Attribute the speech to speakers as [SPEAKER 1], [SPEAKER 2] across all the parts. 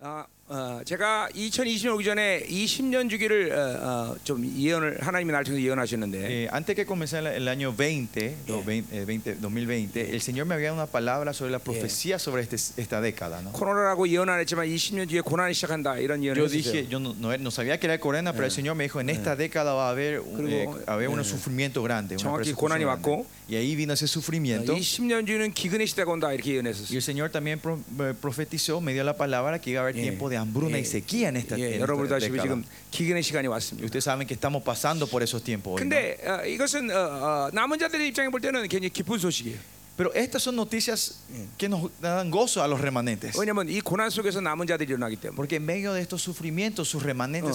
[SPEAKER 1] 아, 어, 제가 2020년 오기 전에 20년 주기를 어, 어, 좀 예언을 하나님이 날 통해서 예언하셨는데
[SPEAKER 2] Eh, antes que comenzara el año 20, do-
[SPEAKER 1] Yeah.
[SPEAKER 2] 20, eh, 20, 2020, el Señor me había dado una palabra sobre la profecía sobre este, esta década. ¿no?
[SPEAKER 1] 코로나라고 예언 안 했지만 20년 뒤에 고난이 시작한다 이런 예언을
[SPEAKER 2] Yo
[SPEAKER 1] 했었어요.
[SPEAKER 2] dije, yo no, no- no sabía que era el corona, pero el Señor me dijo, en esta década va a haber, un, eh,
[SPEAKER 1] 그리고,
[SPEAKER 2] haber un
[SPEAKER 1] 예.
[SPEAKER 2] sufrimiento grande. una
[SPEAKER 1] 정확히
[SPEAKER 2] persecución
[SPEAKER 1] 고난이
[SPEAKER 2] grande".
[SPEAKER 1] 왔고,
[SPEAKER 2] Y ahí vino ese sufrimiento.
[SPEAKER 1] 어, 20년 뒤는 기근의 시대가 온다 이렇게
[SPEAKER 2] Y
[SPEAKER 1] 예언했었어요.
[SPEAKER 2] el Señor también pro- eh, profetizó, me dio la palabra que iba a haber
[SPEAKER 1] 예.
[SPEAKER 2] tiempo de hambruna y
[SPEAKER 1] 예.
[SPEAKER 2] sequía en esta, en
[SPEAKER 1] 예,
[SPEAKER 2] esta
[SPEAKER 1] 여러분도 아시고
[SPEAKER 2] década.
[SPEAKER 1] 지금 기근의 시간이
[SPEAKER 2] Y
[SPEAKER 1] 왔습니다.
[SPEAKER 2] ustedes saben que estamos pasando por esos tiempos hoy. ¿no?
[SPEAKER 1] 근데 어, 이것은 어, 어, 남은 자들의 입장에 볼 때는 굉장히 기쁜 소식이에요.
[SPEAKER 2] Pero estas son noticias que nos dan gozo a los remanentes.
[SPEAKER 1] 왜냐하면 이 고난 속에서 남은 자들이 일어나기 때문에.
[SPEAKER 2] Porque en medio de estos sufrimientos, sus remanentes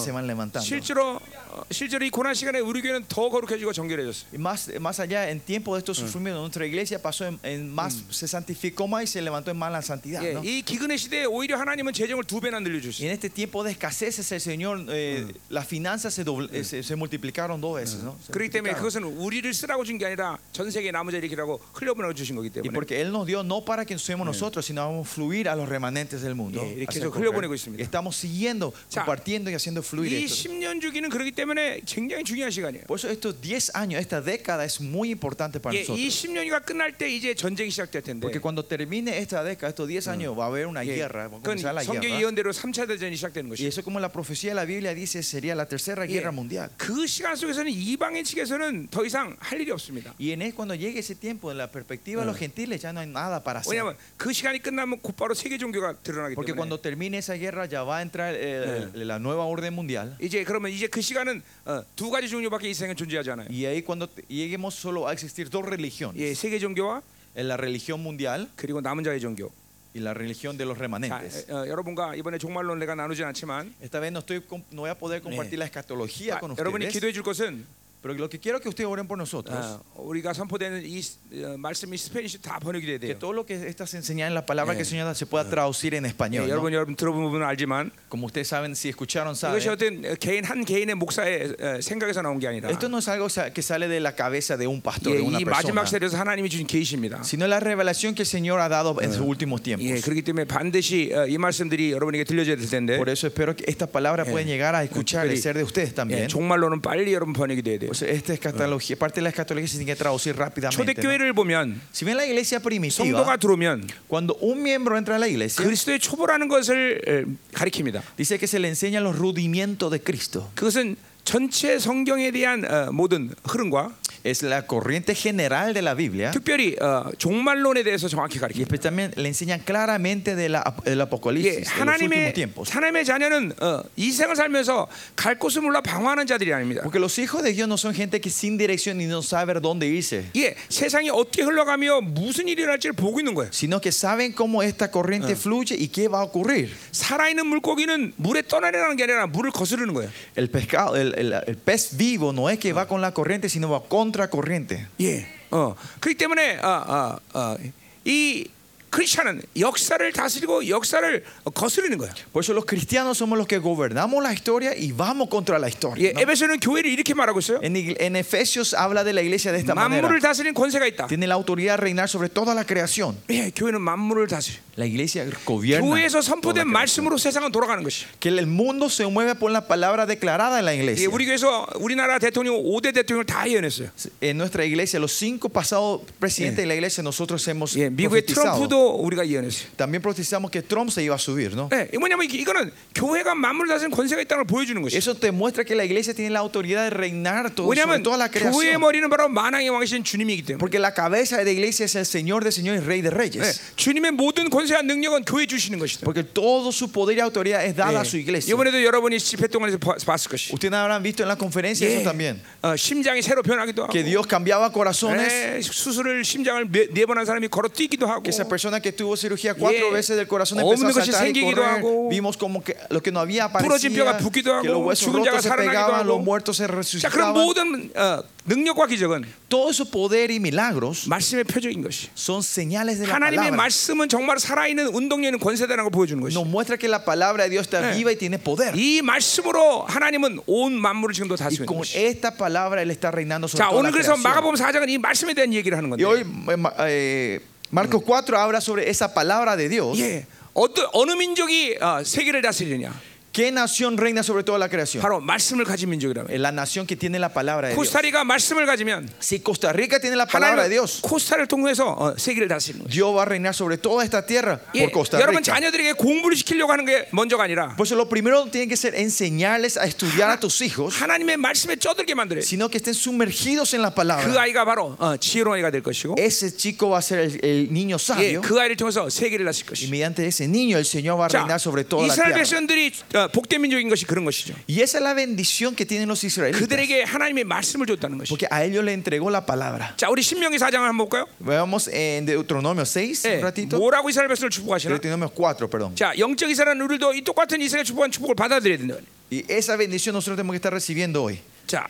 [SPEAKER 1] Oh.
[SPEAKER 2] se van levantando.
[SPEAKER 1] 실제로 어, 실제로 이 고난 시간에 우리 교회는 더 거룩해지고 정결해졌어요.
[SPEAKER 2] Y más, más allá, en tiempo de
[SPEAKER 1] Mm.
[SPEAKER 2] estos sufrimientos, nuestra iglesia pasó en, en más, se santificó más y se levantó en más la santidad.
[SPEAKER 1] 예,
[SPEAKER 2] ¿no?
[SPEAKER 1] 이 기근의 시대에 오히려 하나님은 재정을 두 배나
[SPEAKER 2] Y
[SPEAKER 1] 늘려주셨어요.
[SPEAKER 2] en este tiempo de escaseces, el Señor, eh,
[SPEAKER 1] Mm.
[SPEAKER 2] las finanzas se, doble- eh, se, se multiplicaron dos veces. ¿no? Se
[SPEAKER 1] 그렇기 때문에 그것은
[SPEAKER 2] multiplicaron.
[SPEAKER 1] 우리를 쓰라고 준 게 아니라 전 세계 남은 자들이 라고 흘려보내 주신 거기
[SPEAKER 2] Y
[SPEAKER 1] 때문에
[SPEAKER 2] porque Él nos dio no para que seamos nosotros, sino vamos a fluir a los remanentes del mundo.
[SPEAKER 1] Mm. Yeah, 이렇게
[SPEAKER 2] Hacer
[SPEAKER 1] 해서
[SPEAKER 2] correr.
[SPEAKER 1] 흘려보내고 있습니다.
[SPEAKER 2] Estamos siguiendo,
[SPEAKER 1] 자,
[SPEAKER 2] compartiendo y haciendo fluir
[SPEAKER 1] 이
[SPEAKER 2] esto.
[SPEAKER 1] 10년 주기는 그렇기 때문에 굉장히 중요한 시간이에요.
[SPEAKER 2] Por eso estos 10 años, esta década es muy importante para
[SPEAKER 1] 예,
[SPEAKER 2] nosotros.
[SPEAKER 1] 이 10년이가 끝날 때 이제 전쟁이 시작될 텐데.
[SPEAKER 2] Porque cuando termine esta década, estos 10 años, va a haber una
[SPEAKER 1] 예,
[SPEAKER 2] guerra, va a
[SPEAKER 1] 그건
[SPEAKER 2] comenzar la
[SPEAKER 1] 성경
[SPEAKER 2] guerra.
[SPEAKER 1] 예언대로 3차 대전이 시작되는
[SPEAKER 2] Y
[SPEAKER 1] 것이에요.
[SPEAKER 2] eso como la profecía de la Biblia dice sería la tercera
[SPEAKER 1] 예,
[SPEAKER 2] guerra mundial.
[SPEAKER 1] 그 시간 속에서는 이방인 측에서는 더 이상 할 일이 없습니다.
[SPEAKER 2] Y en él, cuando llegue ese tiempo, en la perspectiva de los gentiles ya no hay nada para hacer.
[SPEAKER 1] 왜냐하면 그 시간이 끝나면 곧바로 세계 종교가 드러나기
[SPEAKER 2] Porque
[SPEAKER 1] 때문에.
[SPEAKER 2] cuando termine esa guerra ya va a entrar eh, la nueva orden mundial.
[SPEAKER 1] 이제 그러면 이제 그 시간은 어, 두 가지 종류밖에 이 세상에 존재하지 않아요.
[SPEAKER 2] Y ahí cuando te- lleguemos solo va a existir dos
[SPEAKER 1] 예,
[SPEAKER 2] religiones.
[SPEAKER 1] 세계 종교와
[SPEAKER 2] En la religión mundial
[SPEAKER 1] 그리고 남은 자의 종교.
[SPEAKER 2] y la religión de los
[SPEAKER 1] 자,
[SPEAKER 2] remanentes.
[SPEAKER 1] 어, 여러분과 이번에 종말론 내가 나누진 않지만
[SPEAKER 2] Esta vez no, estoy, com- no voy a poder compartir la escatología
[SPEAKER 1] 아,
[SPEAKER 2] con
[SPEAKER 1] 여러분이
[SPEAKER 2] ustedes.
[SPEAKER 1] 기도해 줄 것은
[SPEAKER 2] Pero lo que Ah, quiero Ah. es que ustedes oren por nosotros.
[SPEAKER 1] 어, 우리가 선포되는 이 스- 어, 말씀이 스페니시 다 번역이 돼야
[SPEAKER 2] Que
[SPEAKER 1] 돼요.
[SPEAKER 2] todo lo que estas enseñan en la palabra que el Señor da se pueda traducir en español.
[SPEAKER 1] 예,
[SPEAKER 2] ¿no?
[SPEAKER 1] 여러분 여러분 들어본 부분은 알지만
[SPEAKER 2] Como ustedes saben, si escucharon, saben.
[SPEAKER 1] 이것이 어떤 어, 개인 한 개인의 목사의 어, 생각에서 나온 게 아니라
[SPEAKER 2] Esto no es algo sa- que sale de la cabeza de un pastor,
[SPEAKER 1] 예,
[SPEAKER 2] de una
[SPEAKER 1] 이 마지막
[SPEAKER 2] persona,
[SPEAKER 1] 세대에서 하나님이 주신 계시입니다.
[SPEAKER 2] sino la revelación que el Señor ha dado en sus últimos
[SPEAKER 1] 예,
[SPEAKER 2] tiempos.
[SPEAKER 1] 그렇기 때문에 반드시 어, 이 말씀들이 여러분에게 들려져야 될 텐데
[SPEAKER 2] Por eso espero que estas palabras puedan llegar a escuchar
[SPEAKER 1] 특별히,
[SPEAKER 2] y ser de ustedes
[SPEAKER 1] 예,
[SPEAKER 2] también.
[SPEAKER 1] 종말론은 빨리 여러분 번역이 돼야 돼요.
[SPEAKER 2] Por eso esta escatología, parte de la escatología se tiene que traducir rápidamente. ¿no?
[SPEAKER 1] 초대교회를 보면
[SPEAKER 2] Si bien la iglesia
[SPEAKER 1] 성도가
[SPEAKER 2] primitiva,
[SPEAKER 1] 들어오면
[SPEAKER 2] cuando un miembro entra a la iglesia,
[SPEAKER 1] 그리스도의 초보라는 것을 어, 가리킵니다.
[SPEAKER 2] dice que se le enseña los rudimentos de Cristo.
[SPEAKER 1] 그것은 전체 성경에 대한 어, 모든 흐름과
[SPEAKER 2] Es la corriente general de la Biblia.
[SPEAKER 1] 특별히 어, 종말론에 대해서 정확히
[SPEAKER 2] Y
[SPEAKER 1] 가리킵니다.
[SPEAKER 2] después también le enseñan claramente del el
[SPEAKER 1] 예,
[SPEAKER 2] apocalipsis, de los últimos
[SPEAKER 1] 하나님의
[SPEAKER 2] tiempos.
[SPEAKER 1] 하나님의 자녀는 어, 이 생을 살면서 갈 곳을 몰라 방황하는 자들이 아닙니다.
[SPEAKER 2] Porque los hijos de Dios no son gente que sin dirección y no sabe dónde irse,
[SPEAKER 1] 예, 세상이 어떻게 흘러가며 무슨 일이 일어날지를 보고 있는 거예요.
[SPEAKER 2] sino que saben cómo esta corriente fluye y qué va a ocurrir.
[SPEAKER 1] 살아있는 물고기는 물에 떠나려는 게 아니라 물을 거스르는 거예요.
[SPEAKER 2] El pescado, el, el- el pez vivo no es que va con la corriente, sino va contra corriente.
[SPEAKER 1] 예, 어, 그렇기 때문에 아, 아, 아, 이 크리스천은 역사를 다스리고 역사를 거스르는 거예요.
[SPEAKER 2] Por eso los cristianos somos los que gobernamos la historia y vamos contra la historia.
[SPEAKER 1] 예,
[SPEAKER 2] ¿no?
[SPEAKER 1] 에베소는 교회를 이렇게 말하고 있어요.
[SPEAKER 2] En, Ig- en Efesios habla de la iglesia de esta manera.
[SPEAKER 1] 만물을 다스리는 권세가 있다.
[SPEAKER 2] Tiene la autoridad de reinar sobre toda la creación.
[SPEAKER 1] 예, 교회는 만물을 다스려.
[SPEAKER 2] La iglesia gobierna.
[SPEAKER 1] 교회에서
[SPEAKER 2] toda la
[SPEAKER 1] 선포된
[SPEAKER 2] creación.
[SPEAKER 1] 말씀으로 세상은 돌아가는 것이.
[SPEAKER 2] Que el mundo se mueve por la palabra declarada en la
[SPEAKER 1] 예,
[SPEAKER 2] iglesia.
[SPEAKER 1] 우리 교회에서 우리나라 대통령 5대 대통령을 다 예언했어요.
[SPEAKER 2] En nuestra iglesia, los cinco pasados presidentes de la iglesia, nosotros hemos
[SPEAKER 1] 예, 미국의
[SPEAKER 2] profetizado.
[SPEAKER 1] 트럼프도 우리가 예언했어요.
[SPEAKER 2] También profetizamos que Trump se iba a subir, ¿no?
[SPEAKER 1] 예, 이게 뭐냐면 이게- 이거는 교회가 만물을 다스리는 권세가 있다는 걸 보여주는 것이에요.
[SPEAKER 2] Eso te muestra que la iglesia tiene la autoridad de reinar todo, sobre
[SPEAKER 1] 왜냐하면
[SPEAKER 2] toda la
[SPEAKER 1] 교회의
[SPEAKER 2] creación.
[SPEAKER 1] 머리는 바로 만왕의 왕이신 주님이기 때문에.
[SPEAKER 2] Porque la cabeza de la iglesia es el Señor de señores y Rey de
[SPEAKER 1] 예,
[SPEAKER 2] reyes.
[SPEAKER 1] 주님의 모든 권세와 능력은 교회 주시는 것이다.
[SPEAKER 2] Porque todo su poder y autoridad es dada a su
[SPEAKER 1] 예.
[SPEAKER 2] iglesia.
[SPEAKER 1] 이번에도 여러분이 집회 동안에서 봐- 봤을 것이.
[SPEAKER 2] Ustedes habrán visto en la conferencia
[SPEAKER 1] 예.
[SPEAKER 2] eso también.
[SPEAKER 1] 어, 심장이 새로 변하기도 하고.
[SPEAKER 2] Que Dios cambiaba corazones.
[SPEAKER 1] 예, 수술을 심장을 네 번 한 사람이 걸어뛰기도 하고.
[SPEAKER 2] Que esa persona que tuvo cirugía cuatro
[SPEAKER 1] 예.
[SPEAKER 2] veces del corazón empezó a
[SPEAKER 1] 없는 것이
[SPEAKER 2] saltar y
[SPEAKER 1] 생기기도
[SPEAKER 2] correr.
[SPEAKER 1] 하고,
[SPEAKER 2] Vimos como que lo que no había
[SPEAKER 1] 부러진
[SPEAKER 2] aparecía,
[SPEAKER 1] 뼈가 붓기도
[SPEAKER 2] que
[SPEAKER 1] 하고,
[SPEAKER 2] los huesos
[SPEAKER 1] 죽은 자가
[SPEAKER 2] rotos se
[SPEAKER 1] 살아나기도
[SPEAKER 2] pegaban, los
[SPEAKER 1] 하고.
[SPEAKER 2] muertos se
[SPEAKER 1] 자, 그런
[SPEAKER 2] resucitaban.
[SPEAKER 1] 모든 어, 능력과 기적은
[SPEAKER 2] Todo su poder y milagros
[SPEAKER 1] 말씀의 표적인 것이.
[SPEAKER 2] son señales de la
[SPEAKER 1] 하나님의
[SPEAKER 2] palabra.
[SPEAKER 1] 말씀은 정말 살아있는 운동력은 권세다라는 걸 보여주는 것이.
[SPEAKER 2] Nos muestra que la palabra de Dios está
[SPEAKER 1] 예.
[SPEAKER 2] viva Eh. y tiene poder.
[SPEAKER 1] 이 말씀으로 하나님은 온 만물을 지금도
[SPEAKER 2] Y
[SPEAKER 1] 다스리는
[SPEAKER 2] con
[SPEAKER 1] 것이.
[SPEAKER 2] esta palabra Él está reinando sobre
[SPEAKER 1] 자,
[SPEAKER 2] toda
[SPEAKER 1] 오늘
[SPEAKER 2] la
[SPEAKER 1] 그래서
[SPEAKER 2] creación.
[SPEAKER 1] 마가복음 4장은 이 말씀에 대한 얘기를 하는
[SPEAKER 2] Y
[SPEAKER 1] 건데.
[SPEAKER 2] Mm. hoy eh, ma- eh, Marcos 4 habla sobre esa palabra de Dios.
[SPEAKER 1] 예. 어떤 어느 민족이 어, 세계를 다스리느냐?
[SPEAKER 2] ¿Qué nación reina sobre toda la creación?
[SPEAKER 1] 바로 말씀을 가진 민족이라면.
[SPEAKER 2] Es La nación que tiene la palabra de Dios.
[SPEAKER 1] 코스타리가 말씀을 가지면
[SPEAKER 2] Si Costa Rica tiene la palabra
[SPEAKER 1] 하나님은
[SPEAKER 2] de Dios,
[SPEAKER 1] 코스타를 통해서 어, 세계를 다스리는 거예요.
[SPEAKER 2] Dios va a reinar sobre toda esta tierra
[SPEAKER 1] 예,
[SPEAKER 2] por Costa
[SPEAKER 1] 여러분
[SPEAKER 2] Rica.
[SPEAKER 1] 자녀들에게 공부를 시키려고 하는 게 먼저가 아니라
[SPEAKER 2] Por eso lo primero tiene que ser enseñarles a estudiar a tus hijos,
[SPEAKER 1] 하나님의 말씀에 쩌들게 만들어요.
[SPEAKER 2] sino que estén sumergidos en la
[SPEAKER 1] 그
[SPEAKER 2] palabra.
[SPEAKER 1] 아이가 바로 어, 지혜로운 아이가 될 것이고
[SPEAKER 2] Ese chico va a ser el, el niño
[SPEAKER 1] 예,
[SPEAKER 2] sabio.
[SPEAKER 1] 그 예, 아이를 통해서 세계를 다스릴
[SPEAKER 2] Y
[SPEAKER 1] 것이고
[SPEAKER 2] mediante ese niño el Señor va a
[SPEAKER 1] 자,
[SPEAKER 2] reinar sobre toda la
[SPEAKER 1] 이스라엘
[SPEAKER 2] tierra.
[SPEAKER 1] 백성들이 어, 복된 민족인 것이 그런 것이죠.
[SPEAKER 2] Y esa es la bendición que tienen los israelitas.
[SPEAKER 1] 그들에게 하나님의 말씀을 줬다는 것이죠.
[SPEAKER 2] Porque a ellos le entregó la palabra.
[SPEAKER 1] 자, 우리 신명기 4장을 한번 볼까요?
[SPEAKER 2] Veamos en Deuteronomio 6,
[SPEAKER 1] 예,
[SPEAKER 2] un ratito.
[SPEAKER 1] 뭐라고 이스라엘 백성을 축복하시나?
[SPEAKER 2] Deuteronomio 4, perdón.
[SPEAKER 1] 자, 영적 이스라엘은 우리도 이 똑같은 이스라엘 축복한 축복을 받아들여야 된다.
[SPEAKER 2] Y esa bendición nosotros tenemos que estar recibiendo hoy.
[SPEAKER 1] 자,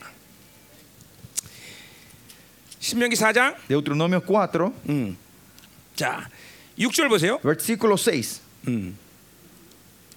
[SPEAKER 1] 신명기 4장,
[SPEAKER 2] Deuteronomio 4,
[SPEAKER 1] 음. 자, 6절 보세요.
[SPEAKER 2] versículo 6.
[SPEAKER 1] 음.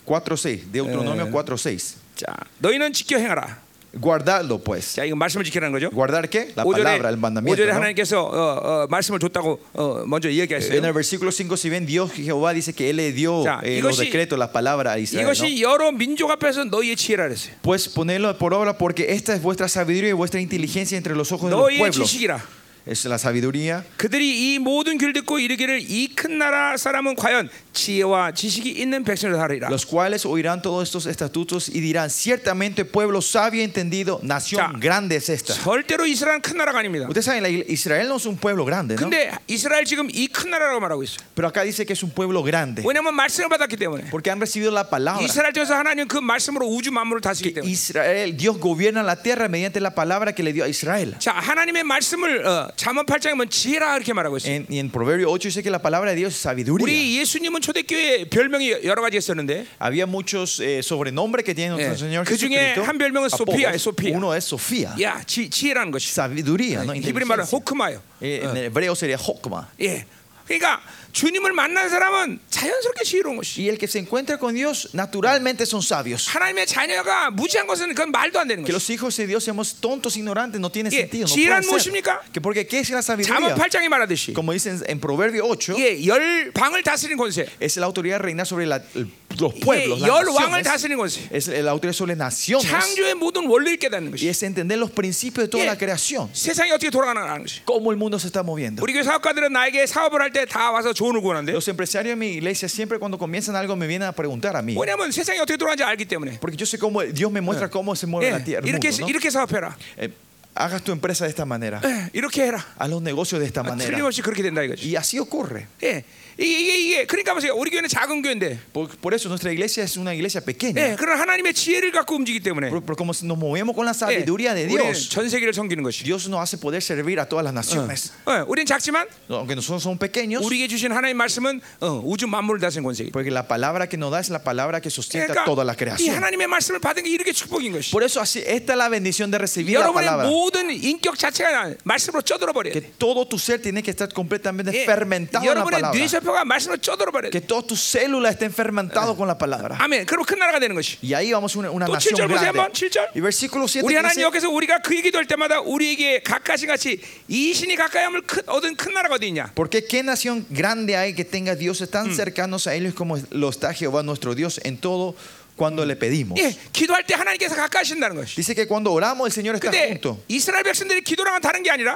[SPEAKER 2] 4, 6. Deuteronomio
[SPEAKER 1] Eh.
[SPEAKER 2] 4, 6.
[SPEAKER 1] 자, 너희는 지켜 행하라.
[SPEAKER 2] Guardadlo, pues.
[SPEAKER 1] 자, 이건 말씀을 지키라는 거죠.
[SPEAKER 2] ¿Guardar qué? La
[SPEAKER 1] 5절에,
[SPEAKER 2] palabra, el mandamiento. ¿no?
[SPEAKER 1] 하나님께서 어, 어, 말씀을 줬다고 어, 먼저 이야기하세요.
[SPEAKER 2] En el versículo 5, si ven, Dios Jehová dice que Él le dio
[SPEAKER 1] Ya,
[SPEAKER 2] eh, los
[SPEAKER 1] 이것이-
[SPEAKER 2] decretos, la palabra a Israel. ¿no?
[SPEAKER 1] 이것이 여러 민족 앞에서 너희의 지혜라 그랬어요.
[SPEAKER 2] Pues ponedlo por obra, porque esta es vuestra sabiduría y vuestra inteligencia entre los ojos de los
[SPEAKER 1] 너희의
[SPEAKER 2] pueblos.
[SPEAKER 1] 지식이라.
[SPEAKER 2] Es la sabiduría.
[SPEAKER 1] 그들이 이 모든 귀를 듣고 이르기를 이 큰 나라 사람은 과연 지혜와 지식이 있는 백성을 하리라.
[SPEAKER 2] los cuales oirán todos estos estatutos y dirán, ciertamente pueblo sabio y entendido, nación
[SPEAKER 1] Ya.
[SPEAKER 2] grande es esta.
[SPEAKER 1] 절대로 이스라엘 큰 나라가 아닙니다.
[SPEAKER 2] Ustedes saben, la il- Israel no es un pueblo grande, ¿no?
[SPEAKER 1] 근데 이스라엘 지금 이 큰 나라라고 말하고 있어요.
[SPEAKER 2] Pero acá dice que es un pueblo grande,
[SPEAKER 1] 왜냐하면 말씀을 받았기 때문에.
[SPEAKER 2] porque han recibido la palabra.
[SPEAKER 1] 이스라엘 통해서 예. 하나님 은그 말씀으로 우주 만물을 다스리기 때문에.
[SPEAKER 2] Israel, Dios gobierna la tierra mediante la palabra que le dio a Israel.
[SPEAKER 1] 자 하나님의 말씀을 어, 잠언 8장에 보면 지혜라 이렇게 말하고 있어요.
[SPEAKER 2] En, y en Proverbio 8 dice que la palabra de Dios es sabiduría.
[SPEAKER 1] 우리 예수님은 초대교회 별명이 여러 가지 있었는데
[SPEAKER 2] Había muchos eh, sobrenombres que tiene nuestro
[SPEAKER 1] Eh.
[SPEAKER 2] Señor
[SPEAKER 1] 그 중에
[SPEAKER 2] Jesucristo.
[SPEAKER 1] 한 별명은
[SPEAKER 2] Apodos.
[SPEAKER 1] Sofía, es Sofía.
[SPEAKER 2] Uno es Sofía,
[SPEAKER 1] 야 지, 지혜라는 것이.
[SPEAKER 2] sabiduría, ¿no?
[SPEAKER 1] 히브리 말은
[SPEAKER 2] Inteligencia.
[SPEAKER 1] 호크마요. 어.
[SPEAKER 2] Eh, en hebreo sería Hokma.
[SPEAKER 1] 예. 그러니까 주님을 만난 사람은 자연스럽게 지혜로운 것이.
[SPEAKER 2] Y el que se encuentra con Dios, naturalmente son sabios.
[SPEAKER 1] 하나님의 자녀가 무지한 것은 그건 말도 안 되는 것이.
[SPEAKER 2] Que los hijos de Dios seamos tontos, ignorantes, no tiene
[SPEAKER 1] Yeah.
[SPEAKER 2] sentido. No
[SPEAKER 1] ¿지혜란
[SPEAKER 2] puede ser.
[SPEAKER 1] 무엇입니까?
[SPEAKER 2] Que porque ¿qué es la
[SPEAKER 1] 잠언
[SPEAKER 2] sabiduría?
[SPEAKER 1] 8장에 말하듯이
[SPEAKER 2] Como dicen en Proverbio 8,
[SPEAKER 1] 예, 열 방을 다스리는 권세.
[SPEAKER 2] es la autoridad de reinar sobre la- el- los
[SPEAKER 1] 예,
[SPEAKER 2] pueblos, las
[SPEAKER 1] 열 왕을
[SPEAKER 2] naciones.
[SPEAKER 1] 다스리는 권세.
[SPEAKER 2] es la autoridad sobre naciones.
[SPEAKER 1] 창조의 모든 원리를 깨닫는
[SPEAKER 2] Y
[SPEAKER 1] 것이.
[SPEAKER 2] es entender los principios de toda
[SPEAKER 1] Yeah.
[SPEAKER 2] la creación.
[SPEAKER 1] 세상이 어떻게 돌아가는 것이.
[SPEAKER 2] Cómo el mundo se está moviendo.
[SPEAKER 1] 우리 교회 사업가들은 나에게 사업을 할 때 다 와서 조언을 구하는데
[SPEAKER 2] Los empresarios de mi iglesia siempre cuando comienzan algo me vienen a preguntar a mí.
[SPEAKER 1] 왜냐하면 세상이 어떻게 돌아가는지 알기 때문에
[SPEAKER 2] Porque yo sé cómo Dios me
[SPEAKER 1] Ah.
[SPEAKER 2] muestra cómo se mueve
[SPEAKER 1] 예,
[SPEAKER 2] la tierra. el
[SPEAKER 1] 이렇게
[SPEAKER 2] mundo, ¿no?
[SPEAKER 1] 이렇게 사업해라
[SPEAKER 2] Eh, hagas tu empresa de esta manera.
[SPEAKER 1] 예, 이렇게 해라
[SPEAKER 2] Haz los negocios de esta
[SPEAKER 1] 아,
[SPEAKER 2] manera.
[SPEAKER 1] 틀림없이 그렇게 된다 이거지
[SPEAKER 2] Y así ocurre.
[SPEAKER 1] 예, 이게 이게, 이게 그러니까 보세요 우리 교회는 작은 교회인데
[SPEAKER 2] Por, por eso nuestra iglesia es una iglesia pequeña.
[SPEAKER 1] 예, 그런 하나님의 지혜를 갖고 움직이기 때문에
[SPEAKER 2] Pero, pero como si nos movemos con la
[SPEAKER 1] 예,
[SPEAKER 2] sabiduría de
[SPEAKER 1] 우리는
[SPEAKER 2] Dios,
[SPEAKER 1] 전 세계를 섬기는 것이
[SPEAKER 2] Dios nos hace poder servir a todas las naciones.
[SPEAKER 1] 어, 우리는 작지만
[SPEAKER 2] Aunque nosotros somos pequeños,
[SPEAKER 1] 우리에게 주신 하나님 말씀은 어, 우주 만물을 다스린 권세기
[SPEAKER 2] porque la palabra que nos da es la palabra que sustenta
[SPEAKER 1] 그러니까
[SPEAKER 2] toda la
[SPEAKER 1] 이
[SPEAKER 2] creación.
[SPEAKER 1] 하나님의 말씀을 받은 게 이렇게 축복인 것이
[SPEAKER 2] Por eso así, esta es la bendición de recibir la
[SPEAKER 1] 여러분의
[SPEAKER 2] palabra.
[SPEAKER 1] 모든 인격 자체가 말씀으로 쪄들어 버려야
[SPEAKER 2] Que
[SPEAKER 1] 돼
[SPEAKER 2] todo tu ser tiene que estar completamente
[SPEAKER 1] 예,
[SPEAKER 2] fermentado en la
[SPEAKER 1] 여러분의
[SPEAKER 2] palabra.
[SPEAKER 1] 뇌세포가 말씀으로 쪄들어 버려야 돼
[SPEAKER 2] Que todas tus células estén fermentadas con la palabra.
[SPEAKER 1] 아멘 그럼 큰 나라가 되는 것이
[SPEAKER 2] Y ahí vamos a una, una
[SPEAKER 1] 또
[SPEAKER 2] nación
[SPEAKER 1] 7절 보세요
[SPEAKER 2] grande.
[SPEAKER 1] 한번 7절
[SPEAKER 2] Y versículo 7
[SPEAKER 1] 우리
[SPEAKER 2] que
[SPEAKER 1] 하나님
[SPEAKER 2] dice,
[SPEAKER 1] 여기서 우리가 그 얘기도 할 때마다 우리에게 가까이 같이 이 신이 가까이 함을 큰- 얻은 큰 나라가 어디 있냐
[SPEAKER 2] Porque qué nación grande hay que tenga dioses tan cercanos a ellos como lo está Jehová nuestro Dios en todo cuando le pedimos.
[SPEAKER 1] 예, 기도할 때 하나님께서 가까이 하신다는 것이
[SPEAKER 2] Dice que cuando oramos el Señor está
[SPEAKER 1] 근데
[SPEAKER 2] junto.
[SPEAKER 1] 이스라엘 백성들이 기도랑은 다른 게 아니라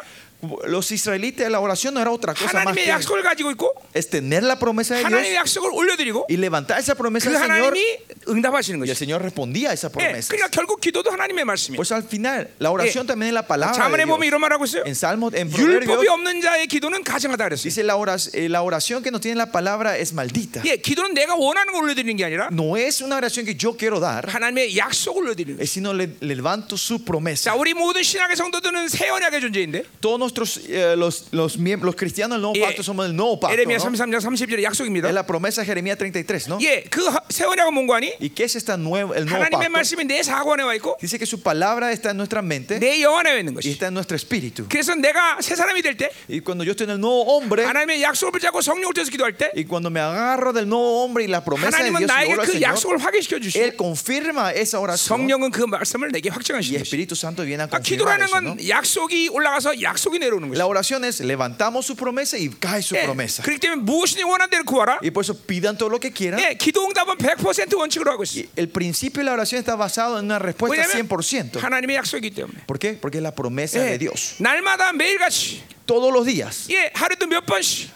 [SPEAKER 2] Los israelitas la oración no era otra cosa más
[SPEAKER 1] 하나님의
[SPEAKER 2] que
[SPEAKER 1] 약속을 가지고 있고
[SPEAKER 2] es tener la promesa de Dios
[SPEAKER 1] 하나님의 약속을 올려드리고
[SPEAKER 2] y levantar esa promesa
[SPEAKER 1] 그
[SPEAKER 2] al Señor
[SPEAKER 1] 하나님이 응답하시는
[SPEAKER 2] y el
[SPEAKER 1] 것이
[SPEAKER 2] Señor respondía a esa
[SPEAKER 1] 예,
[SPEAKER 2] promesa.
[SPEAKER 1] 그러니까 결국 기도도 하나님의 말씀이에요
[SPEAKER 2] Pues al final la oración
[SPEAKER 1] Eh,
[SPEAKER 2] también es la palabra de
[SPEAKER 1] 자문에 보면
[SPEAKER 2] Dios.
[SPEAKER 1] 이런 말하고 있어요
[SPEAKER 2] En Salmos, en Proverbios
[SPEAKER 1] 율법이 없는 자의 기도는 가증하다 그랬어요
[SPEAKER 2] dice la oración, la oración que no tiene la palabra es maldita.
[SPEAKER 1] 예, 기도는 내가 원하는 걸 올려드리는 게 아니라
[SPEAKER 2] No es una oración que yo quiero dar,
[SPEAKER 1] 하나님의 약속을 올려드리는
[SPEAKER 2] es
[SPEAKER 1] 것이
[SPEAKER 2] sino le, le levanto su promesa.
[SPEAKER 1] 자 우리 모든 신학의 성도들은 새 언약의 존재인데
[SPEAKER 2] Todos nuestros eh, los, los, miemb- los cristianos del nuevo
[SPEAKER 1] 예,
[SPEAKER 2] pacto somos del nuevo pacto.
[SPEAKER 1] 에레미야
[SPEAKER 2] ¿no?
[SPEAKER 1] 33장 30절의
[SPEAKER 2] Es
[SPEAKER 1] 약속입니다 어?
[SPEAKER 2] la promesa de Jeremías 33, ¿no?
[SPEAKER 1] 예, 그새 언약은 뭔가 하니? 뭐니?
[SPEAKER 2] ¿Y qué es esta nueva, el nuevo
[SPEAKER 1] 하나님의
[SPEAKER 2] pacto?
[SPEAKER 1] 말씀이 내 사고 안에 와 있고
[SPEAKER 2] Dice que su palabra está en nuestra mente
[SPEAKER 1] 내 영 안에 와 있는
[SPEAKER 2] y
[SPEAKER 1] 것이.
[SPEAKER 2] está en nuestro espíritu.
[SPEAKER 1] 그래서 내가 새 사람이 될 때
[SPEAKER 2] Y cuando yo estoy en el nuevo hombre
[SPEAKER 1] 하나님의 약속을 붙잡고 성령을 떼서 기도할 때
[SPEAKER 2] y cuando me agarro del nuevo hombre y la promesa de
[SPEAKER 1] 하나님은
[SPEAKER 2] Dios y
[SPEAKER 1] 나에게
[SPEAKER 2] oro al
[SPEAKER 1] 그
[SPEAKER 2] Señor,
[SPEAKER 1] 약속을 확인시켜 주시고
[SPEAKER 2] Él confirma esa oración
[SPEAKER 1] 성령은 그 말씀을 내게
[SPEAKER 2] y
[SPEAKER 1] 확증하시는 것이.
[SPEAKER 2] Espíritu Santo viene a
[SPEAKER 1] 그러니까
[SPEAKER 2] confirmar
[SPEAKER 1] 기도라는
[SPEAKER 2] eso, ¿no?
[SPEAKER 1] 건 약속이 올라가서 약속이 내려오는
[SPEAKER 2] La
[SPEAKER 1] 것이.
[SPEAKER 2] oración es levantamos su promesa y cae su
[SPEAKER 1] 예,
[SPEAKER 2] promesa.
[SPEAKER 1] 그렇기 때문에 무엇이니 원한 대로 구하라.
[SPEAKER 2] Y por eso pidan todo lo que quieran.
[SPEAKER 1] 예, 기도 응답은 100% 원칙으로 하고 있어. 요
[SPEAKER 2] Y El principio de la oración está basado en una respuesta
[SPEAKER 1] 왜냐하면
[SPEAKER 2] 100%.
[SPEAKER 1] 하나님의 약속이기 때문에.
[SPEAKER 2] ¿Por qué? Porque es la promesa
[SPEAKER 1] 예,
[SPEAKER 2] de Dios.
[SPEAKER 1] 날마다 매일같이
[SPEAKER 2] Todos los días,
[SPEAKER 1] 예, 하루도 몇 번씩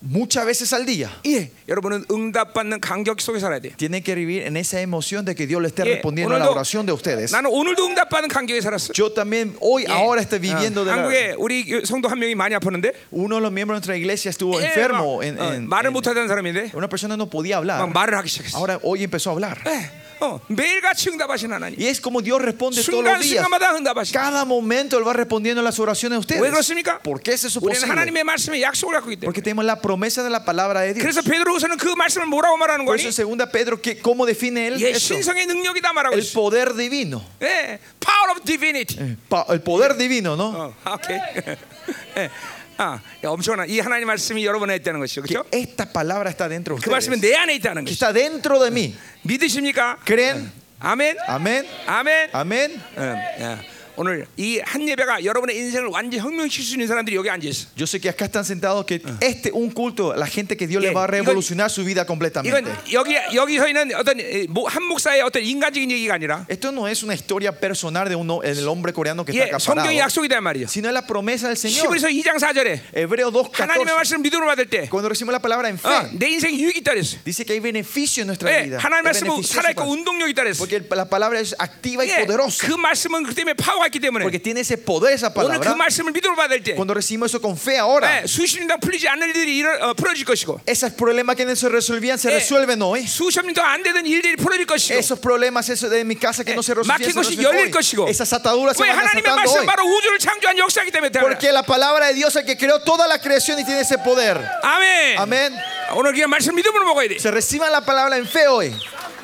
[SPEAKER 2] muchas veces al día,
[SPEAKER 1] 예, 여러분은 응답받는 간격 속에 살아야 돼요.
[SPEAKER 2] tienen que vivir en esa emoción de que Dios le esté
[SPEAKER 1] Yeah,
[SPEAKER 2] respondiendo a la
[SPEAKER 1] 오늘도-
[SPEAKER 2] oración de ustedes.
[SPEAKER 1] 나는 오늘도 응답받는 간격에 살았어.
[SPEAKER 2] Yo también hoy,
[SPEAKER 1] Eh.
[SPEAKER 2] ahora estoy
[SPEAKER 1] 아,
[SPEAKER 2] viviendo de la,
[SPEAKER 1] 한국에 우리 성도 한 명이 많이 아팠는데
[SPEAKER 2] Uno de los miembros de nuestra iglesia estuvo
[SPEAKER 1] 예,
[SPEAKER 2] enfermo.
[SPEAKER 1] 막,
[SPEAKER 2] en-
[SPEAKER 1] 어,
[SPEAKER 2] en-
[SPEAKER 1] 말을
[SPEAKER 2] en-
[SPEAKER 1] 못하는 사람인데
[SPEAKER 2] una persona no podía hablar.
[SPEAKER 1] 막 말을 하기 시작했어.
[SPEAKER 2] Ahora hoy empezó a hablar.
[SPEAKER 1] 예, 어, 매일같이 응답하신 하나님.
[SPEAKER 2] Y es como Dios responde todos los
[SPEAKER 1] 순간
[SPEAKER 2] días.
[SPEAKER 1] 순간마다 응답하신.
[SPEAKER 2] Cada momento Él va respondiendo las oraciones de
[SPEAKER 1] 왜
[SPEAKER 2] ustedes.
[SPEAKER 1] 그렇습니까?
[SPEAKER 2] ¿Por qué es eso
[SPEAKER 1] 우리는
[SPEAKER 2] posible?
[SPEAKER 1] 하나님의 말씀에 약속을 갖고 있기 때문에.
[SPEAKER 2] Porque tenemos la promesa de la palabra de Dios.
[SPEAKER 1] 그래서 베드로후서는 그 말씀을 뭐라고 말하는
[SPEAKER 2] Por
[SPEAKER 1] 거니?
[SPEAKER 2] eso, segunda Pedro, ¿qué- ¿cómo define él
[SPEAKER 1] 예,
[SPEAKER 2] eso?
[SPEAKER 1] 신성의 능력이다 말하고
[SPEAKER 2] El
[SPEAKER 1] 있어.
[SPEAKER 2] poder divino.
[SPEAKER 1] 예, power of divinity.
[SPEAKER 2] Pa- el poder divino, ¿no?
[SPEAKER 1] 어, 아, 오케이. 예, 아, 야, 엄청난 이 하나님 말씀이 여러분에 있다는 것이죠,
[SPEAKER 2] Que
[SPEAKER 1] 그렇죠?
[SPEAKER 2] esta palabra está dentro de
[SPEAKER 1] 그 말씀은
[SPEAKER 2] ustedes.
[SPEAKER 1] 내 안에 있다는
[SPEAKER 2] Que
[SPEAKER 1] 것이.
[SPEAKER 2] está dentro de mí.
[SPEAKER 1] 믿으십니까?
[SPEAKER 2] ¿Creen?
[SPEAKER 1] 그- 아멘.
[SPEAKER 2] Amén.
[SPEAKER 1] 아멘.
[SPEAKER 2] Amén.
[SPEAKER 1] 음, 예. 오늘 이 한 예배가 여러분의 인생을 완전 히 혁명시킬 수 있는 사람들이 여기 앉아 있어.
[SPEAKER 2] Yo sé que acá están sentados que este un culto, la gente que Dios le
[SPEAKER 1] Yeah,
[SPEAKER 2] va a
[SPEAKER 1] 이건-
[SPEAKER 2] revolucionar su vida completamente.
[SPEAKER 1] 이건 여기 여기서 있는 어떤 에, 모- 한 목사의 어떤 인간적인 얘기가 아니라
[SPEAKER 2] Esto no es una historia personal de uno, el hombre coreano que
[SPEAKER 1] 예,
[SPEAKER 2] está acaparado,
[SPEAKER 1] 성경의 약속이다 말이죠.
[SPEAKER 2] sino es la promesa del Señor.
[SPEAKER 1] 히브리서 2장 4절에
[SPEAKER 2] Hebreo
[SPEAKER 1] 하나님의
[SPEAKER 2] 2.14
[SPEAKER 1] 말씀을 믿음으로 받을 때
[SPEAKER 2] Cuando recibimos la palabra en fe,
[SPEAKER 1] 어, 내그 인생이 유익이 따렸어.
[SPEAKER 2] dice que hay beneficio en nuestra
[SPEAKER 1] 예,
[SPEAKER 2] vida.
[SPEAKER 1] 하나님의
[SPEAKER 2] hay
[SPEAKER 1] 말씀은
[SPEAKER 2] beneficioso
[SPEAKER 1] 살아있고
[SPEAKER 2] para-
[SPEAKER 1] 운동력이 따렸어.
[SPEAKER 2] Porque el- la palabra es activa y
[SPEAKER 1] 예,
[SPEAKER 2] poderosa.
[SPEAKER 1] 그 말씀은 그 때문에 파워가 있기 때문에
[SPEAKER 2] Porque tiene ese poder esa
[SPEAKER 1] 오늘 그
[SPEAKER 2] palabra.
[SPEAKER 1] 말씀을 믿음으로 받을 때
[SPEAKER 2] Cuando recibimos eso con fe ahora,
[SPEAKER 1] 예, 수십 년간 풀리지 않는 일들이 일어, 어, 풀어질 것이고
[SPEAKER 2] esos problemas que no se resolvían se
[SPEAKER 1] Eh,
[SPEAKER 2] resuelven hoy.
[SPEAKER 1] 수십 년 동안 안 되던 일들이 풀어질 것이고
[SPEAKER 2] Esos problemas eso de mi casa que
[SPEAKER 1] Eh,
[SPEAKER 2] no se resolvían
[SPEAKER 1] 막힌
[SPEAKER 2] se
[SPEAKER 1] 것이 열릴
[SPEAKER 2] resuelven
[SPEAKER 1] 것이고.
[SPEAKER 2] hoy. Esas ataduras se
[SPEAKER 1] 왜
[SPEAKER 2] van
[SPEAKER 1] 하나님의
[SPEAKER 2] desatando
[SPEAKER 1] 말씀
[SPEAKER 2] hoy.
[SPEAKER 1] 바로 우주를 창조한 역사이기 때문에 대단하다.
[SPEAKER 2] Porque la palabra de Dios es el que creó toda la creación y tiene ese poder.
[SPEAKER 1] 아멘.
[SPEAKER 2] Amén.
[SPEAKER 1] 오늘 그냥 말씀 믿음으로 먹어야 돼.
[SPEAKER 2] Se reciban la palabra en fe hoy.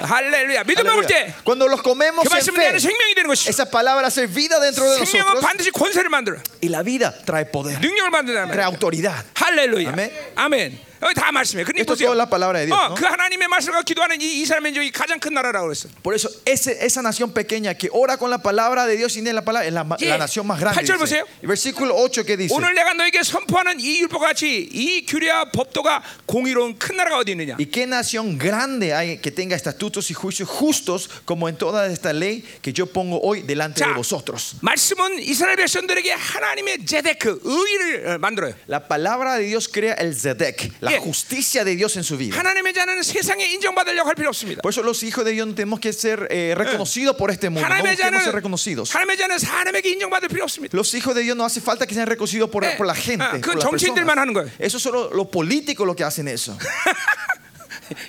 [SPEAKER 1] 할렐루야. 믿음 먹을 때
[SPEAKER 2] Aleluya.
[SPEAKER 1] 그
[SPEAKER 2] Cuando los comemos en
[SPEAKER 1] 말씀은 내 안에
[SPEAKER 2] fe,
[SPEAKER 1] 생명이 되는 것이.
[SPEAKER 2] esa palabra hace vida dentro de
[SPEAKER 1] 생명은
[SPEAKER 2] nosotros
[SPEAKER 1] 반드시 권세를 만들어.
[SPEAKER 2] y la vida trae poder,
[SPEAKER 1] 능력을 만든다는
[SPEAKER 2] trae
[SPEAKER 1] 말이야.
[SPEAKER 2] autoridad.
[SPEAKER 1] 할렐루야.
[SPEAKER 2] 아멘.
[SPEAKER 1] 아멘. 여기 다 말씀이에요. 그러니
[SPEAKER 2] Esto
[SPEAKER 1] 보세요.
[SPEAKER 2] todo es la palabra de Dios,
[SPEAKER 1] 어,
[SPEAKER 2] ¿no?
[SPEAKER 1] 그 하나님의 말씀과 기도하는 이, 이 사람의 적이 가장 큰 나라라고 그랬어.
[SPEAKER 2] Por eso ese- esa nación pequeña que ora con la palabra de Dios y tiene la palabra es la, ma-
[SPEAKER 1] Sí.
[SPEAKER 2] la nación más grande.
[SPEAKER 1] Pachol
[SPEAKER 2] dice.
[SPEAKER 1] 보세요.
[SPEAKER 2] Y Versículo 8 que dice.
[SPEAKER 1] 오늘 내가 너에게 선포하는 이 율법과 같이 이 규례와 법도가 공의로운 큰 나라가 어디 있느냐?
[SPEAKER 2] ¿Y qué nación grande hay que tenga estatutos y juicios justos como en toda esta ley que yo pongo hoy delante
[SPEAKER 1] 자,
[SPEAKER 2] de vosotros?
[SPEAKER 1] 말씀은 이스라엘 백성들에게 하나님의 제데크 의를 어, 만들어요.
[SPEAKER 2] La palabra de Dios crea el Zedek,
[SPEAKER 1] Sí.
[SPEAKER 2] la justicia de Dios en su vida.
[SPEAKER 1] 하나님의 자는 세상에 인정받으려고 할 필요 없습니다.
[SPEAKER 2] Por eso los hijos de Dios no tenemos que ser eh, reconocidos por este mundo, no
[SPEAKER 1] 하나님의 자는
[SPEAKER 2] busquemos ser reconocidos.
[SPEAKER 1] 하나님의 자는 사람에게 인정받을 필요 없습니다.
[SPEAKER 2] Los hijos de Dios no hace falta que sean reconocidos por,
[SPEAKER 1] Eh,
[SPEAKER 2] por la
[SPEAKER 1] ah,
[SPEAKER 2] gente.
[SPEAKER 1] 그건
[SPEAKER 2] por las
[SPEAKER 1] 정치인들만
[SPEAKER 2] personas.
[SPEAKER 1] 하는 거예요.
[SPEAKER 2] Eso solo los políticos lo que hacen eso.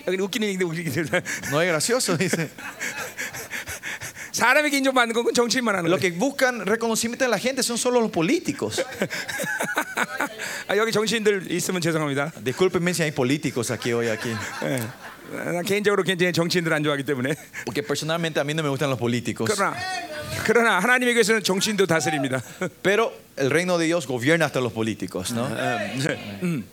[SPEAKER 1] 여기 웃기는 얘기인데 웃기는 얘기인데.
[SPEAKER 2] No es gracioso, dice.
[SPEAKER 1] 사람에게 인정받는 건 그건 정치인만 하는
[SPEAKER 2] Lo
[SPEAKER 1] 거예요.
[SPEAKER 2] que buscan reconocimiento de la gente son solo los políticos.
[SPEAKER 1] 아, 여기 정치인들 있으면 죄송합니다.
[SPEAKER 2] Discúlpenme si hay políticos aquí hoy aquí.
[SPEAKER 1] 예. 난 개인적으로 굉장히 정치인들 안 좋아하기 때문에
[SPEAKER 2] Porque personalmente a mí no me gustan los políticos.
[SPEAKER 1] 그러나 그러나 하나님의 교회에서는 정치인도 다스립니다.
[SPEAKER 2] Pero el reino de Dios gobierna hasta los políticos, ¿no?
[SPEAKER 1] 음.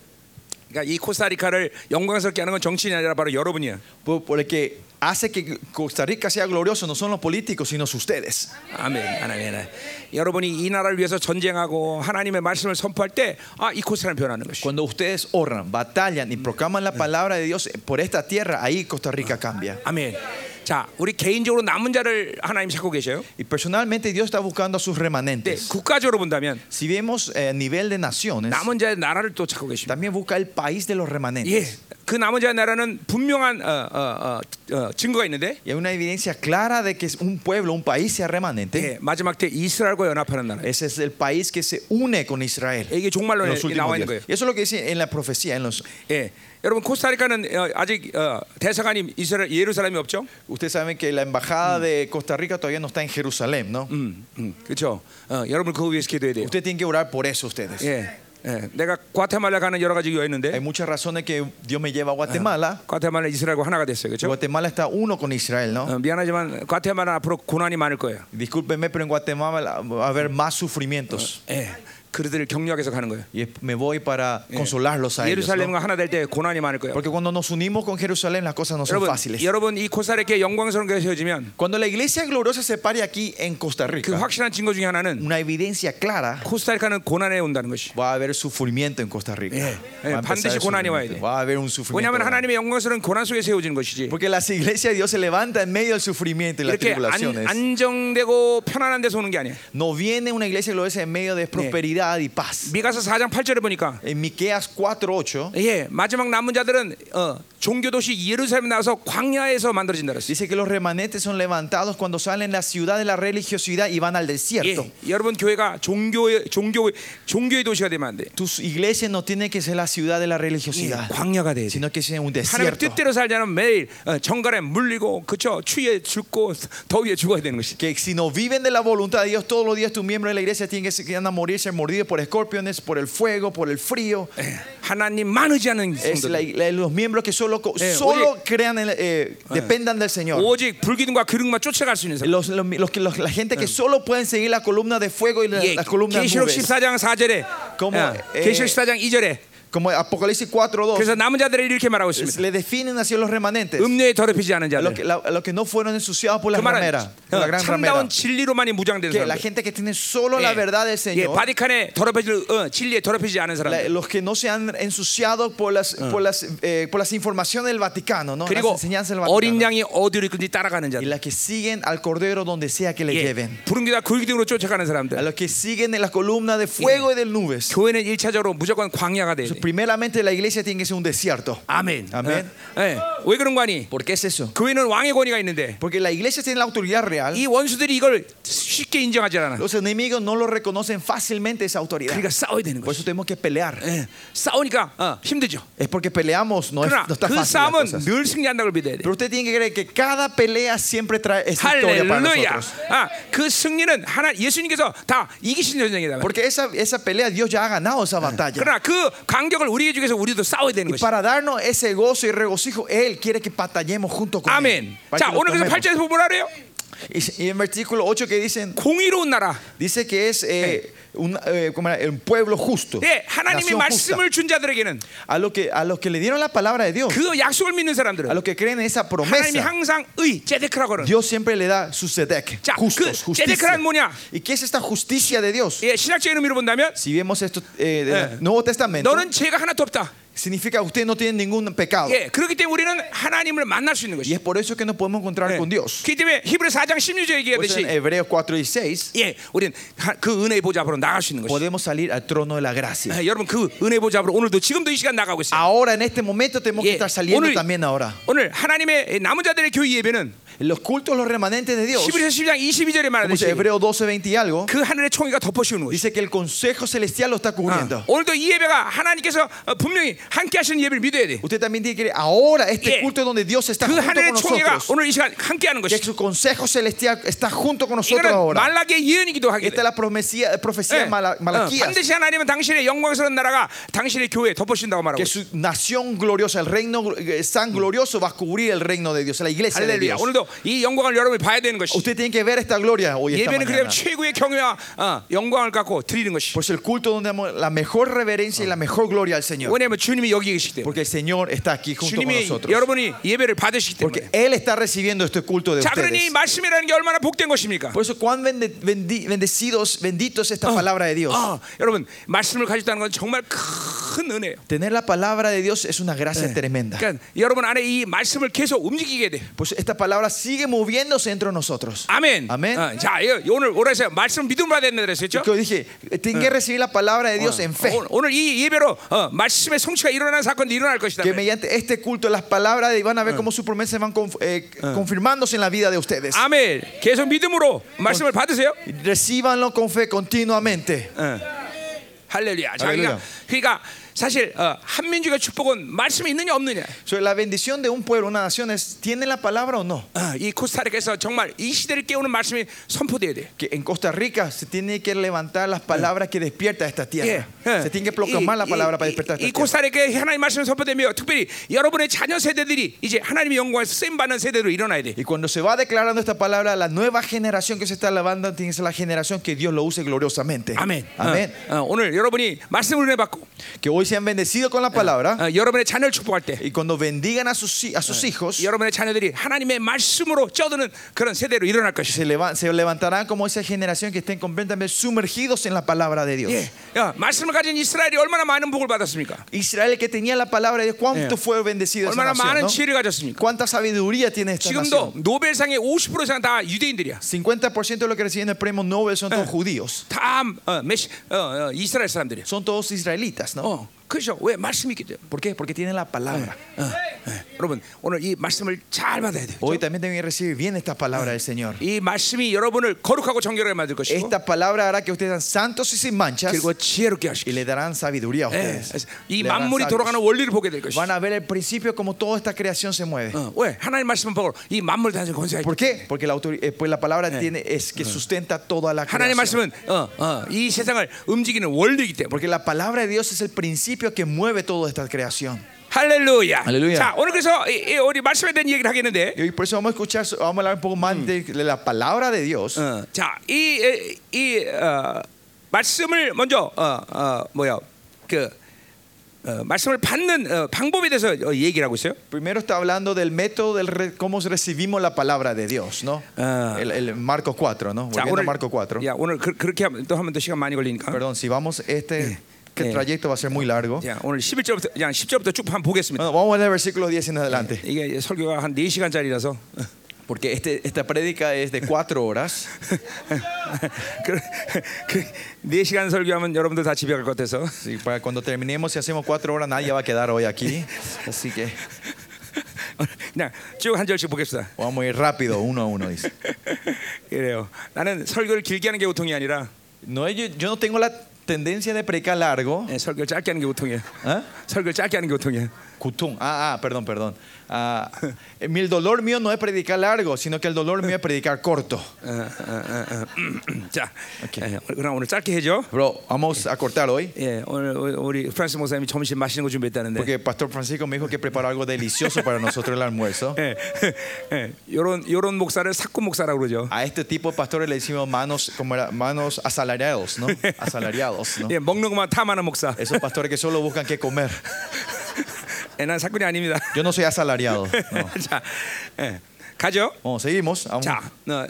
[SPEAKER 1] 그러니까 이 코스타리카를 영광스럽게 하는 건 정치인이 아니라 바로 여러분이야.
[SPEAKER 2] Por- Por el que hace que Costa Rica sea glorioso no son los políticos, sino ustedes.
[SPEAKER 1] 아멘, 아멘, 아멘. 여러분이 이 나라를 위해서 전쟁하고 하나님의 말씀을 선포할 때, 아, 이 코스라는 변하는 것이.
[SPEAKER 2] Cuando ustedes oran, batallan y proclaman la palabra de Dios por esta tierra, ahí Costa Rica cambia.
[SPEAKER 1] 아멘. 자, 우리 개인적으로 남은 자를 하나님 찾고 계셔요.
[SPEAKER 2] Y personalmente Dios está buscando a sus
[SPEAKER 1] 근데
[SPEAKER 2] remanentes.
[SPEAKER 1] 국가적으로 본다면
[SPEAKER 2] Si vemos eh, a nivel de naciones,
[SPEAKER 1] 남은 자의 나라를 또 찾고 계십니다.
[SPEAKER 2] también busca el país de los remanentes.
[SPEAKER 1] 예, 그 남은 자의 나라는 분명한 어, 어, 어, 어, 증거가 있는데,
[SPEAKER 2] Y hay una evidencia clara de que es un pueblo, un país sea remanente.
[SPEAKER 1] 예, 마지막 때 이스라엘과 연합하는 나라.
[SPEAKER 2] Ese es el país que se une con Israel.
[SPEAKER 1] 이게 종말론에
[SPEAKER 2] eh, en los
[SPEAKER 1] 이렇게 나와
[SPEAKER 2] últimos
[SPEAKER 1] 있는 거예요.
[SPEAKER 2] días. Y eso es lo que dice en la profecía. En los,
[SPEAKER 1] 예, 여러분 코스타리카는 어, 아직 어, 대사관이 이스라엘 예루살렘이 없죠?
[SPEAKER 2] ustedes saben que la embajada de Costa Rica todavía no está en Jerusalén, ¿no?
[SPEAKER 1] 음, 음, 그렇죠. 어, 여러분 그 위해서 기도해야 돼요.
[SPEAKER 2] Ustedes tienen que orar por eso ustedes.
[SPEAKER 1] 예. 예, 내가 과테말라 가는 여러 가지 이유가
[SPEAKER 2] Hay
[SPEAKER 1] 있는데
[SPEAKER 2] muchas razones que Dios me lleva a Guatemala.
[SPEAKER 1] 과테말라 이스라엘과 하나가 됐어요, 그렇죠?
[SPEAKER 2] Guatemala está uno con Israel, ¿no?
[SPEAKER 1] 어, 미안하지만 과테말라 앞으로 고난이 많을 거예요.
[SPEAKER 2] Discúlpenme, pero en Guatemala va a haber más sufrimientos.
[SPEAKER 1] 예, 그들을 격려해서 가는 거예요.
[SPEAKER 2] Y es- me voy para consolarlos a ellos. ¿no?
[SPEAKER 1] 예루살렘과 하나 될 때 고난이 많을 거예요.
[SPEAKER 2] Porque cuando nos unimos con Jerusalén, las cosas no son
[SPEAKER 1] 여러분,
[SPEAKER 2] fáciles.
[SPEAKER 1] 여러분 이 코사르케 영광스러운 교회 세워지면
[SPEAKER 2] Cuando la iglesia gloriosa se pare aquí en Costa
[SPEAKER 1] 그
[SPEAKER 2] Rica,
[SPEAKER 1] 확실한 증거 중에 하나는
[SPEAKER 2] una evidencia clara
[SPEAKER 1] 코스타리카는 고난에 온다는 것이.
[SPEAKER 2] va a haber sufrimiento en Costa Rica.
[SPEAKER 1] 예, 예,
[SPEAKER 2] Va a, empezar
[SPEAKER 1] 반드시
[SPEAKER 2] el
[SPEAKER 1] 고난이 와야
[SPEAKER 2] sufrimiento.
[SPEAKER 1] 돼.
[SPEAKER 2] Va a haber un
[SPEAKER 1] 왜냐하면
[SPEAKER 2] sufrimiento. grande.
[SPEAKER 1] 하나님의 영광스러운 고난 속에 세워지는 것이지.
[SPEAKER 2] Porque las iglesias de Dios se levanta en medio del sufrimiento y las
[SPEAKER 1] 이렇게 안,
[SPEAKER 2] tribulaciones.
[SPEAKER 1] 안정되고 편안한 데서 오는 게 아니야.
[SPEAKER 2] No viene una iglesia gloriosa en medio de prosperidad y paz.
[SPEAKER 1] 미가서 4장 8절에 보니까
[SPEAKER 2] En Miqueas 4:8
[SPEAKER 1] 예, 마지막 남은 자들은 어, 종교 도시 예루살렘 나와서 광야에서 만들어진다 그랬어요.
[SPEAKER 2] dice que los remanentes son levantados cuando salen de la ciudad de la religiosidad y van al
[SPEAKER 1] 예,
[SPEAKER 2] desierto.
[SPEAKER 1] 여러분 교회가 종교의 종교 종교의 도시가 되면 안 돼.
[SPEAKER 2] Tus iglesias no tienen que ser la ciudad de la
[SPEAKER 1] 예,
[SPEAKER 2] religiosidad,
[SPEAKER 1] 광야가 돼야 돼.
[SPEAKER 2] sino que sea un
[SPEAKER 1] 하나님
[SPEAKER 2] desierto.
[SPEAKER 1] 뜻대로 살자면 매일 어, 정갈에 물리고 그쵸 추위에 죽고 더위에 죽어야 되는 것이.
[SPEAKER 2] Que si no viven de la voluntad de Dios, todos los días tus miembros de la iglesia tienen que se- andan a morir, ser mordidos por escorpiones, por el fuego, por el frío.
[SPEAKER 1] 예, 하나님만 의지하는
[SPEAKER 2] Es la-
[SPEAKER 1] 성도들.
[SPEAKER 2] la- los miembros que solo, co-
[SPEAKER 1] Eh,
[SPEAKER 2] solo
[SPEAKER 1] oye.
[SPEAKER 2] crean, en- eh, dependan del Señor.
[SPEAKER 1] 오직 불기둥과 그릇만 쫓아갈 수 있는 사람.
[SPEAKER 2] Los, los- los que- los- la gente que solo pueden seguir la columna de fuego y la,
[SPEAKER 1] 예,
[SPEAKER 2] la columna de
[SPEAKER 1] 계시록
[SPEAKER 2] nubes.
[SPEAKER 1] 14장 4절에 예,
[SPEAKER 2] 고모, 에.
[SPEAKER 1] 계시록 14장 2절에
[SPEAKER 2] Como Apocalipsis 4.2
[SPEAKER 1] 그래서 남은 자들을 이렇게 말하고
[SPEAKER 2] es-
[SPEAKER 1] 있습니다.
[SPEAKER 2] le definen así a los remanentes.
[SPEAKER 1] 음료에 더럽히지 않은
[SPEAKER 2] A los,
[SPEAKER 1] 자들.
[SPEAKER 2] que, la- a los que no fueron ensuciados por
[SPEAKER 1] 그
[SPEAKER 2] la
[SPEAKER 1] 말은
[SPEAKER 2] ramera. por la
[SPEAKER 1] 어,
[SPEAKER 2] gran ramera.
[SPEAKER 1] 참다운 진리로만이 무장되는
[SPEAKER 2] Que la
[SPEAKER 1] 사람.
[SPEAKER 2] gente que tiene solo
[SPEAKER 1] Eh.
[SPEAKER 2] la verdad del
[SPEAKER 1] 예,
[SPEAKER 2] Señor.
[SPEAKER 1] 바디칸에 더럽혀질 어, 진리에 더럽히지 않은
[SPEAKER 2] la-
[SPEAKER 1] 사람.
[SPEAKER 2] los que no se han ensuciado por las, por las, eh, por las informaciones del Vaticano, ¿no? las
[SPEAKER 1] 그리고
[SPEAKER 2] enseñanzas del
[SPEAKER 1] 어린
[SPEAKER 2] Vaticano.
[SPEAKER 1] 양이 어디로 이끌지 따라가는
[SPEAKER 2] Y
[SPEAKER 1] 자들.
[SPEAKER 2] las que siguen al Cordero donde sea que le
[SPEAKER 1] 예,
[SPEAKER 2] lleven.
[SPEAKER 1] 부름기다 불기둥으로 쫓아가는
[SPEAKER 2] A
[SPEAKER 1] 사람들.
[SPEAKER 2] los que siguen en la columna de fuego y de nubes.
[SPEAKER 1] 교회는 일차적으로 무조건 광야가 돼야 돼.
[SPEAKER 2] Primeramente la iglesia tiene que ser un desierto.
[SPEAKER 1] 아멘.
[SPEAKER 2] 아멘.
[SPEAKER 1] 어, 예. 왜 그런 거 아니?
[SPEAKER 2] Ah, ¿Por qué es eso?
[SPEAKER 1] 교회는 왕의 권위가 있는데
[SPEAKER 2] Porque la iglesia tiene la autoridad real.
[SPEAKER 1] 이 원수들이 이걸 쉽게 인정하지 않아.
[SPEAKER 2] Los enemigos no lo reconocen fácilmente esa autoridad.
[SPEAKER 1] 그러니까 싸워야 되는
[SPEAKER 2] Por
[SPEAKER 1] 거죠.
[SPEAKER 2] eso tenemos que pelear.
[SPEAKER 1] 예. 싸우니까 어, 힘들죠.
[SPEAKER 2] Es porque peleamos, no, es,
[SPEAKER 1] 그러나
[SPEAKER 2] no está
[SPEAKER 1] 그
[SPEAKER 2] fácil. las
[SPEAKER 1] 싸움은
[SPEAKER 2] cosas.
[SPEAKER 1] 늘 승리한다고 믿어야 돼.
[SPEAKER 2] Pero usted tiene que creer que cada pelea siempre trae es victoria para
[SPEAKER 1] 할렐루야.
[SPEAKER 2] nosotros.
[SPEAKER 1] 아, 그 승리는 하나 예수님께서 다 이기신 전쟁이다.
[SPEAKER 2] Porque esa, esa pelea Dios ya ha ganado esa batalla.
[SPEAKER 1] 그러나 그 간격을 우리에게 주기 위해서 우리도 싸워야 되는
[SPEAKER 2] Y
[SPEAKER 1] 것이다.
[SPEAKER 2] para darnos ese gozo y regocijo, Él quiere que batallemos junto con
[SPEAKER 1] 아멘.
[SPEAKER 2] Él. Para
[SPEAKER 1] 자,
[SPEAKER 2] que lo
[SPEAKER 1] 오늘 그래서
[SPEAKER 2] tomemos.
[SPEAKER 1] 8절에서 보면 뭐라 그래요?
[SPEAKER 2] Y, y en versículo 8 que dicen,
[SPEAKER 1] 공의로운 나라.
[SPEAKER 2] dice que es eh, un, eh, ¿cómo era? un pueblo justo.
[SPEAKER 1] 예, 하나님이
[SPEAKER 2] nación justa.
[SPEAKER 1] 말씀을 준 자들에게는
[SPEAKER 2] A los que, a los que le dieron la palabra de Dios,
[SPEAKER 1] 그 약속을 믿는
[SPEAKER 2] a
[SPEAKER 1] 사람들은
[SPEAKER 2] los que creen en esa
[SPEAKER 1] 하나님이
[SPEAKER 2] promesa,
[SPEAKER 1] 항상 의, 제데크라고 그러는
[SPEAKER 2] Dios siempre le da su sedec,
[SPEAKER 1] 자, 그
[SPEAKER 2] justos, justicia.
[SPEAKER 1] tzedek란 뭐냐?
[SPEAKER 2] ¿Y qué es esta justicia de Dios?
[SPEAKER 1] 예, 신학적인 의미로 본다면
[SPEAKER 2] Si vemos esto eh, del
[SPEAKER 1] Eh.
[SPEAKER 2] Nuevo Testamento,
[SPEAKER 1] 너는 죄가 하나도 없다.
[SPEAKER 2] significa que usted no tiene ningún pecado.
[SPEAKER 1] 예, 그렇기 때문에 우리는 하나님을 만날 수 있는
[SPEAKER 2] Y
[SPEAKER 1] 것이.
[SPEAKER 2] es por eso que nos podemos encontrar
[SPEAKER 1] 예,
[SPEAKER 2] con Dios.
[SPEAKER 1] 그렇기 때문에 히브리 4장 16절
[SPEAKER 2] Por eso en
[SPEAKER 1] 얘기하듯이
[SPEAKER 2] Hebreos 4 y 6
[SPEAKER 1] 예, 우리는 하- 그 은혜의 보좌 앞으로 나갈 수 있는 것이.
[SPEAKER 2] podemos salir al trono de la gracia.
[SPEAKER 1] 예, 여러분 그 은혜의 보좌 앞으로 오늘도 지금도 이 시간 나가고 있어요.
[SPEAKER 2] Ahora, en este momento, tenemos
[SPEAKER 1] 예,
[SPEAKER 2] que estar saliendo
[SPEAKER 1] 오늘
[SPEAKER 2] también ahora.
[SPEAKER 1] 오늘 하나님의 남은 자들의 교회 예배는
[SPEAKER 2] En Los cultos, los remanentes de Dios,
[SPEAKER 1] 히브리서 10장 네, 22절에
[SPEAKER 2] como dice
[SPEAKER 1] 말하듯이
[SPEAKER 2] Hebreos 12, 20 y algo,
[SPEAKER 1] 그 하늘의 총이가 덮어씌우는 것이.
[SPEAKER 2] dice que el consejo celestial lo está cubriendo.
[SPEAKER 1] 아, 오늘도 이 예배가 하나님께서 어, 분명히 함께 하시는 예배를 믿어야 돼.
[SPEAKER 2] Usted también tiene que creer ahora este
[SPEAKER 1] 예.
[SPEAKER 2] culto es donde Dios está
[SPEAKER 1] 그
[SPEAKER 2] junto con
[SPEAKER 1] 하늘의 총회가
[SPEAKER 2] nosotros.
[SPEAKER 1] 오늘 이 시간 함께 하는
[SPEAKER 2] Que
[SPEAKER 1] 것이.
[SPEAKER 2] su consejo celestial está junto con nosotros
[SPEAKER 1] 이거는
[SPEAKER 2] ahora.
[SPEAKER 1] 말라기의 예언이기도 하게
[SPEAKER 2] Esta
[SPEAKER 1] 돼.
[SPEAKER 2] es la profecía, eh, profecía
[SPEAKER 1] 예.
[SPEAKER 2] de Mala-
[SPEAKER 1] 어,
[SPEAKER 2] Malaquías.
[SPEAKER 1] 반드시 하나님은 당신의 영광스러운 나라가 당신의 교회에 덮어신다고 말하고
[SPEAKER 2] que
[SPEAKER 1] 있어요.
[SPEAKER 2] su nación gloriosa, el reino eh, san glorioso va a cubrir el reino de Dios, la iglesia de
[SPEAKER 1] 할렐루야.
[SPEAKER 2] Dios.
[SPEAKER 1] 오늘도 이 영광을 여러분이 봐야 되는 것이.
[SPEAKER 2] Usted tiene que ver esta gloria hoy esta
[SPEAKER 1] 예배는 그래야
[SPEAKER 2] mañana.
[SPEAKER 1] 최고의 경외와 어, 영광을 갖고 드리는 것이.
[SPEAKER 2] Por eso Pues el culto donde damos la mejor reverencia y la mejor gloria al Señor.
[SPEAKER 1] 왜냐하면 주님이 여기 계시기 때문에.
[SPEAKER 2] Porque el Señor está aquí junto con
[SPEAKER 1] 주님이
[SPEAKER 2] nosotros.
[SPEAKER 1] 여러분이 예배를 받으시기 때문에.
[SPEAKER 2] Porque Él está recibiendo este culto de
[SPEAKER 1] 자, 그러니 이
[SPEAKER 2] ustedes.
[SPEAKER 1] 말씀이라는 게 얼마나 복된 것입니까?
[SPEAKER 2] Por eso cuán bende- bendi- bendecidos, bendito es esta palabra de Dios.
[SPEAKER 1] 아, 여러분 말씀을 가졌다는 건 정말 큰 은혜예요.
[SPEAKER 2] Tener la palabra de Dios es una gracia 네. tremenda.
[SPEAKER 1] 그러니까 여러분 안에 이 말씀을 계속 움직이게 돼.
[SPEAKER 2] Pues esta palabra sigue moviéndose dentro de nosotros.
[SPEAKER 1] 아멘.
[SPEAKER 2] 아멘.
[SPEAKER 1] 어, 자, 이- 오늘 오래서 말씀 믿음 받아야 된다 그랬었죠?
[SPEAKER 2] Que yo Eh. Ah, dije, tienen que recibir la palabra de Dios en fe.
[SPEAKER 1] 오늘, 오늘 이 예배로 어, 말씀의 성취가 일어나는 사건도 일어날 것이다.
[SPEAKER 2] que mediante este culto las palabras de van a ver cómo sus promesas van conf- eh, Ah. confirmándose en la vida de ustedes.
[SPEAKER 1] 아멘. 계속 믿음으로
[SPEAKER 2] 그
[SPEAKER 1] 말씀을 받으세요.
[SPEAKER 2] Recíbanlo con fe continuamente.
[SPEAKER 1] 할렐루야. 자, 그러니까,
[SPEAKER 2] 할렐루야.
[SPEAKER 1] 그러니까 사실 어, 한민족의 축복은 말씀이 있느냐 없느냐.
[SPEAKER 2] So, la bendición de un pueblo, una nación, es, ¿tiene la palabra o no?
[SPEAKER 1] 어, 이 코스타리카에서 정말 이 시대를 깨우는 말씀이 선포돼야 돼.
[SPEAKER 2] Que en Costa Rica se tiene que levantar las palabras que despierta esta tierra.
[SPEAKER 1] 예.
[SPEAKER 2] Se tiene que proclamar la palabra para despertar
[SPEAKER 1] 이, 이, 이
[SPEAKER 2] esta tierra.
[SPEAKER 1] 코스타리카의 하나님 말씀 선포되며 특별히 여러분의 자녀 세대들이 이제 하나님의 영광에서 쓰임 받는 세대로 일어나야 돼.
[SPEAKER 2] Y cuando se va declarando esta palabra, la nueva generación que se está lavando tiene que ser la generación que Dios lo use gloriosamente.
[SPEAKER 1] 아멘.
[SPEAKER 2] Amén.
[SPEAKER 1] 어, 어, 오늘 여러분이 말씀을 은혜 받고
[SPEAKER 2] Que hoy sean bendecidos con la palabra
[SPEAKER 1] 어, 여러분의 자녀를 축복할 때
[SPEAKER 2] y cuando bendigan a sus, hi- a sus hijos,
[SPEAKER 1] 여러분의 자녀들이 하나님의 말씀으로 쩌드는 그런 세대로 일어날 것이다.
[SPEAKER 2] se, leva- se levantarán como esa generación que estén completamente sumergidos en la palabra de Dios.
[SPEAKER 1] 예, 야, 말씀을 가진 이스라엘이 얼마나 많은 복을 받았습니까?
[SPEAKER 2] Israel que tenía la palabra de Dios,
[SPEAKER 1] Yeah.
[SPEAKER 2] ¿cuánto fue bendecido esa
[SPEAKER 1] 얼마나
[SPEAKER 2] nación,
[SPEAKER 1] 많은
[SPEAKER 2] no?
[SPEAKER 1] 지혜를 가졌습니까?
[SPEAKER 2] ¿Cuánta sabiduría tiene esta
[SPEAKER 1] 지금도
[SPEAKER 2] nación?
[SPEAKER 1] 노벨상의 50% 이상 다 유대인들이야.
[SPEAKER 2] 50% de lo que reciben el premio Nobel son
[SPEAKER 1] Eh.
[SPEAKER 2] todos judíos.
[SPEAKER 1] 다 어, 메시, 어, 어, 이스라엘 사람들이야.
[SPEAKER 2] Son todos israelitas, ¿no?
[SPEAKER 1] 어, 그렇죠. 왜 말씀이 있기 때문에.
[SPEAKER 2] ¿Por qué? Porque tienen la palabra.
[SPEAKER 1] 어, 예. 여러분 오늘 이 말씀을 잘 받아야 돼요.
[SPEAKER 2] Hoy también deben recibir bien esta palabra
[SPEAKER 1] Eh.
[SPEAKER 2] del Señor.
[SPEAKER 1] 이 말씀이 여러분을 거룩하고 정결하게 만들 것이고
[SPEAKER 2] Esta palabra hará que ustedes sean santos y sin manchas
[SPEAKER 1] 그리고 지혜롭게
[SPEAKER 2] y
[SPEAKER 1] 하시고
[SPEAKER 2] le darán sabiduría a
[SPEAKER 1] 예.
[SPEAKER 2] ustedes.
[SPEAKER 1] 이
[SPEAKER 2] Le darán
[SPEAKER 1] 만물이
[SPEAKER 2] sabios.
[SPEAKER 1] 돌아가는 원리를 보게 될 것이고
[SPEAKER 2] Van a ver el principio como toda esta creación se mueve.
[SPEAKER 1] 어, 왜 하나님 말씀은 보고 이 만물 단순히 건사해
[SPEAKER 2] ¿Por qué? Porque la, autor- eh, pues la palabra tiene, es
[SPEAKER 1] Eh.
[SPEAKER 2] que sustenta toda la
[SPEAKER 1] 하나님
[SPEAKER 2] creación.
[SPEAKER 1] 말씀은 어, 어, 이 세상을 움직이는 원리이기 때문에
[SPEAKER 2] Porque la palabra de Dios es el principio que mueve toda esta creación.
[SPEAKER 1] 할렐루야.
[SPEAKER 2] 할렐루야.
[SPEAKER 1] 자 오늘 그래서 이, 이 우리 말씀에 대한 얘기를 하겠는데
[SPEAKER 2] Y hoy por eso vamos a escuchar, vamos a hablar un poco más de de la palabra de Dios.
[SPEAKER 1] 어, 자이 이, 어, 말씀을 먼저 어, 어, 뭐야 그 어, 말씀을 받는 어, 방법에 대해서 어, 얘기를 하고 있어요.
[SPEAKER 2] Primero está hablando del método del re- cómo recibimos la palabra de Dios, ¿no?
[SPEAKER 1] Ah.
[SPEAKER 2] El, el Marcos 4, ¿no?
[SPEAKER 1] 자
[SPEAKER 2] Volviendo a Marcos 4.
[SPEAKER 1] 야 오늘 그, 그렇게 하면 또 하면 또 시간 많이 걸리니까.
[SPEAKER 2] Perdón, si vamos este que
[SPEAKER 1] Eh.
[SPEAKER 2] trayecto va a ser muy largo.
[SPEAKER 1] 자 오늘 11절부터 그냥 10절부터 쭉 한번 보겠습니다.
[SPEAKER 2] Bueno, vamos a leer versículos 10 en adelante.
[SPEAKER 1] 이게 설교가 한 4시간짜리라서
[SPEAKER 2] Porque este, esta prédica es de 4 horas.
[SPEAKER 1] 그, 그 4시간 설교하면 여러분들 다 집에 갈 것 같아서
[SPEAKER 2] Sí, para cuando terminemos, si hacemos 4 horas, nadie va a quedar hoy aquí. Así que
[SPEAKER 1] 그냥 쭉 한 절씩 보겠습니다.
[SPEAKER 2] vamos a ir rápido, uno a uno, dice.
[SPEAKER 1] 그래요. 나는 설교를 길게 하는 게 우통이 아니라
[SPEAKER 2] No, yo, yo no tengo la tendencia de predicar largo.
[SPEAKER 1] 예, 설교를 짧게 하는 게 우통이에요.
[SPEAKER 2] ¿Ah?
[SPEAKER 1] 설교를 짧게 하는 게 우통이에요.
[SPEAKER 2] Cutum. Ah, ah, perdón, perdón. Ah, mi- el dolor mío no es predicar largo, sino que el dolor mío es predicar corto.
[SPEAKER 1] 어, 어, 어, 어, 음, 음. 자, 예, 그럼 오늘 짧게 해죠.
[SPEAKER 2] Bro, vamos a cortar hoy.
[SPEAKER 1] 예, 오늘 우리- 우리 프랑스 목사님이 점심 맛있는 거 준비했다는데.
[SPEAKER 2] Porque Pastor Francisco me dijo que preparó algo delicioso para nosotros el almuerzo.
[SPEAKER 1] 예, 예, 요런 요런 목사를 사쿠 목사라고 그러죠.
[SPEAKER 2] A este tipo de pastores le decimos manos, como era, manos asalariados, ¿no? Asalariados, ¿no?
[SPEAKER 1] 예, 먹는 것만 탐하는 목사.
[SPEAKER 2] Esos pastores que solo buscan qué comer.
[SPEAKER 1] 예, 난 사쿠이 아닙니다.
[SPEAKER 2] Yo no soy asalariado. no.
[SPEAKER 1] 자, 예, 가죠.
[SPEAKER 2] Bueno, seguimos. Vamos.
[SPEAKER 1] 자, 어,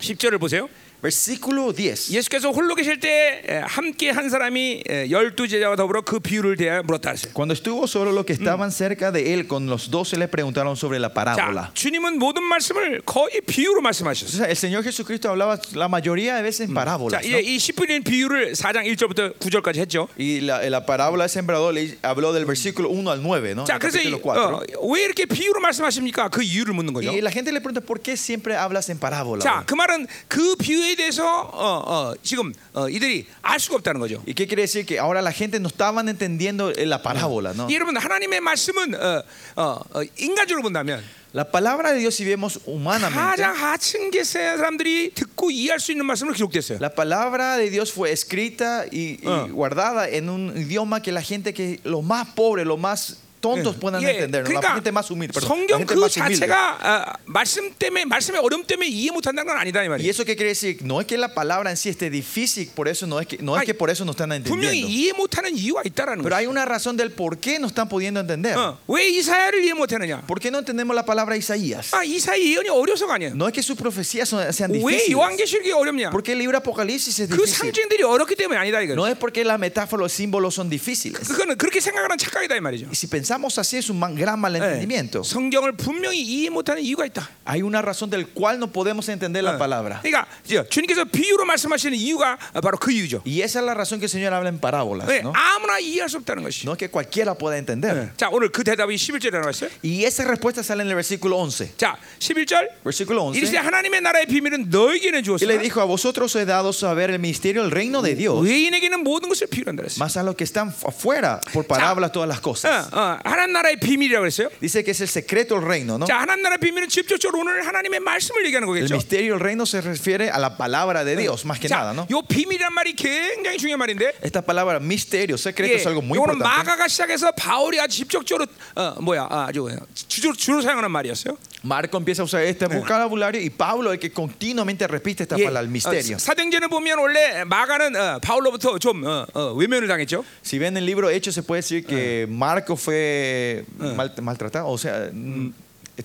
[SPEAKER 1] 10절을 보세요.
[SPEAKER 2] Versículo 10.
[SPEAKER 1] 예수께서 홀로 계실 때 에, 함께 한 사람이 에, 열두 제자와 더불어 그 비유를 대하여 물었다 하세요.
[SPEAKER 2] Cuando estuvo sobre los que estaban cerca de él, con los doce le preguntaron sobre la
[SPEAKER 1] 자,
[SPEAKER 2] parábola.
[SPEAKER 1] 주님은 모든 말씀을 거의 비유로 말씀하셨어요.
[SPEAKER 2] Entonces, el Señor Jesucristo hablaba la mayoría Mm. de veces
[SPEAKER 1] 자,
[SPEAKER 2] en parábolas.
[SPEAKER 1] 이제
[SPEAKER 2] ¿no?
[SPEAKER 1] 이 10분인 비유를 4장 1절부터 9절까지 했죠.
[SPEAKER 2] Y la, la parábola del sembrador le habló del versículo 1 al 9, ¿no?
[SPEAKER 1] 자,
[SPEAKER 2] Del
[SPEAKER 1] 그래서 이,
[SPEAKER 2] capítulo 4.
[SPEAKER 1] 어, 왜 이렇게 비유로 말씀하십니까? 그 이유를 묻는 거죠.
[SPEAKER 2] Y la gente le pregunta, ¿por qué siempre hablas en parábola?
[SPEAKER 1] 자, 그 말은 그 비유에 대해서 어, 어, 지금 어, 이들이 알 수가 없다는 거죠.
[SPEAKER 2] ¿Y qué quiere decir? Que ahora la gente no estaban entendiendo eh, la parábola, ¿no?
[SPEAKER 1] 이 여러분 하나님의 말씀은 어, 어, 어, 인간적으로 본다면
[SPEAKER 2] La palabra de Dios, si vemos humanamente,
[SPEAKER 1] 가장 하층계 사람들이 듣고 이해할 수 있는 말씀으로 기록됐어요.
[SPEAKER 2] la palabra de Dios fue escrita y, y
[SPEAKER 1] Ah.
[SPEAKER 2] guardada en un idioma que la gente que los más pobres, los más
[SPEAKER 1] Eh.
[SPEAKER 2] tontos puedan
[SPEAKER 1] 예,
[SPEAKER 2] entender, ¿no? la gente más humilde, perdón, la
[SPEAKER 1] 성경
[SPEAKER 2] gente
[SPEAKER 1] 그
[SPEAKER 2] más humilde.
[SPEAKER 1] 자체가 아, 말씀 때문에 말씀의 어려움 때문에 이해 못한다는 건 아니다 이
[SPEAKER 2] ¿Y
[SPEAKER 1] 말이에요.
[SPEAKER 2] eso qué quiere decir? No es que la palabra en sí esté difícil, por eso no es que, no es
[SPEAKER 1] Ay,
[SPEAKER 2] que por eso no están
[SPEAKER 1] 네, 분명히
[SPEAKER 2] entendiendo.
[SPEAKER 1] 이해 못하는 이유가 있다라는
[SPEAKER 2] Pero
[SPEAKER 1] 거예요.
[SPEAKER 2] hay una razón del por qué no están pudiendo entender.
[SPEAKER 1] 어, 왜 이사야를 이해 못하느냐?
[SPEAKER 2] ¿Por qué no entendemos la palabra Isaías?
[SPEAKER 1] 아 이사야 예언이 어려서가 아니에요.
[SPEAKER 2] No es que sus profecías son- sean
[SPEAKER 1] 왜
[SPEAKER 2] difíciles.
[SPEAKER 1] 요한계시록이 어렵냐?
[SPEAKER 2] ¿Por qué el libro Apocalipsis es
[SPEAKER 1] 그
[SPEAKER 2] difícil?
[SPEAKER 1] 상징들이 어렵기 때문에 아니다 이거예요.
[SPEAKER 2] No es porque las metáforas, los símbolos son difíciles.
[SPEAKER 1] 그거는 그렇게 생각하는 착각이다 이 말이죠. Eh.
[SPEAKER 2] Y si pensamos así es un man- gran
[SPEAKER 1] 예,
[SPEAKER 2] malentendimiento.
[SPEAKER 1] 성경을 분명히 이해 못하는 이유가 있다.
[SPEAKER 2] Hay una razón del cual no podemos entender
[SPEAKER 1] Ah.
[SPEAKER 2] la palabra.
[SPEAKER 1] 그러니까 이제 주님께서 비유로 말씀하시는 이유가 바로 그 이유죠.
[SPEAKER 2] Y esa es la razón que el Señor habla en parábolas,
[SPEAKER 1] 왜
[SPEAKER 2] ¿no?
[SPEAKER 1] 아무나 이해할 수 없다는 것이.
[SPEAKER 2] No es que cualquiera pueda entender.
[SPEAKER 1] 자, 오늘 그 대답이 11절에 나왔어요.
[SPEAKER 2] Y esa respuesta sale en el versículo 11.
[SPEAKER 1] 자, 11절.
[SPEAKER 2] Versículo
[SPEAKER 1] 이르시되
[SPEAKER 2] 11.
[SPEAKER 1] 하나님의 나라의 비밀은 너에게는
[SPEAKER 2] Y le
[SPEAKER 1] 주었으나
[SPEAKER 2] dijo, a vosotros os he dado saber el misterio, el reino de Dios,
[SPEAKER 1] 의인에게는 모든 것을 비유한다 그랬어요.
[SPEAKER 2] más a los que están afuera, por parábolas todas las
[SPEAKER 1] 어,
[SPEAKER 2] cosas.
[SPEAKER 1] 어, 하나님 나라의 비밀이라고 그랬어요.
[SPEAKER 2] Dice que es el secreto el reino, ¿no?
[SPEAKER 1] 자, 하나님 나라의 비밀은 직접적으로 오늘 하나님의 말씀을 얘기하는
[SPEAKER 2] El
[SPEAKER 1] 거겠죠.
[SPEAKER 2] misterio del reino se refiere a la palabra de Dios, más que nada,
[SPEAKER 1] 자,
[SPEAKER 2] ¿no?
[SPEAKER 1] 요 비밀이란 말이 굉장히 중요한 말인데.
[SPEAKER 2] Esta palabra misterio, secreto,
[SPEAKER 1] 예,
[SPEAKER 2] es algo muy
[SPEAKER 1] 이거는
[SPEAKER 2] importante.
[SPEAKER 1] 마가가 시작해서 바울이 아주 직접적으로 어, 뭐야 아주 그냥 주로, 주로 사용하는 말이었어요.
[SPEAKER 2] Marco empieza a usar este vocabulario y Pablo el que continuamente repite esta
[SPEAKER 1] 예,
[SPEAKER 2] palabra, el misterio.
[SPEAKER 1] 어, 사도행전을 보면 원래 마가는 어, 바울로부터 좀 어, 어, 외면을 당했죠.
[SPEAKER 2] Si ven el libro Hechos, se puede decir que Marco fue mal- maltratado, o sea, n-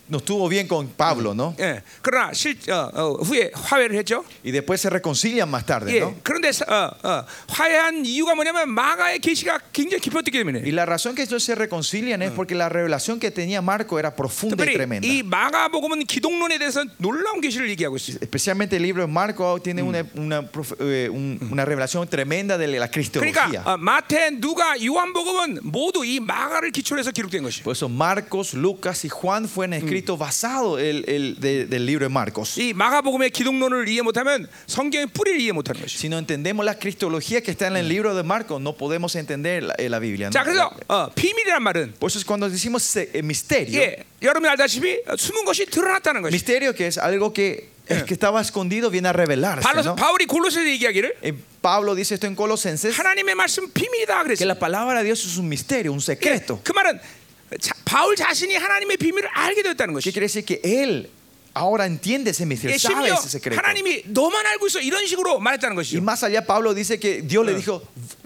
[SPEAKER 2] no estuvo bien con Pablo, ¿no?
[SPEAKER 1] 예, 그러나 실 어, 어, 후에 화해를 했죠.
[SPEAKER 2] Y después se reconcilian más tarde,
[SPEAKER 1] 예,
[SPEAKER 2] ¿no?
[SPEAKER 1] 그런데 사- 어, 어, 화해한 이유가 뭐냐면 마가의 계시가 굉장히 깊었기
[SPEAKER 2] Y
[SPEAKER 1] 때문에.
[SPEAKER 2] la razón que ellos se reconcilian es porque la revelación que tenía Marco era profunda Ah.
[SPEAKER 1] 특별히
[SPEAKER 2] y tremenda.
[SPEAKER 1] 이 마가복음은 기독론에 대해서 놀라운 계시를 얘기하고 있어요.
[SPEAKER 2] Especialmente el libro de Marco tiene una, una prof- eh, un- una revelación tremenda de la
[SPEAKER 1] 그러니까
[SPEAKER 2] cristología.
[SPEAKER 1] 어, 마태, 누가, 요한복음은 모두 이 마가를 기초로 해서 기록된 것이에요.
[SPEAKER 2] Por eso Marcos, Lucas y Juan fueron escritos basado el, el- de- del libro de Marcos.
[SPEAKER 1] 이 마가복음의 기독론을 이해 못하면 성경의 뿌리를 이해 못하는 것이죠.
[SPEAKER 2] Si no entendemos la cristología que está en el libro de Marcos, no podemos entender la, eh, la Biblia. ¿no?
[SPEAKER 1] 자, 그래서 어, 비밀이란 말은
[SPEAKER 2] Por eso es cuando decimos se- eh, misterio,
[SPEAKER 1] 예, 여러분이 알다시피 어, 숨은 것이 드러났다는 것이.
[SPEAKER 2] misterio que es algo que, es que estaba escondido viene a revelarse.
[SPEAKER 1] 바로
[SPEAKER 2] ¿no?
[SPEAKER 1] 바울이 골로새서 얘기하기를
[SPEAKER 2] Eh, Pablo dice esto en Colosenses,
[SPEAKER 1] 하나님의 말씀 비밀이다
[SPEAKER 2] que
[SPEAKER 1] 그랬어요.
[SPEAKER 2] la palabra de Dios es un misterio, un
[SPEAKER 1] 예,
[SPEAKER 2] secreto.
[SPEAKER 1] 그 말은 자, 바울 자신이 하나님의 비밀을 알게 되었다는
[SPEAKER 2] ¿Qué
[SPEAKER 1] 것이.
[SPEAKER 2] quiere decir? Que él ahora entiende ese misterio,
[SPEAKER 1] 예,
[SPEAKER 2] sabe
[SPEAKER 1] 심지어
[SPEAKER 2] ese secreto.
[SPEAKER 1] 하나님이 너만 알고 있어 이런 식으로 말했다는
[SPEAKER 2] Y
[SPEAKER 1] 것이죠.
[SPEAKER 2] más allá, Pablo dice que Dios le dijo: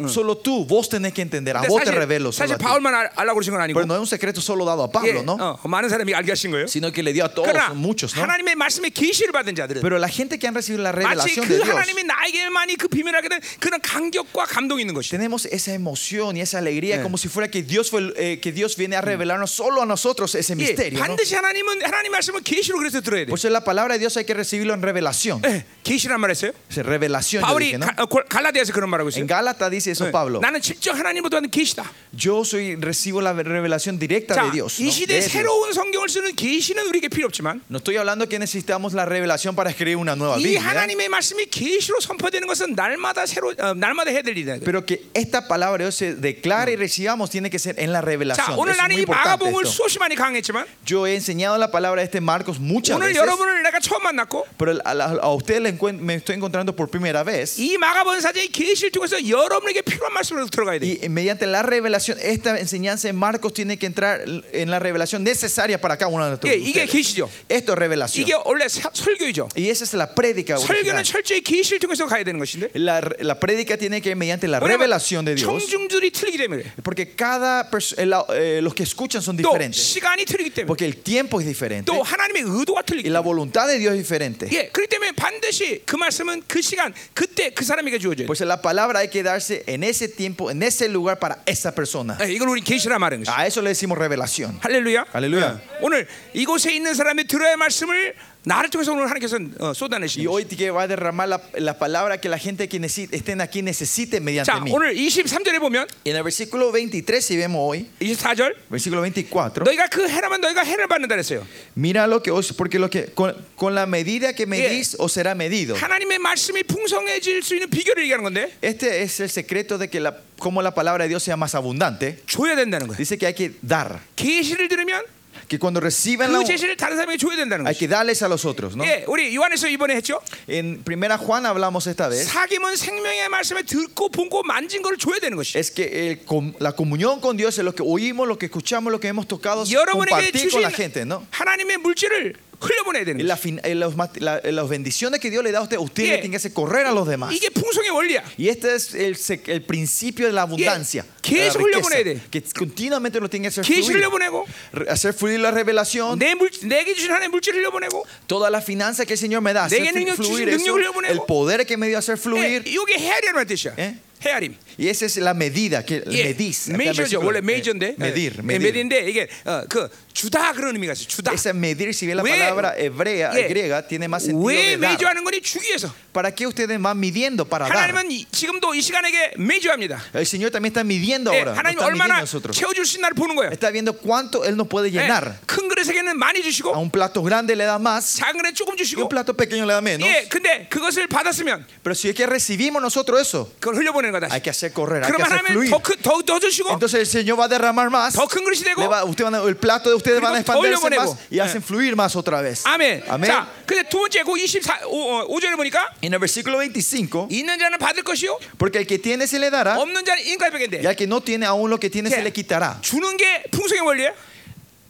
[SPEAKER 2] Solo tú, vos tenés que entender, a
[SPEAKER 1] 근데
[SPEAKER 2] 아, vos te
[SPEAKER 1] 사실,
[SPEAKER 2] revelo. solo
[SPEAKER 1] 사실
[SPEAKER 2] a ti".
[SPEAKER 1] 바울만 알, 알라고 그러신 건 아니고
[SPEAKER 2] Pero no es un secreto solo dado a
[SPEAKER 1] 예,
[SPEAKER 2] Pablo, ¿no?
[SPEAKER 1] 어, 많은 사람이 알게 하신 거예요.
[SPEAKER 2] Sino que le dio a todos,
[SPEAKER 1] 그러나
[SPEAKER 2] muchos, ¿no?
[SPEAKER 1] 하나님의 말씀의 계시를 받은 자들은
[SPEAKER 2] Pero la gente que han recibido la
[SPEAKER 1] 마치
[SPEAKER 2] revelación de
[SPEAKER 1] 그
[SPEAKER 2] Dios,
[SPEAKER 1] 하나님이 나에게만이 그 비밀을 알게 된 그런 감격과 감동이 있는 것이죠.
[SPEAKER 2] tenemos esa emoción y esa alegría como si fuera que Dios, fue el- eh, que Dios viene a revelarnos solo a nosotros ese
[SPEAKER 1] 예,
[SPEAKER 2] misterio. ¿no?
[SPEAKER 1] 반드시 하나님은 하나님 말씀은 계시로 그래서 들어야 돼.
[SPEAKER 2] Por eso la palabra de Dios hay que recibirlo en revelación.
[SPEAKER 1] 예, 계시란 말했어요.
[SPEAKER 2] O sea, revelación. yo
[SPEAKER 1] 바울이
[SPEAKER 2] dije, ¿no?
[SPEAKER 1] 가- 어, 골- 갈라디아에서 그런 말하고 있어요.
[SPEAKER 2] En Gálatas dice eso
[SPEAKER 1] 예,
[SPEAKER 2] Pablo.
[SPEAKER 1] 나는 직접 하나님으로부터 하는 계시다.
[SPEAKER 2] Yo soy, recibo la revelación directa
[SPEAKER 1] 자,
[SPEAKER 2] de Dios.
[SPEAKER 1] 이
[SPEAKER 2] ¿no?
[SPEAKER 1] 시대
[SPEAKER 2] De Dios.
[SPEAKER 1] 새로운 성경을 쓰는 계시는 우리에게 필요 없지만
[SPEAKER 2] No estoy hablando que necesitamos la revelación para escribir una nueva
[SPEAKER 1] 이
[SPEAKER 2] Biblia,
[SPEAKER 1] 하나님의 말씀이 계시로 선포되는 것은 날마다 새로 어, 날마다 해야 될 일이다.
[SPEAKER 2] pero que esta palabra de Dios se declare y recibamos tiene que ser en la
[SPEAKER 1] 자,
[SPEAKER 2] revelación.
[SPEAKER 1] 오늘
[SPEAKER 2] Eso es
[SPEAKER 1] 나는
[SPEAKER 2] muy
[SPEAKER 1] 이
[SPEAKER 2] importante
[SPEAKER 1] 마가복음을
[SPEAKER 2] esto.
[SPEAKER 1] 수없이 많이 강했지만
[SPEAKER 2] Yo he enseñado la palabra de este Marcos muchas
[SPEAKER 1] 오늘
[SPEAKER 2] veces,
[SPEAKER 1] 여러분을 내가 처음 만났고
[SPEAKER 2] pero a, la- a usted le encuent- me estoy encontrando por primera vez.
[SPEAKER 1] 이 마가복음 사제의 계시를 통해서 여러분에게 필요한 말씀으로 들어가야 돼.
[SPEAKER 2] Y mediante la revelación, esta enseñanza de Marcos tiene que entrar en la revelación necesaria para cada uno de nosotros.
[SPEAKER 1] 예, 이게 계시죠.
[SPEAKER 2] Esto es revelación.
[SPEAKER 1] 이게 원래 사- 설교이죠.
[SPEAKER 2] Y esa es la prédica.
[SPEAKER 1] 설교는
[SPEAKER 2] original.
[SPEAKER 1] 철저히 계시를 통해서 가야 되는 것인데.
[SPEAKER 2] La, la prédica tiene que ir mediante la
[SPEAKER 1] 왜냐면
[SPEAKER 2] revelación de Dios.
[SPEAKER 1] 청중들이 틀리기 때문에.
[SPEAKER 2] Porque cada pers- eh, la- eh, los que escuchan son
[SPEAKER 1] 또
[SPEAKER 2] diferentes.
[SPEAKER 1] 시간이 틀리기 때문에.
[SPEAKER 2] Porque el tiempo es diferente.
[SPEAKER 1] 또 하나님의 의도가 틀리기
[SPEAKER 2] Y
[SPEAKER 1] 때문에.
[SPEAKER 2] la voluntad de Dios es diferente.
[SPEAKER 1] 예, 그렇기 때문에 반드시 그 말씀은 그 시간, 그때 그 사람에게 주어져요.
[SPEAKER 2] Pues la palabra hay que darse en ese tiempo, en ese lugar para esa persona.
[SPEAKER 1] 예, 이걸 우리 계시라 말하는 것이.
[SPEAKER 2] A eso le decimos revelación.
[SPEAKER 1] 할렐루야.
[SPEAKER 2] 할렐루야.
[SPEAKER 1] 예. 오늘 이곳에 있는 사람이 들어야 할 말씀을 나를 통해서 오늘 하나님께서는 어, 쏟아내시는 것이.
[SPEAKER 2] Y hoy que va a derramar la, la palabra que la gente que necesi- estén aquí necesite mediante
[SPEAKER 1] 자,
[SPEAKER 2] mí.
[SPEAKER 1] 오늘 23절에 보면
[SPEAKER 2] Y en el versículo 23, si vemos hoy,
[SPEAKER 1] 24절
[SPEAKER 2] versículo 24,
[SPEAKER 1] 너희가 그 해라면 너희가 해를 받는다 그랬어요.
[SPEAKER 2] mira lo que os, porque lo que con, con la medida que medís os será medido.
[SPEAKER 1] 하나님의 말씀이 풍성해질 수 있는 비결을 얘기하는 건데
[SPEAKER 2] Este es el secreto de que la, como la palabra de Dios sea más abundante.
[SPEAKER 1] 줘야 된다는 거예요.
[SPEAKER 2] Dice que hay que dar.
[SPEAKER 1] 계시를 들으면
[SPEAKER 2] Que cuando reciban la
[SPEAKER 1] 그 제시를 다른 사람에게 줘야 된다는
[SPEAKER 2] hay
[SPEAKER 1] 거죠.
[SPEAKER 2] que darles a los otros, ¿no?
[SPEAKER 1] 예, 우리 요한에서 이번에 했죠.
[SPEAKER 2] En primera Juan hablamos esta
[SPEAKER 1] 네.
[SPEAKER 2] vez.
[SPEAKER 1] 사귐은 생명의 말씀을 듣고 본고 만진 거를 줘야 되는 것이.
[SPEAKER 2] Es que el com- la comunión con Dios es lo que oímos, lo que escuchamos, lo que hemos tocado,
[SPEAKER 1] 여러분에게
[SPEAKER 2] compartir
[SPEAKER 1] 주신
[SPEAKER 2] con la gente, ¿no?
[SPEAKER 1] 하나님의 물질을 흘려보내야
[SPEAKER 2] Y
[SPEAKER 1] 되는
[SPEAKER 2] la
[SPEAKER 1] 것이.
[SPEAKER 2] fin- eh, los mat- la- eh, las bendiciones que Dios le da a usted, usted
[SPEAKER 1] Yeah.
[SPEAKER 2] le tiene que hacer correr a los demás.
[SPEAKER 1] 이게 풍성의 원리야.
[SPEAKER 2] Y este es el, sec- el principio de la abundancia.
[SPEAKER 1] Yeah.
[SPEAKER 2] de la
[SPEAKER 1] 계속
[SPEAKER 2] riqueza,
[SPEAKER 1] 흘려보내야 돼.
[SPEAKER 2] que continuamente lo tiene que hacer
[SPEAKER 1] 계시
[SPEAKER 2] fluir.
[SPEAKER 1] 흘려보내고
[SPEAKER 2] Re- hacer fluir la revelación,
[SPEAKER 1] 내 물, 내게 주신 하나님의 물질 흘려보내고
[SPEAKER 2] toda la finanza que el Señor me da, hacer
[SPEAKER 1] 내게 능력
[SPEAKER 2] fluir
[SPEAKER 1] 주신
[SPEAKER 2] eso,
[SPEAKER 1] 능력을 흘려보내고.
[SPEAKER 2] el poder que me dio a hacer
[SPEAKER 1] 예,
[SPEAKER 2] fluir.
[SPEAKER 1] 이게 해야 되는 뜻이야.
[SPEAKER 2] ¿eh?
[SPEAKER 1] 헤아림.
[SPEAKER 2] Y esa es la medida que
[SPEAKER 1] 예,
[SPEAKER 2] medís. acá en
[SPEAKER 1] 메이저죠.
[SPEAKER 2] versículo.
[SPEAKER 1] 원래
[SPEAKER 2] Eh,
[SPEAKER 1] 메이저인데.
[SPEAKER 2] Medir,
[SPEAKER 1] 예,
[SPEAKER 2] medir.
[SPEAKER 1] 메디인데 이게 어, 그 주다 그런 의미가 있어요. 주다.
[SPEAKER 2] Esa medir, si bien la
[SPEAKER 1] 왜-
[SPEAKER 2] palabra hebrea,
[SPEAKER 1] 예,
[SPEAKER 2] griega, tiene más sentido
[SPEAKER 1] 왜
[SPEAKER 2] de dar.
[SPEAKER 1] 메이저하는 거니? 주기 위해서.
[SPEAKER 2] ¿Para qué ustedes van midiendo? Para dar.
[SPEAKER 1] 하나님은 이- 지금도 이 시간에게 메이저합니다.
[SPEAKER 2] El Señor también está midiendo
[SPEAKER 1] 예,
[SPEAKER 2] ahora. nos
[SPEAKER 1] 하나님
[SPEAKER 2] está midiendo a
[SPEAKER 1] 얼마나
[SPEAKER 2] nosotros.
[SPEAKER 1] 채워줄 수 있나를 보는 거예요.
[SPEAKER 2] Está viendo cuánto Él nos puede
[SPEAKER 1] 예,
[SPEAKER 2] llenar.
[SPEAKER 1] 큰 그릇에게는 많이
[SPEAKER 2] A
[SPEAKER 1] 주시고
[SPEAKER 2] un plato grande le da más,
[SPEAKER 1] 작은 그릇에 조금
[SPEAKER 2] y a un
[SPEAKER 1] 주시고.
[SPEAKER 2] plato pequeño le da menos.
[SPEAKER 1] 예, 근데 그것을 받았으면
[SPEAKER 2] Pero si es que recibimos nosotros eso,
[SPEAKER 1] 그걸 흘려보내는 거다.
[SPEAKER 2] hay que hacer correr, hay que
[SPEAKER 1] 그러면
[SPEAKER 2] hacer
[SPEAKER 1] 하나님
[SPEAKER 2] fluir.
[SPEAKER 1] 더더 더 주시고
[SPEAKER 2] Entonces el Señor va a derramar más.
[SPEAKER 1] 더 큰 그릇이 되고
[SPEAKER 2] le va- usted van a- el plato de ustedes
[SPEAKER 1] 그리고
[SPEAKER 2] van a expandirse
[SPEAKER 1] 더
[SPEAKER 2] más
[SPEAKER 1] 올려보내고.
[SPEAKER 2] y hacen fluir más otra vez.
[SPEAKER 1] 아멘.
[SPEAKER 2] Amén.
[SPEAKER 1] 자, 근데 두 번째 그 24, 5절에 보니까
[SPEAKER 2] En el versículo 25,
[SPEAKER 1] 있는 자는 받을 것이요
[SPEAKER 2] porque el que tiene se le dará,
[SPEAKER 1] 없는 자는
[SPEAKER 2] y
[SPEAKER 1] 인간백인데
[SPEAKER 2] al que no tiene aún lo que tiene se
[SPEAKER 1] Yeah.
[SPEAKER 2] le quitará.
[SPEAKER 1] 주는 게 풍성의 원리예요.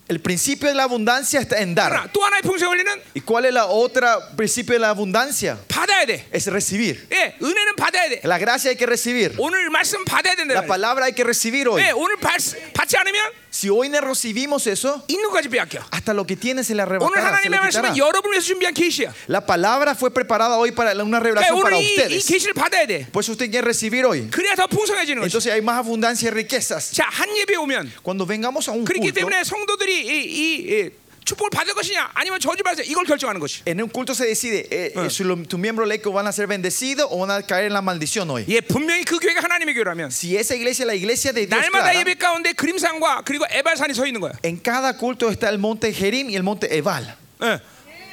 [SPEAKER 2] El principio de la abundancia está
[SPEAKER 1] 하나,
[SPEAKER 2] en dar.
[SPEAKER 1] 또 하나의 풍성의 원리는
[SPEAKER 2] ¿Y cuál es la otra principio de la abundancia?
[SPEAKER 1] 받아야 돼.
[SPEAKER 2] Es recibir.
[SPEAKER 1] 예, 은혜는 받아야 돼.
[SPEAKER 2] La gracia hay que recibir.
[SPEAKER 1] 오늘 말씀 받아야 된다.
[SPEAKER 2] La
[SPEAKER 1] 말이야.
[SPEAKER 2] palabra hay que recibir hoy.
[SPEAKER 1] 예, 오늘 받, 받지 않으면
[SPEAKER 2] Si hoy no recibimos eso,
[SPEAKER 1] 있는 것까지 빼앗겨.
[SPEAKER 2] hasta lo que tiene se le
[SPEAKER 1] 오늘
[SPEAKER 2] arrebatará. se le
[SPEAKER 1] 하나님의
[SPEAKER 2] quitará.
[SPEAKER 1] 말씀은 여러분을 위해서 준비한 계시야.
[SPEAKER 2] La palabra fue preparada hoy para una
[SPEAKER 1] 그러니까
[SPEAKER 2] revelación
[SPEAKER 1] 오늘
[SPEAKER 2] para
[SPEAKER 1] 이, 이
[SPEAKER 2] ustedes.
[SPEAKER 1] 계시를 받아야 돼.
[SPEAKER 2] Por eso usted quiere recibir hoy.
[SPEAKER 1] 그래야 더 풍성해지는 거지.
[SPEAKER 2] Entonces hay más abundancia y riquezas.
[SPEAKER 1] 자, 한 예배 오면
[SPEAKER 2] Cuando vengamos a un
[SPEAKER 1] 그렇기
[SPEAKER 2] culto,
[SPEAKER 1] 때문에 성도들이 이, 이, 이 축복을 받을 것이냐 아니면 저주받을 것이냐 이걸 결정하는 것이.
[SPEAKER 2] en un culto se decide eh, eh, si lo- tu miembro laico van a ser bendecidos o van a caer en la maldición hoy.
[SPEAKER 1] 예, 분명히 그 교회가 하나님의 교회라면
[SPEAKER 2] Si esa iglesia es la iglesia de Dios,
[SPEAKER 1] 날마다
[SPEAKER 2] clara,
[SPEAKER 1] 예배 가운데 그림산과 그리고 에발산이 서 있는 거야.
[SPEAKER 2] en cada culto está el monte Jerim y el monte Ebal.
[SPEAKER 1] 예.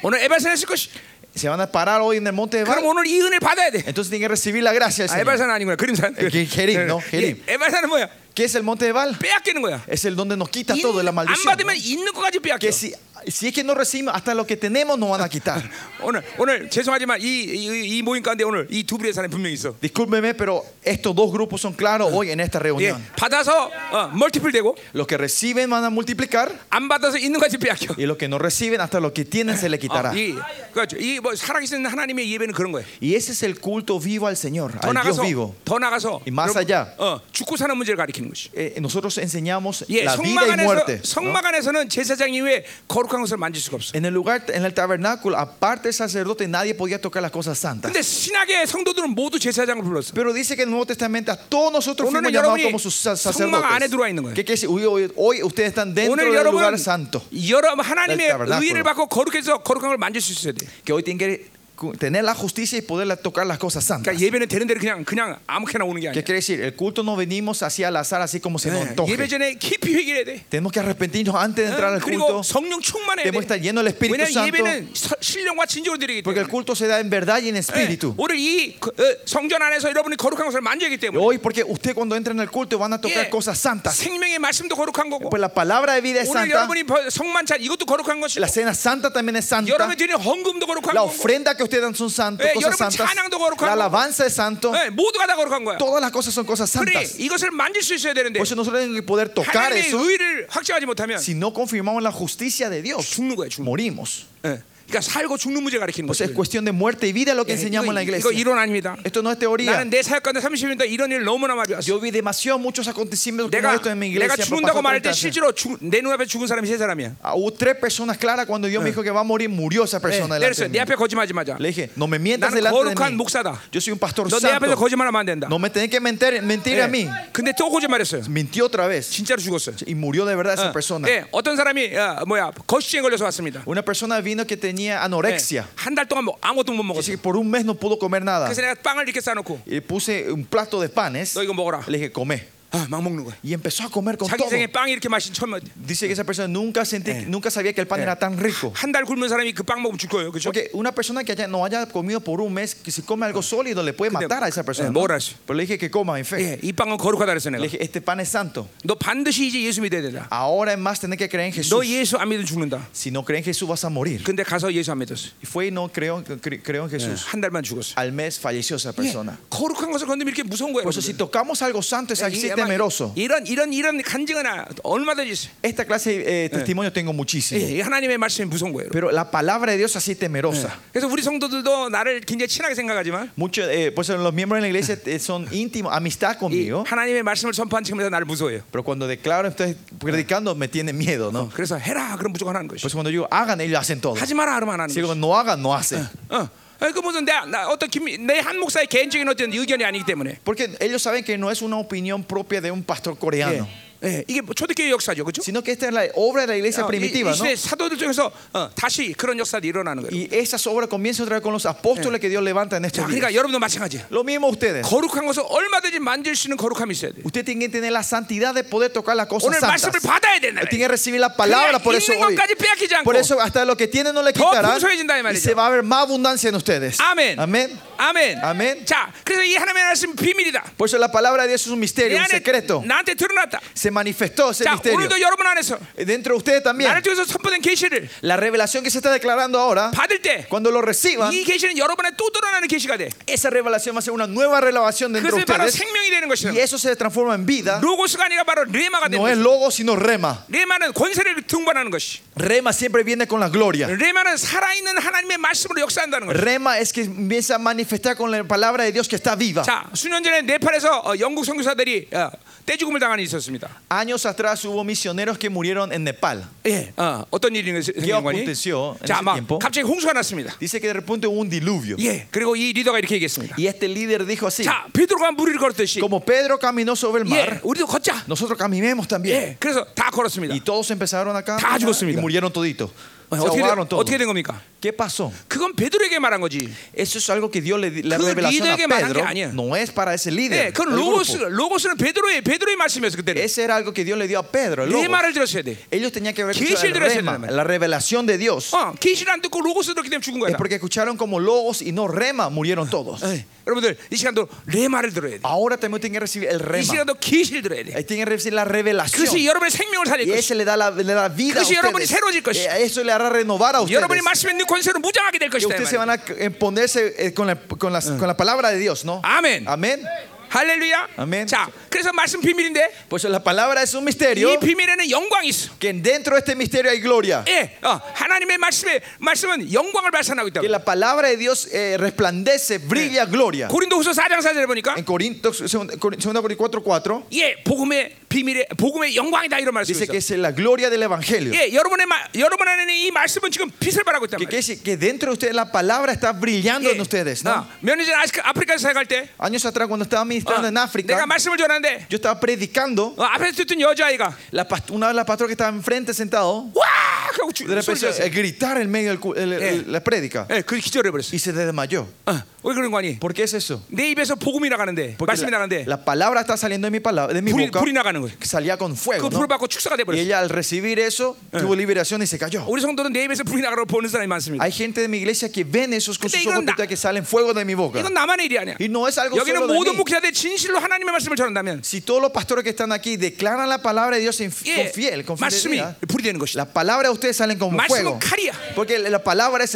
[SPEAKER 1] 오늘 에발산에 있을 것이.
[SPEAKER 2] Se van a parar hoy en el monte Ebal.
[SPEAKER 1] 그럼 오늘 이 은혜를 받아야 돼.
[SPEAKER 2] Entonces tienen que recibir la gracia del
[SPEAKER 1] 아,
[SPEAKER 2] Señor.
[SPEAKER 1] 에발산 아니구나. 그림산.
[SPEAKER 2] 에, 게- 게림, 너,
[SPEAKER 1] 예,
[SPEAKER 2] 게림.
[SPEAKER 1] 에발산은 뭐야?
[SPEAKER 2] ¿Qué es el monte Ebal?
[SPEAKER 1] 빼앗기는 거야.
[SPEAKER 2] Es el donde nos quita
[SPEAKER 1] 인-
[SPEAKER 2] todo de la
[SPEAKER 1] 안
[SPEAKER 2] maldición.
[SPEAKER 1] 받으면
[SPEAKER 2] ¿no?
[SPEAKER 1] 있는 것까지 빼앗겨.
[SPEAKER 2] Que si, si es que no recibimos, hasta lo que tenemos nos van a quitar.
[SPEAKER 1] 오늘 오늘 죄송하지만 이, 이, 이 모임 가운데 오늘 이 두 분의 사람이 분명히 있어.
[SPEAKER 2] Discúlpeme, pero estos dos grupos son claros hoy en esta
[SPEAKER 1] 예,
[SPEAKER 2] reunión.
[SPEAKER 1] 받아서 어, 멀티플 되고
[SPEAKER 2] Los que reciben van a multiplicar
[SPEAKER 1] 안 받아서 있는 것까지 빼앗겨.
[SPEAKER 2] y los que no reciben, hasta lo que tienen se le quitará.
[SPEAKER 1] 어, 이, 그렇죠. 이뭐 살아계신 하나님의 예배는 그런 거예요.
[SPEAKER 2] Y ese es el culto vivo al Señor,
[SPEAKER 1] 더
[SPEAKER 2] al Dios
[SPEAKER 1] 나가서
[SPEAKER 2] vivo.
[SPEAKER 1] 더 나가서
[SPEAKER 2] 아, 이 más allá.
[SPEAKER 1] 어, 죽고 사는 문제를 가리키는 것이.
[SPEAKER 2] Eh, nosotros enseñamos
[SPEAKER 1] 예,
[SPEAKER 2] la vida y muerte.
[SPEAKER 1] 성막안에서
[SPEAKER 2] 어?
[SPEAKER 1] 성막안에서는 제사장이 왜 거룩한 것을 만질 수가 없어.
[SPEAKER 2] En el lugar, en el tabernáculo, aparte del sacerdote, nadie podía tocar las cosas santas.
[SPEAKER 1] 근데 신약의 성도들은 모두 제사장을 불렀어.
[SPEAKER 2] Pero dice que en el Nuevo Testamento a todos nosotros
[SPEAKER 1] 오늘은
[SPEAKER 2] fuimos llamados
[SPEAKER 1] 여러분이
[SPEAKER 2] como sus sa-
[SPEAKER 1] 성막 안에
[SPEAKER 2] sacerdotes.
[SPEAKER 1] 들어와 있는 거예요.
[SPEAKER 2] ¿Qué quiere decir? Hoy, hoy- hoy ustedes están dentro
[SPEAKER 1] 오늘
[SPEAKER 2] del
[SPEAKER 1] 여러분
[SPEAKER 2] lugar santo.
[SPEAKER 1] 여러분 하나님의
[SPEAKER 2] Del tabernáculo.
[SPEAKER 1] 의를 받고 거룩해서 거룩한 걸 만질 수 있어야 돼.
[SPEAKER 2] Que hoy tienen que cu- tener la justicia y poder la- tocar las cosas santas.
[SPEAKER 1] 그러니까 예배는 되는 대로 그냥 그냥 아무렇게나 오는 게 아니야.
[SPEAKER 2] ¿Qué quiere decir? El culto no venimos hacia al azar así como se nos
[SPEAKER 1] 예, 예배
[SPEAKER 2] antoje.
[SPEAKER 1] 전에 깊이 회개해야 돼.
[SPEAKER 2] Tenemos que arrepentirnos antes de entrar
[SPEAKER 1] 응,
[SPEAKER 2] al
[SPEAKER 1] 그리고
[SPEAKER 2] culto.
[SPEAKER 1] 성령 충만해야 돼.
[SPEAKER 2] Tenemos que estar llenos del Espíritu
[SPEAKER 1] 왜냐하면
[SPEAKER 2] Santo.
[SPEAKER 1] 예배는 서- 신령과 진정으로 드리기
[SPEAKER 2] Porque
[SPEAKER 1] 때문에.
[SPEAKER 2] el culto se da en verdad y en
[SPEAKER 1] 예,
[SPEAKER 2] espíritu.
[SPEAKER 1] 오늘 이 그, 어, 성전 안에서 여러분이 거룩한 것을 만져기
[SPEAKER 2] Y
[SPEAKER 1] 때문에.
[SPEAKER 2] hoy, porque usted cuando entra en el culto van a
[SPEAKER 1] 예,
[SPEAKER 2] tocar cosas santas.
[SPEAKER 1] 생명의 말씀도 거룩한 거고.
[SPEAKER 2] Pues la palabra de vida es
[SPEAKER 1] 오늘
[SPEAKER 2] santa.
[SPEAKER 1] 여러분이 버- 성만찬 이것도 거룩한 것이고.
[SPEAKER 2] La cena santa también es santa.
[SPEAKER 1] 여러분이 드리는 헌금도 거룩한
[SPEAKER 2] La
[SPEAKER 1] 거고.
[SPEAKER 2] ofrenda que ustedes dan son santas,
[SPEAKER 1] Eh, 여러분
[SPEAKER 2] cosas santas.
[SPEAKER 1] 찬양도 거룩하고.
[SPEAKER 2] La alabanza es santo.
[SPEAKER 1] 예, 모두가 다 거룩한 거야.
[SPEAKER 2] Todas las cosas son cosas
[SPEAKER 1] 그래
[SPEAKER 2] santas.
[SPEAKER 1] 이것을 만질 수 있어야 되는데
[SPEAKER 2] Por eso nosotros tenemos que poder tocar
[SPEAKER 1] 하나님의
[SPEAKER 2] eso.
[SPEAKER 1] 의를 확정하지 못하면
[SPEAKER 2] Si no confirmamos la justicia de Dios,
[SPEAKER 1] 죽는 거야 죽는.
[SPEAKER 2] morimos.
[SPEAKER 1] 거 그러니까 살고 죽는 문제 가리키는
[SPEAKER 2] O sea, es
[SPEAKER 1] 거예요.
[SPEAKER 2] cuestión de muerte y vida lo que
[SPEAKER 1] Eh,
[SPEAKER 2] enseñamos
[SPEAKER 1] 이거,
[SPEAKER 2] en la
[SPEAKER 1] 이거
[SPEAKER 2] iglesia.
[SPEAKER 1] 이론 아닙니다.
[SPEAKER 2] Esto no es teoría.
[SPEAKER 1] 나는 내 사역 가운데 30년 동안 이런 일 너무나 많이 봤어.
[SPEAKER 2] Yo vi demasiado muchos acontecimientos como
[SPEAKER 1] 내가
[SPEAKER 2] esto en mi
[SPEAKER 1] 내가
[SPEAKER 2] iglesia. por
[SPEAKER 1] 죽는다고
[SPEAKER 2] paso
[SPEAKER 1] 말할 때
[SPEAKER 2] 30 años.
[SPEAKER 1] 실제로 죽- 내 눈앞에 죽은 사람이 세 사람이야.
[SPEAKER 2] Ah, Hubo tres personas claras cuando Dios me dijo que va a morir, murió esa
[SPEAKER 1] 예,
[SPEAKER 2] persona. delante
[SPEAKER 1] 그래서 내
[SPEAKER 2] de mí.
[SPEAKER 1] 앞에 거짓말하지 마자.
[SPEAKER 2] Le dije, no me mientas
[SPEAKER 1] 나는
[SPEAKER 2] delante de
[SPEAKER 1] 거룩한
[SPEAKER 2] mí.
[SPEAKER 1] 목사다.
[SPEAKER 2] Yo soy un pastor
[SPEAKER 1] 너 내 앞에서
[SPEAKER 2] santo.
[SPEAKER 1] 거짓말하면 안 된다.
[SPEAKER 2] No me tenés que mentir, mentir
[SPEAKER 1] 예.
[SPEAKER 2] a mí.
[SPEAKER 1] 근데 또 거짓말했어요.
[SPEAKER 2] Mintió otra vez
[SPEAKER 1] 진짜로 죽었어요.
[SPEAKER 2] y murió de verdad
[SPEAKER 1] Ah,
[SPEAKER 2] esa persona.
[SPEAKER 1] 예, 어떤 사람이 어, 뭐야 거시증에 걸려서 왔습니다.
[SPEAKER 2] Una persona vino que tenía anorexia.
[SPEAKER 1] 한 달 동안 뭐 아무것도 못 먹었어.
[SPEAKER 2] Así que por un mes no pudo comer nada.
[SPEAKER 1] 그래서 내가 빵을 이렇게 싸놓고
[SPEAKER 2] Y puse un plato de panes.
[SPEAKER 1] 너 이거 먹어라.
[SPEAKER 2] Le dije, come.
[SPEAKER 1] 아, 막 먹는 거야.
[SPEAKER 2] Y empezó a comer con
[SPEAKER 1] 자기
[SPEAKER 2] todo.
[SPEAKER 1] 생에 빵 이렇게 마신 처음
[SPEAKER 2] Dice que Eh. esa persona nunca, sentí, nunca sabía que el pan era tan rico.
[SPEAKER 1] 한달 굶은 사람이 그 빵 먹으면 죽 거예요. 그렇죠?
[SPEAKER 2] Porque una persona que haya- no haya comido por un mes, que si come algo sólido, le puede
[SPEAKER 1] Pero-
[SPEAKER 2] matar a esa persona.
[SPEAKER 1] Eh,
[SPEAKER 2] ¿no?
[SPEAKER 1] moras.
[SPEAKER 2] Pero le dije que coma, en fe.
[SPEAKER 1] 예, 이 빵은 거룩하다 그랬어
[SPEAKER 2] Le
[SPEAKER 1] 내가.
[SPEAKER 2] dije, este pan es santo.
[SPEAKER 1] 너 반드시 이제 예수 믿어야 된다.
[SPEAKER 2] Ahora es más tener que creer en Jesús.
[SPEAKER 1] 너 아, 예수 안 믿으면 죽는다.
[SPEAKER 2] Si no crees en Jesús, vas a morir.
[SPEAKER 1] 근데 가서 예수 안 믿었어.
[SPEAKER 2] Y fue y no creo, cre- creo en Jesús.
[SPEAKER 1] 한 달만 죽었어.
[SPEAKER 2] Al mes falleció esa
[SPEAKER 1] 네. 예,
[SPEAKER 2] persona.
[SPEAKER 1] 거룩한 것을 건드면 이렇게 무서운 거야.
[SPEAKER 2] Por eso, si
[SPEAKER 1] 여러분들.
[SPEAKER 2] tocamos algo santo, es así
[SPEAKER 1] 이-
[SPEAKER 2] temeroso.
[SPEAKER 1] 이런 이런 이런 간증은 아- 얼마든지 있어.
[SPEAKER 2] Esta clase de eh, testimonio tengo
[SPEAKER 1] 예,
[SPEAKER 2] muchísimo.
[SPEAKER 1] 이 하나님의 말씀이 무서운 거예요. 여러분.
[SPEAKER 2] Pero la palabra de Dios así temerosa.
[SPEAKER 1] 그래서 우리 성도들도 나를 굉장히 친하게 생각하지만
[SPEAKER 2] Muchos, eh, pues los miembros de la iglesia eh, son íntimos, amistad
[SPEAKER 1] 이
[SPEAKER 2] conmigo.
[SPEAKER 1] 하나님의 말씀을 선포한 측면에서 나를 무서워해요.
[SPEAKER 2] Pero cuando declaro, estoy predicando, me tienen miedo, ¿no?
[SPEAKER 1] 그래서 해라 그럼 무조건 하는
[SPEAKER 2] Por
[SPEAKER 1] 것이.
[SPEAKER 2] eso cuando digo hagan, ellos hacen todo.
[SPEAKER 1] 하지 마라 그러면 안 하는
[SPEAKER 2] Si
[SPEAKER 1] 것이.
[SPEAKER 2] Ah. digo no hagan, no hacen.
[SPEAKER 1] 어, 어, 그 무슨 내 나, 어떤 내한 목사의 개인적인 어떤 의견이 아니기 때문에.
[SPEAKER 2] Porque ellos saben que no es una opinión propia de un pastor coreano,
[SPEAKER 1] 예, 예, 이게 초대교회 역사죠, 그렇죠?
[SPEAKER 2] sino que esta es la obra de la iglesia primitiva,
[SPEAKER 1] 이,
[SPEAKER 2] ¿no?
[SPEAKER 1] 시대 사도들 중에서 어, 다시 그런 역사들이 일어나는 거예요.
[SPEAKER 2] Y esas obras comienzan otra vez con los apóstoles que Dios levanta en
[SPEAKER 1] 자,
[SPEAKER 2] estos
[SPEAKER 1] 그러니까
[SPEAKER 2] días.
[SPEAKER 1] 여러분도 마찬가지.
[SPEAKER 2] Lo mismo ustedes.
[SPEAKER 1] 거룩한 것을 얼마든지 만질 수 있는 거룩함이 있어야 돼.
[SPEAKER 2] Usted tiene que tener la santidad de poder tocar las cosas
[SPEAKER 1] 오늘
[SPEAKER 2] santas.
[SPEAKER 1] 말씀을 받아야 된다.
[SPEAKER 2] Tiene que recibir la palabra, por eso
[SPEAKER 1] 있는
[SPEAKER 2] hoy.
[SPEAKER 1] 것까지 빼앗기지 않고.
[SPEAKER 2] Por eso hasta lo que tiene no le
[SPEAKER 1] 더
[SPEAKER 2] quitará.
[SPEAKER 1] 풍성해진다, 이
[SPEAKER 2] Y
[SPEAKER 1] 말이죠.
[SPEAKER 2] se va a ver más abundancia en ustedes.
[SPEAKER 1] 아멘.
[SPEAKER 2] Amén.
[SPEAKER 1] 아멘.
[SPEAKER 2] 아멘.
[SPEAKER 1] 자, 그래서 이 하나님의 말씀 비밀이다.
[SPEAKER 2] Por eso la palabra de Dios es un
[SPEAKER 1] 내
[SPEAKER 2] misterio, un
[SPEAKER 1] 안에
[SPEAKER 2] secreto.
[SPEAKER 1] 나한테 드러났다.
[SPEAKER 2] Se manifestó ese
[SPEAKER 1] 자,
[SPEAKER 2] misterio. Eh,
[SPEAKER 1] 오늘도 여러분 안에서
[SPEAKER 2] Dentro de ustedes también.
[SPEAKER 1] 나를 통해서 선포된 계시를
[SPEAKER 2] La revelación que se está declarando ahora,
[SPEAKER 1] 받을 때 이
[SPEAKER 2] cuando lo reciban,
[SPEAKER 1] 계시는 여러분에 또 드러나는 계시가 돼.
[SPEAKER 2] esa revelación va a ser una nueva revelación dentro de
[SPEAKER 1] 그것이 바로
[SPEAKER 2] ustedes.
[SPEAKER 1] 생명이 되는
[SPEAKER 2] Y
[SPEAKER 1] 것이다.
[SPEAKER 2] eso se transforma en vida.
[SPEAKER 1] 로고스가 아니라 바로 레마가 되는
[SPEAKER 2] No es
[SPEAKER 1] 것이다.
[SPEAKER 2] logo, sino rema.
[SPEAKER 1] 레마는 권세를 등반하는 것이.
[SPEAKER 2] Rema siempre viene con la gloria.
[SPEAKER 1] 레마는 살아있는 하나님의 말씀으로 역사한다는 것이.
[SPEAKER 2] Rema es que empieza a manifestar con la palabra de Dios que está viva.
[SPEAKER 1] 자, 수년 전에 네팔에서 어, 영국 선교사들이 어, 떼죽음을 당한 일이 있었습니다.
[SPEAKER 2] Años atrás hubo misioneros que murieron en Nepal.
[SPEAKER 1] 예, 어, 어떤 일이 생겼거니?
[SPEAKER 2] aconteció en
[SPEAKER 1] 자,
[SPEAKER 2] ese
[SPEAKER 1] 막
[SPEAKER 2] tiempo?
[SPEAKER 1] 갑자기 홍수가 났습니다.
[SPEAKER 2] Dice que de repente hubo un diluvio.
[SPEAKER 1] 예, 그리고 이 리더가 이렇게 그 얘기했습니다.
[SPEAKER 2] Y este líder dijo así,
[SPEAKER 1] 자, 베드로가 무리를 걸었듯이
[SPEAKER 2] como Pedro caminó sobre
[SPEAKER 1] 예,
[SPEAKER 2] el mar,
[SPEAKER 1] 우리도 걷자.
[SPEAKER 2] nosotros caminemos también.
[SPEAKER 1] 예, 그래서 다 걸었습니다.
[SPEAKER 2] Y todos empezaron acá
[SPEAKER 1] 다
[SPEAKER 2] y
[SPEAKER 1] 죽었습니다.
[SPEAKER 2] murieron toditos. Se
[SPEAKER 1] 어, 어떻게,
[SPEAKER 2] ahogaron
[SPEAKER 1] 된,
[SPEAKER 2] todos.
[SPEAKER 1] 어떻게 된 겁니까?
[SPEAKER 2] ¿Qué pasó?
[SPEAKER 1] 그건 베드로에게 말한 거지.
[SPEAKER 2] Eso es algo que Dios le di- la
[SPEAKER 1] 그
[SPEAKER 2] revelación a
[SPEAKER 1] lider에게 말한 게
[SPEAKER 2] Pedro.
[SPEAKER 1] 아니야.
[SPEAKER 2] No es para ese
[SPEAKER 1] 네,
[SPEAKER 2] líder.
[SPEAKER 1] 그건
[SPEAKER 2] el grupo.
[SPEAKER 1] 로고스, 로고스는 베드로의 베드로의 말씀이었어 그때는.
[SPEAKER 2] Ese era algo que Dios le dio a Pedro. el
[SPEAKER 1] 내
[SPEAKER 2] logo.
[SPEAKER 1] 말을 들었어야 돼.
[SPEAKER 2] Ellos tenían que ver
[SPEAKER 1] 계시를
[SPEAKER 2] con
[SPEAKER 1] 들었어야
[SPEAKER 2] rema,
[SPEAKER 1] 되는
[SPEAKER 2] la revelación de Dios.
[SPEAKER 1] 어, 계시를 안 듣고 로고스 들었기 때문에 죽은 거야.
[SPEAKER 2] Es
[SPEAKER 1] 다.
[SPEAKER 2] porque escucharon como logos y no rema, murieron todos.
[SPEAKER 1] 예, 여러분들 이 시간도 내 말을 들어야 돼.
[SPEAKER 2] Ahora también tienen que recibir el
[SPEAKER 1] 이
[SPEAKER 2] rema.
[SPEAKER 1] 시간도 계시를 들어야 돼.
[SPEAKER 2] Ahí tienen que recibir la
[SPEAKER 1] 그것이
[SPEAKER 2] revelación.
[SPEAKER 1] 여러분의 생명을 살릴
[SPEAKER 2] Y
[SPEAKER 1] 것이.
[SPEAKER 2] ese le da la, le da vida a
[SPEAKER 1] 그것이 여러분이
[SPEAKER 2] ustedes.
[SPEAKER 1] 새로워질 것이야.
[SPEAKER 2] Eh, Eso le hará renovar a ustedes.
[SPEAKER 1] 여러분이 말씀에 있는 권세로 무장하게 될
[SPEAKER 2] Que
[SPEAKER 1] 것이다. 이
[SPEAKER 2] ustedes se
[SPEAKER 1] 말이야.
[SPEAKER 2] van a eh, ponerse eh, con la, con las- con la palabra de Dios, ¿no?
[SPEAKER 1] 아멘.
[SPEAKER 2] Amén.
[SPEAKER 1] 할렐루야.
[SPEAKER 2] 아멘.
[SPEAKER 1] 자, 그래서 말씀 비밀인데
[SPEAKER 2] Pues la palabra es un misterio.
[SPEAKER 1] 이 비밀에는 영광이 있어.
[SPEAKER 2] Que dentro de este misterio hay gloria.
[SPEAKER 1] 예, 어, 하나님의 말씀에 말씀은 영광을 발산하고 있다.
[SPEAKER 2] Que la palabra de Dios eh, resplandece, brilla gloria.
[SPEAKER 1] 고린도후서 4장 4절에 보니까
[SPEAKER 2] En Corintios eh, 2 Corintios 4, 4
[SPEAKER 1] 예, 복음의 비밀의 복음의 영광이다 이런 말씀이
[SPEAKER 2] dice
[SPEAKER 1] 있어.
[SPEAKER 2] que es la gloria del evangelio.
[SPEAKER 1] 예, 여러분의 마, 여러분 안에는 이 말씀은 지금 빛을 발하고 있단
[SPEAKER 2] Que,
[SPEAKER 1] 말이에요.
[SPEAKER 2] que, es- que dentro de ustedes la palabra está brillando en ustedes, ¿no?
[SPEAKER 1] 아, 몇 년 전에 아프리카- 아프리카에서 생각할 때
[SPEAKER 2] Años atrás cuando estaba
[SPEAKER 1] 어,
[SPEAKER 2] ministrando en
[SPEAKER 1] 내가
[SPEAKER 2] África,
[SPEAKER 1] 말씀을 전하는데
[SPEAKER 2] yo estaba predicando.
[SPEAKER 1] 어, 앞에서 듣던 여자아이가
[SPEAKER 2] La past- una de las pastoras que estaba enfrente sentado,
[SPEAKER 1] 와! 하고 주,
[SPEAKER 2] de
[SPEAKER 1] 소리
[SPEAKER 2] repente
[SPEAKER 1] 질렀어.
[SPEAKER 2] eh, gritar en medio de
[SPEAKER 1] Eh.
[SPEAKER 2] la prédica
[SPEAKER 1] 예, 그 기절해 버렸어.
[SPEAKER 2] y se desmayó.
[SPEAKER 1] 어, 왜 그런 거 아니?
[SPEAKER 2] ¿Por qué es eso?
[SPEAKER 1] 내 입에서 복음이 나가는데
[SPEAKER 2] Porque
[SPEAKER 1] 말씀이
[SPEAKER 2] la,
[SPEAKER 1] 나가는데
[SPEAKER 2] la palabra está saliendo de mi, palabra, de mi
[SPEAKER 1] 불이,
[SPEAKER 2] boca,
[SPEAKER 1] 불이 나가는 거예요.
[SPEAKER 2] que salía con Eh.
[SPEAKER 1] 그
[SPEAKER 2] fuego. ¿no?
[SPEAKER 1] 불을 받고 축사가 돼
[SPEAKER 2] Y
[SPEAKER 1] 버렸어.
[SPEAKER 2] ella al recibir eso tuvo liberación y se cayó.
[SPEAKER 1] 우리 성도는 내 입에서 불이 나가라고 보는 아, 사람이 많습니다.
[SPEAKER 2] Hay gente de mi iglesia que ven esos con
[SPEAKER 1] Pero
[SPEAKER 2] sus
[SPEAKER 1] 이건
[SPEAKER 2] ojos
[SPEAKER 1] 나-
[SPEAKER 2] espirituales que salen fuego de mi boca.
[SPEAKER 1] 이건 나만의 일이 아니야.
[SPEAKER 2] Y no es algo
[SPEAKER 1] 여기는
[SPEAKER 2] solo de
[SPEAKER 1] 모든
[SPEAKER 2] mí.
[SPEAKER 1] 목사들 진실로 하나님의 말씀을 전한다면
[SPEAKER 2] Si todos los pastores que están aquí declaran la palabra de Dios en- con
[SPEAKER 1] 예,
[SPEAKER 2] fiel, con
[SPEAKER 1] 말씀이
[SPEAKER 2] fidelidad,
[SPEAKER 1] 불이 되는 것이다.
[SPEAKER 2] la palabra de ustedes salen como
[SPEAKER 1] 말씀은
[SPEAKER 2] fuego.
[SPEAKER 1] 칼이야.
[SPEAKER 2] Porque la palabra es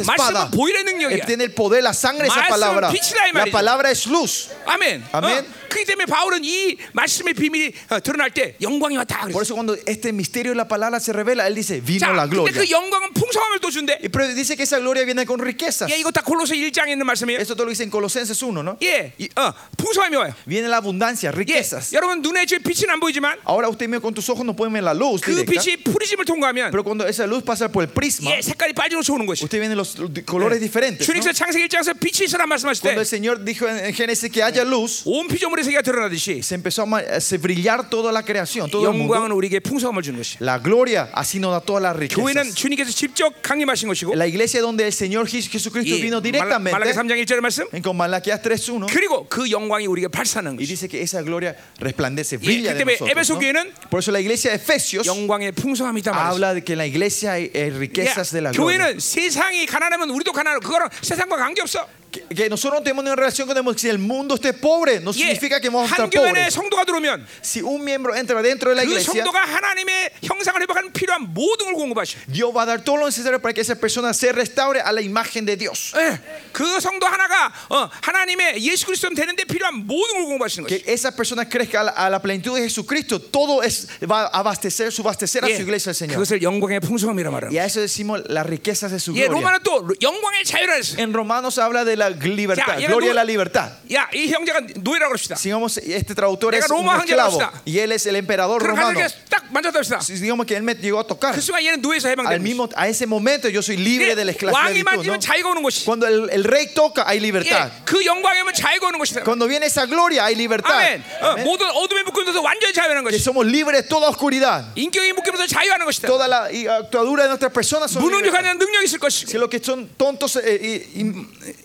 [SPEAKER 1] 말씀은
[SPEAKER 2] espada.
[SPEAKER 1] 보일의 능력이야.
[SPEAKER 2] Tiene el poder, la sangre esa
[SPEAKER 1] 말씀은
[SPEAKER 2] palabra.
[SPEAKER 1] 빛이라 이
[SPEAKER 2] La
[SPEAKER 1] 말이죠.
[SPEAKER 2] palabra es luz.
[SPEAKER 1] 아멘.
[SPEAKER 2] 아멘.
[SPEAKER 1] 어, 그렇기 때문에 바울은 이 말씀의 비밀이 어, 드러날 때 영광이 왔다 그랬어.
[SPEAKER 2] Por eso cuando este misterio de la palabra se revela, él dice, vino
[SPEAKER 1] 자,
[SPEAKER 2] la
[SPEAKER 1] 근데
[SPEAKER 2] gloria.
[SPEAKER 1] 그 영광은 풍성함을 또 준대.
[SPEAKER 2] Y pero dice que esa gloria viene con riquezas.
[SPEAKER 1] 예, 이거 다 골로새 1장에 있는 말씀이에요.
[SPEAKER 2] Eso todo lo dice en Colosenses 1, ¿no?
[SPEAKER 1] 예, 이, 어, 풍성함이 와요.
[SPEAKER 2] Viene la abundancia,
[SPEAKER 1] 예,
[SPEAKER 2] riquezas.
[SPEAKER 1] 여러분 눈에 지금 빛은 안 보이지만
[SPEAKER 2] Ahora usted mismo con tus ojos no pueden ver la luz
[SPEAKER 1] 그
[SPEAKER 2] directa,
[SPEAKER 1] 빛이 프리즘을 통과하면
[SPEAKER 2] pero cuando esa luz pasa por el prisma,
[SPEAKER 1] 예, 색깔이 빠지면서 오는 것이. 예.
[SPEAKER 2] usted viene los los colores diferentes. ¿no?
[SPEAKER 1] 주님께서 창세기 1장에서 빛이 있으라 말씀하실
[SPEAKER 2] Cuando
[SPEAKER 1] 때
[SPEAKER 2] el Señor dijo en en Génesis que haya luz,
[SPEAKER 1] 온 피조물의 세계가 드러나듯이
[SPEAKER 2] se empezó a ma- a se brillar toda la creación, todo el mundo.
[SPEAKER 1] 영광은 우리에게 풍성함을 주는 것이.
[SPEAKER 2] La gloria así nos da toda la
[SPEAKER 1] 교회는
[SPEAKER 2] riqueza.
[SPEAKER 1] 주님께서 직접 강림하신 것이고
[SPEAKER 2] La iglesia donde el Señor Jes- Jesucristo
[SPEAKER 1] 이
[SPEAKER 2] vino
[SPEAKER 1] 말라- 말라기
[SPEAKER 2] directamente
[SPEAKER 1] 3장 1절의 말씀
[SPEAKER 2] en con Malaquías 3.1
[SPEAKER 1] 그리고 그 영광이 우리에게 발산하는
[SPEAKER 2] y
[SPEAKER 1] 것이
[SPEAKER 2] dice que esa gloria resplandece, brilla
[SPEAKER 1] 그
[SPEAKER 2] de
[SPEAKER 1] 때문에
[SPEAKER 2] nosotros.
[SPEAKER 1] 에베소
[SPEAKER 2] ¿no?
[SPEAKER 1] 교회는
[SPEAKER 2] Por eso la iglesia de Efesios
[SPEAKER 1] 영광의 풍성함이다 말이죠. 예.
[SPEAKER 2] habla de que en la iglesia hay eh, riquezas de la gloria.
[SPEAKER 1] 교회는 세상이 가난하면 우리도 가난하고 그거랑 세상과 관계없어.
[SPEAKER 2] Que, que nosotros no tenemos una relación con el mundo. Si el mundo esté pobre, no
[SPEAKER 1] 예,
[SPEAKER 2] significa que vamos a
[SPEAKER 1] 한
[SPEAKER 2] estar
[SPEAKER 1] 교회 안에
[SPEAKER 2] pobres.
[SPEAKER 1] 성도가 들어오면
[SPEAKER 2] Si un miembro entra dentro de la
[SPEAKER 1] 그
[SPEAKER 2] iglesia,
[SPEAKER 1] 성도가 하나님의 형상을 회복하는 필요한 모든 걸 공급하셔.
[SPEAKER 2] Dios va a dar todo lo necesario para que esa persona se restaure a la imagen de Dios.
[SPEAKER 1] 예, 그 성도 하나가 어, 하나님의 예수 그리스도는 되는데 필요한 모든 걸 공급하시는
[SPEAKER 2] Que
[SPEAKER 1] 것이.
[SPEAKER 2] esa persona crezca a la, a la plenitud de Jesucristo. Todo es, va a abastecer, subastecer a su iglesia el Señor.
[SPEAKER 1] 예, 그것을 영광의 풍성함이라 말합니다.
[SPEAKER 2] Y a eso decimos las riquezas de su
[SPEAKER 1] 예,
[SPEAKER 2] gloria.
[SPEAKER 1] 로마는 또 영광의 자유라 했어.
[SPEAKER 2] En Romanos habla de la libertad,
[SPEAKER 1] 자, 얘가
[SPEAKER 2] gloria
[SPEAKER 1] 누구-
[SPEAKER 2] de la libertad.
[SPEAKER 1] 야, 이 형제가 노예라고 합시다.
[SPEAKER 2] Sigamos, este traductor es
[SPEAKER 1] 내가
[SPEAKER 2] un
[SPEAKER 1] 로마 황제라고
[SPEAKER 2] esclavo
[SPEAKER 1] 합시다.
[SPEAKER 2] y él es el emperador
[SPEAKER 1] 그럼
[SPEAKER 2] romano.
[SPEAKER 1] 가족에게 딱 만졌다 합시다.
[SPEAKER 2] Si Digamos que él me llegó a tocar.
[SPEAKER 1] 그 순간 얘는 노예에서
[SPEAKER 2] Al
[SPEAKER 1] 해방되는
[SPEAKER 2] mismo, a ese momento yo soy libre de la
[SPEAKER 1] 것이. 왕이
[SPEAKER 2] esclavitud.
[SPEAKER 1] 만지면
[SPEAKER 2] ¿no?
[SPEAKER 1] 자유가 오는 것이.
[SPEAKER 2] Cuando el, el rey toca, hay libertad.
[SPEAKER 1] 예, 그 영광이면 자유가 오는 것이다.
[SPEAKER 2] Cuando viene esa gloria, hay
[SPEAKER 1] 그
[SPEAKER 2] libertad.
[SPEAKER 1] 아멘. 어,
[SPEAKER 2] Amén. Ah,
[SPEAKER 1] 모든 어둠에 묶여서 완전히 자유하는
[SPEAKER 2] Que
[SPEAKER 1] 것이.
[SPEAKER 2] somos libres de toda oscuridad.
[SPEAKER 1] 인격이 묶여서 자유하는 것이다.
[SPEAKER 2] Toda la y, ah, actuadura de nuestras personas son libres.
[SPEAKER 1] 무능력하는 능력이 있을
[SPEAKER 2] Si
[SPEAKER 1] 것이고.
[SPEAKER 2] los que son tontos eh, y- y-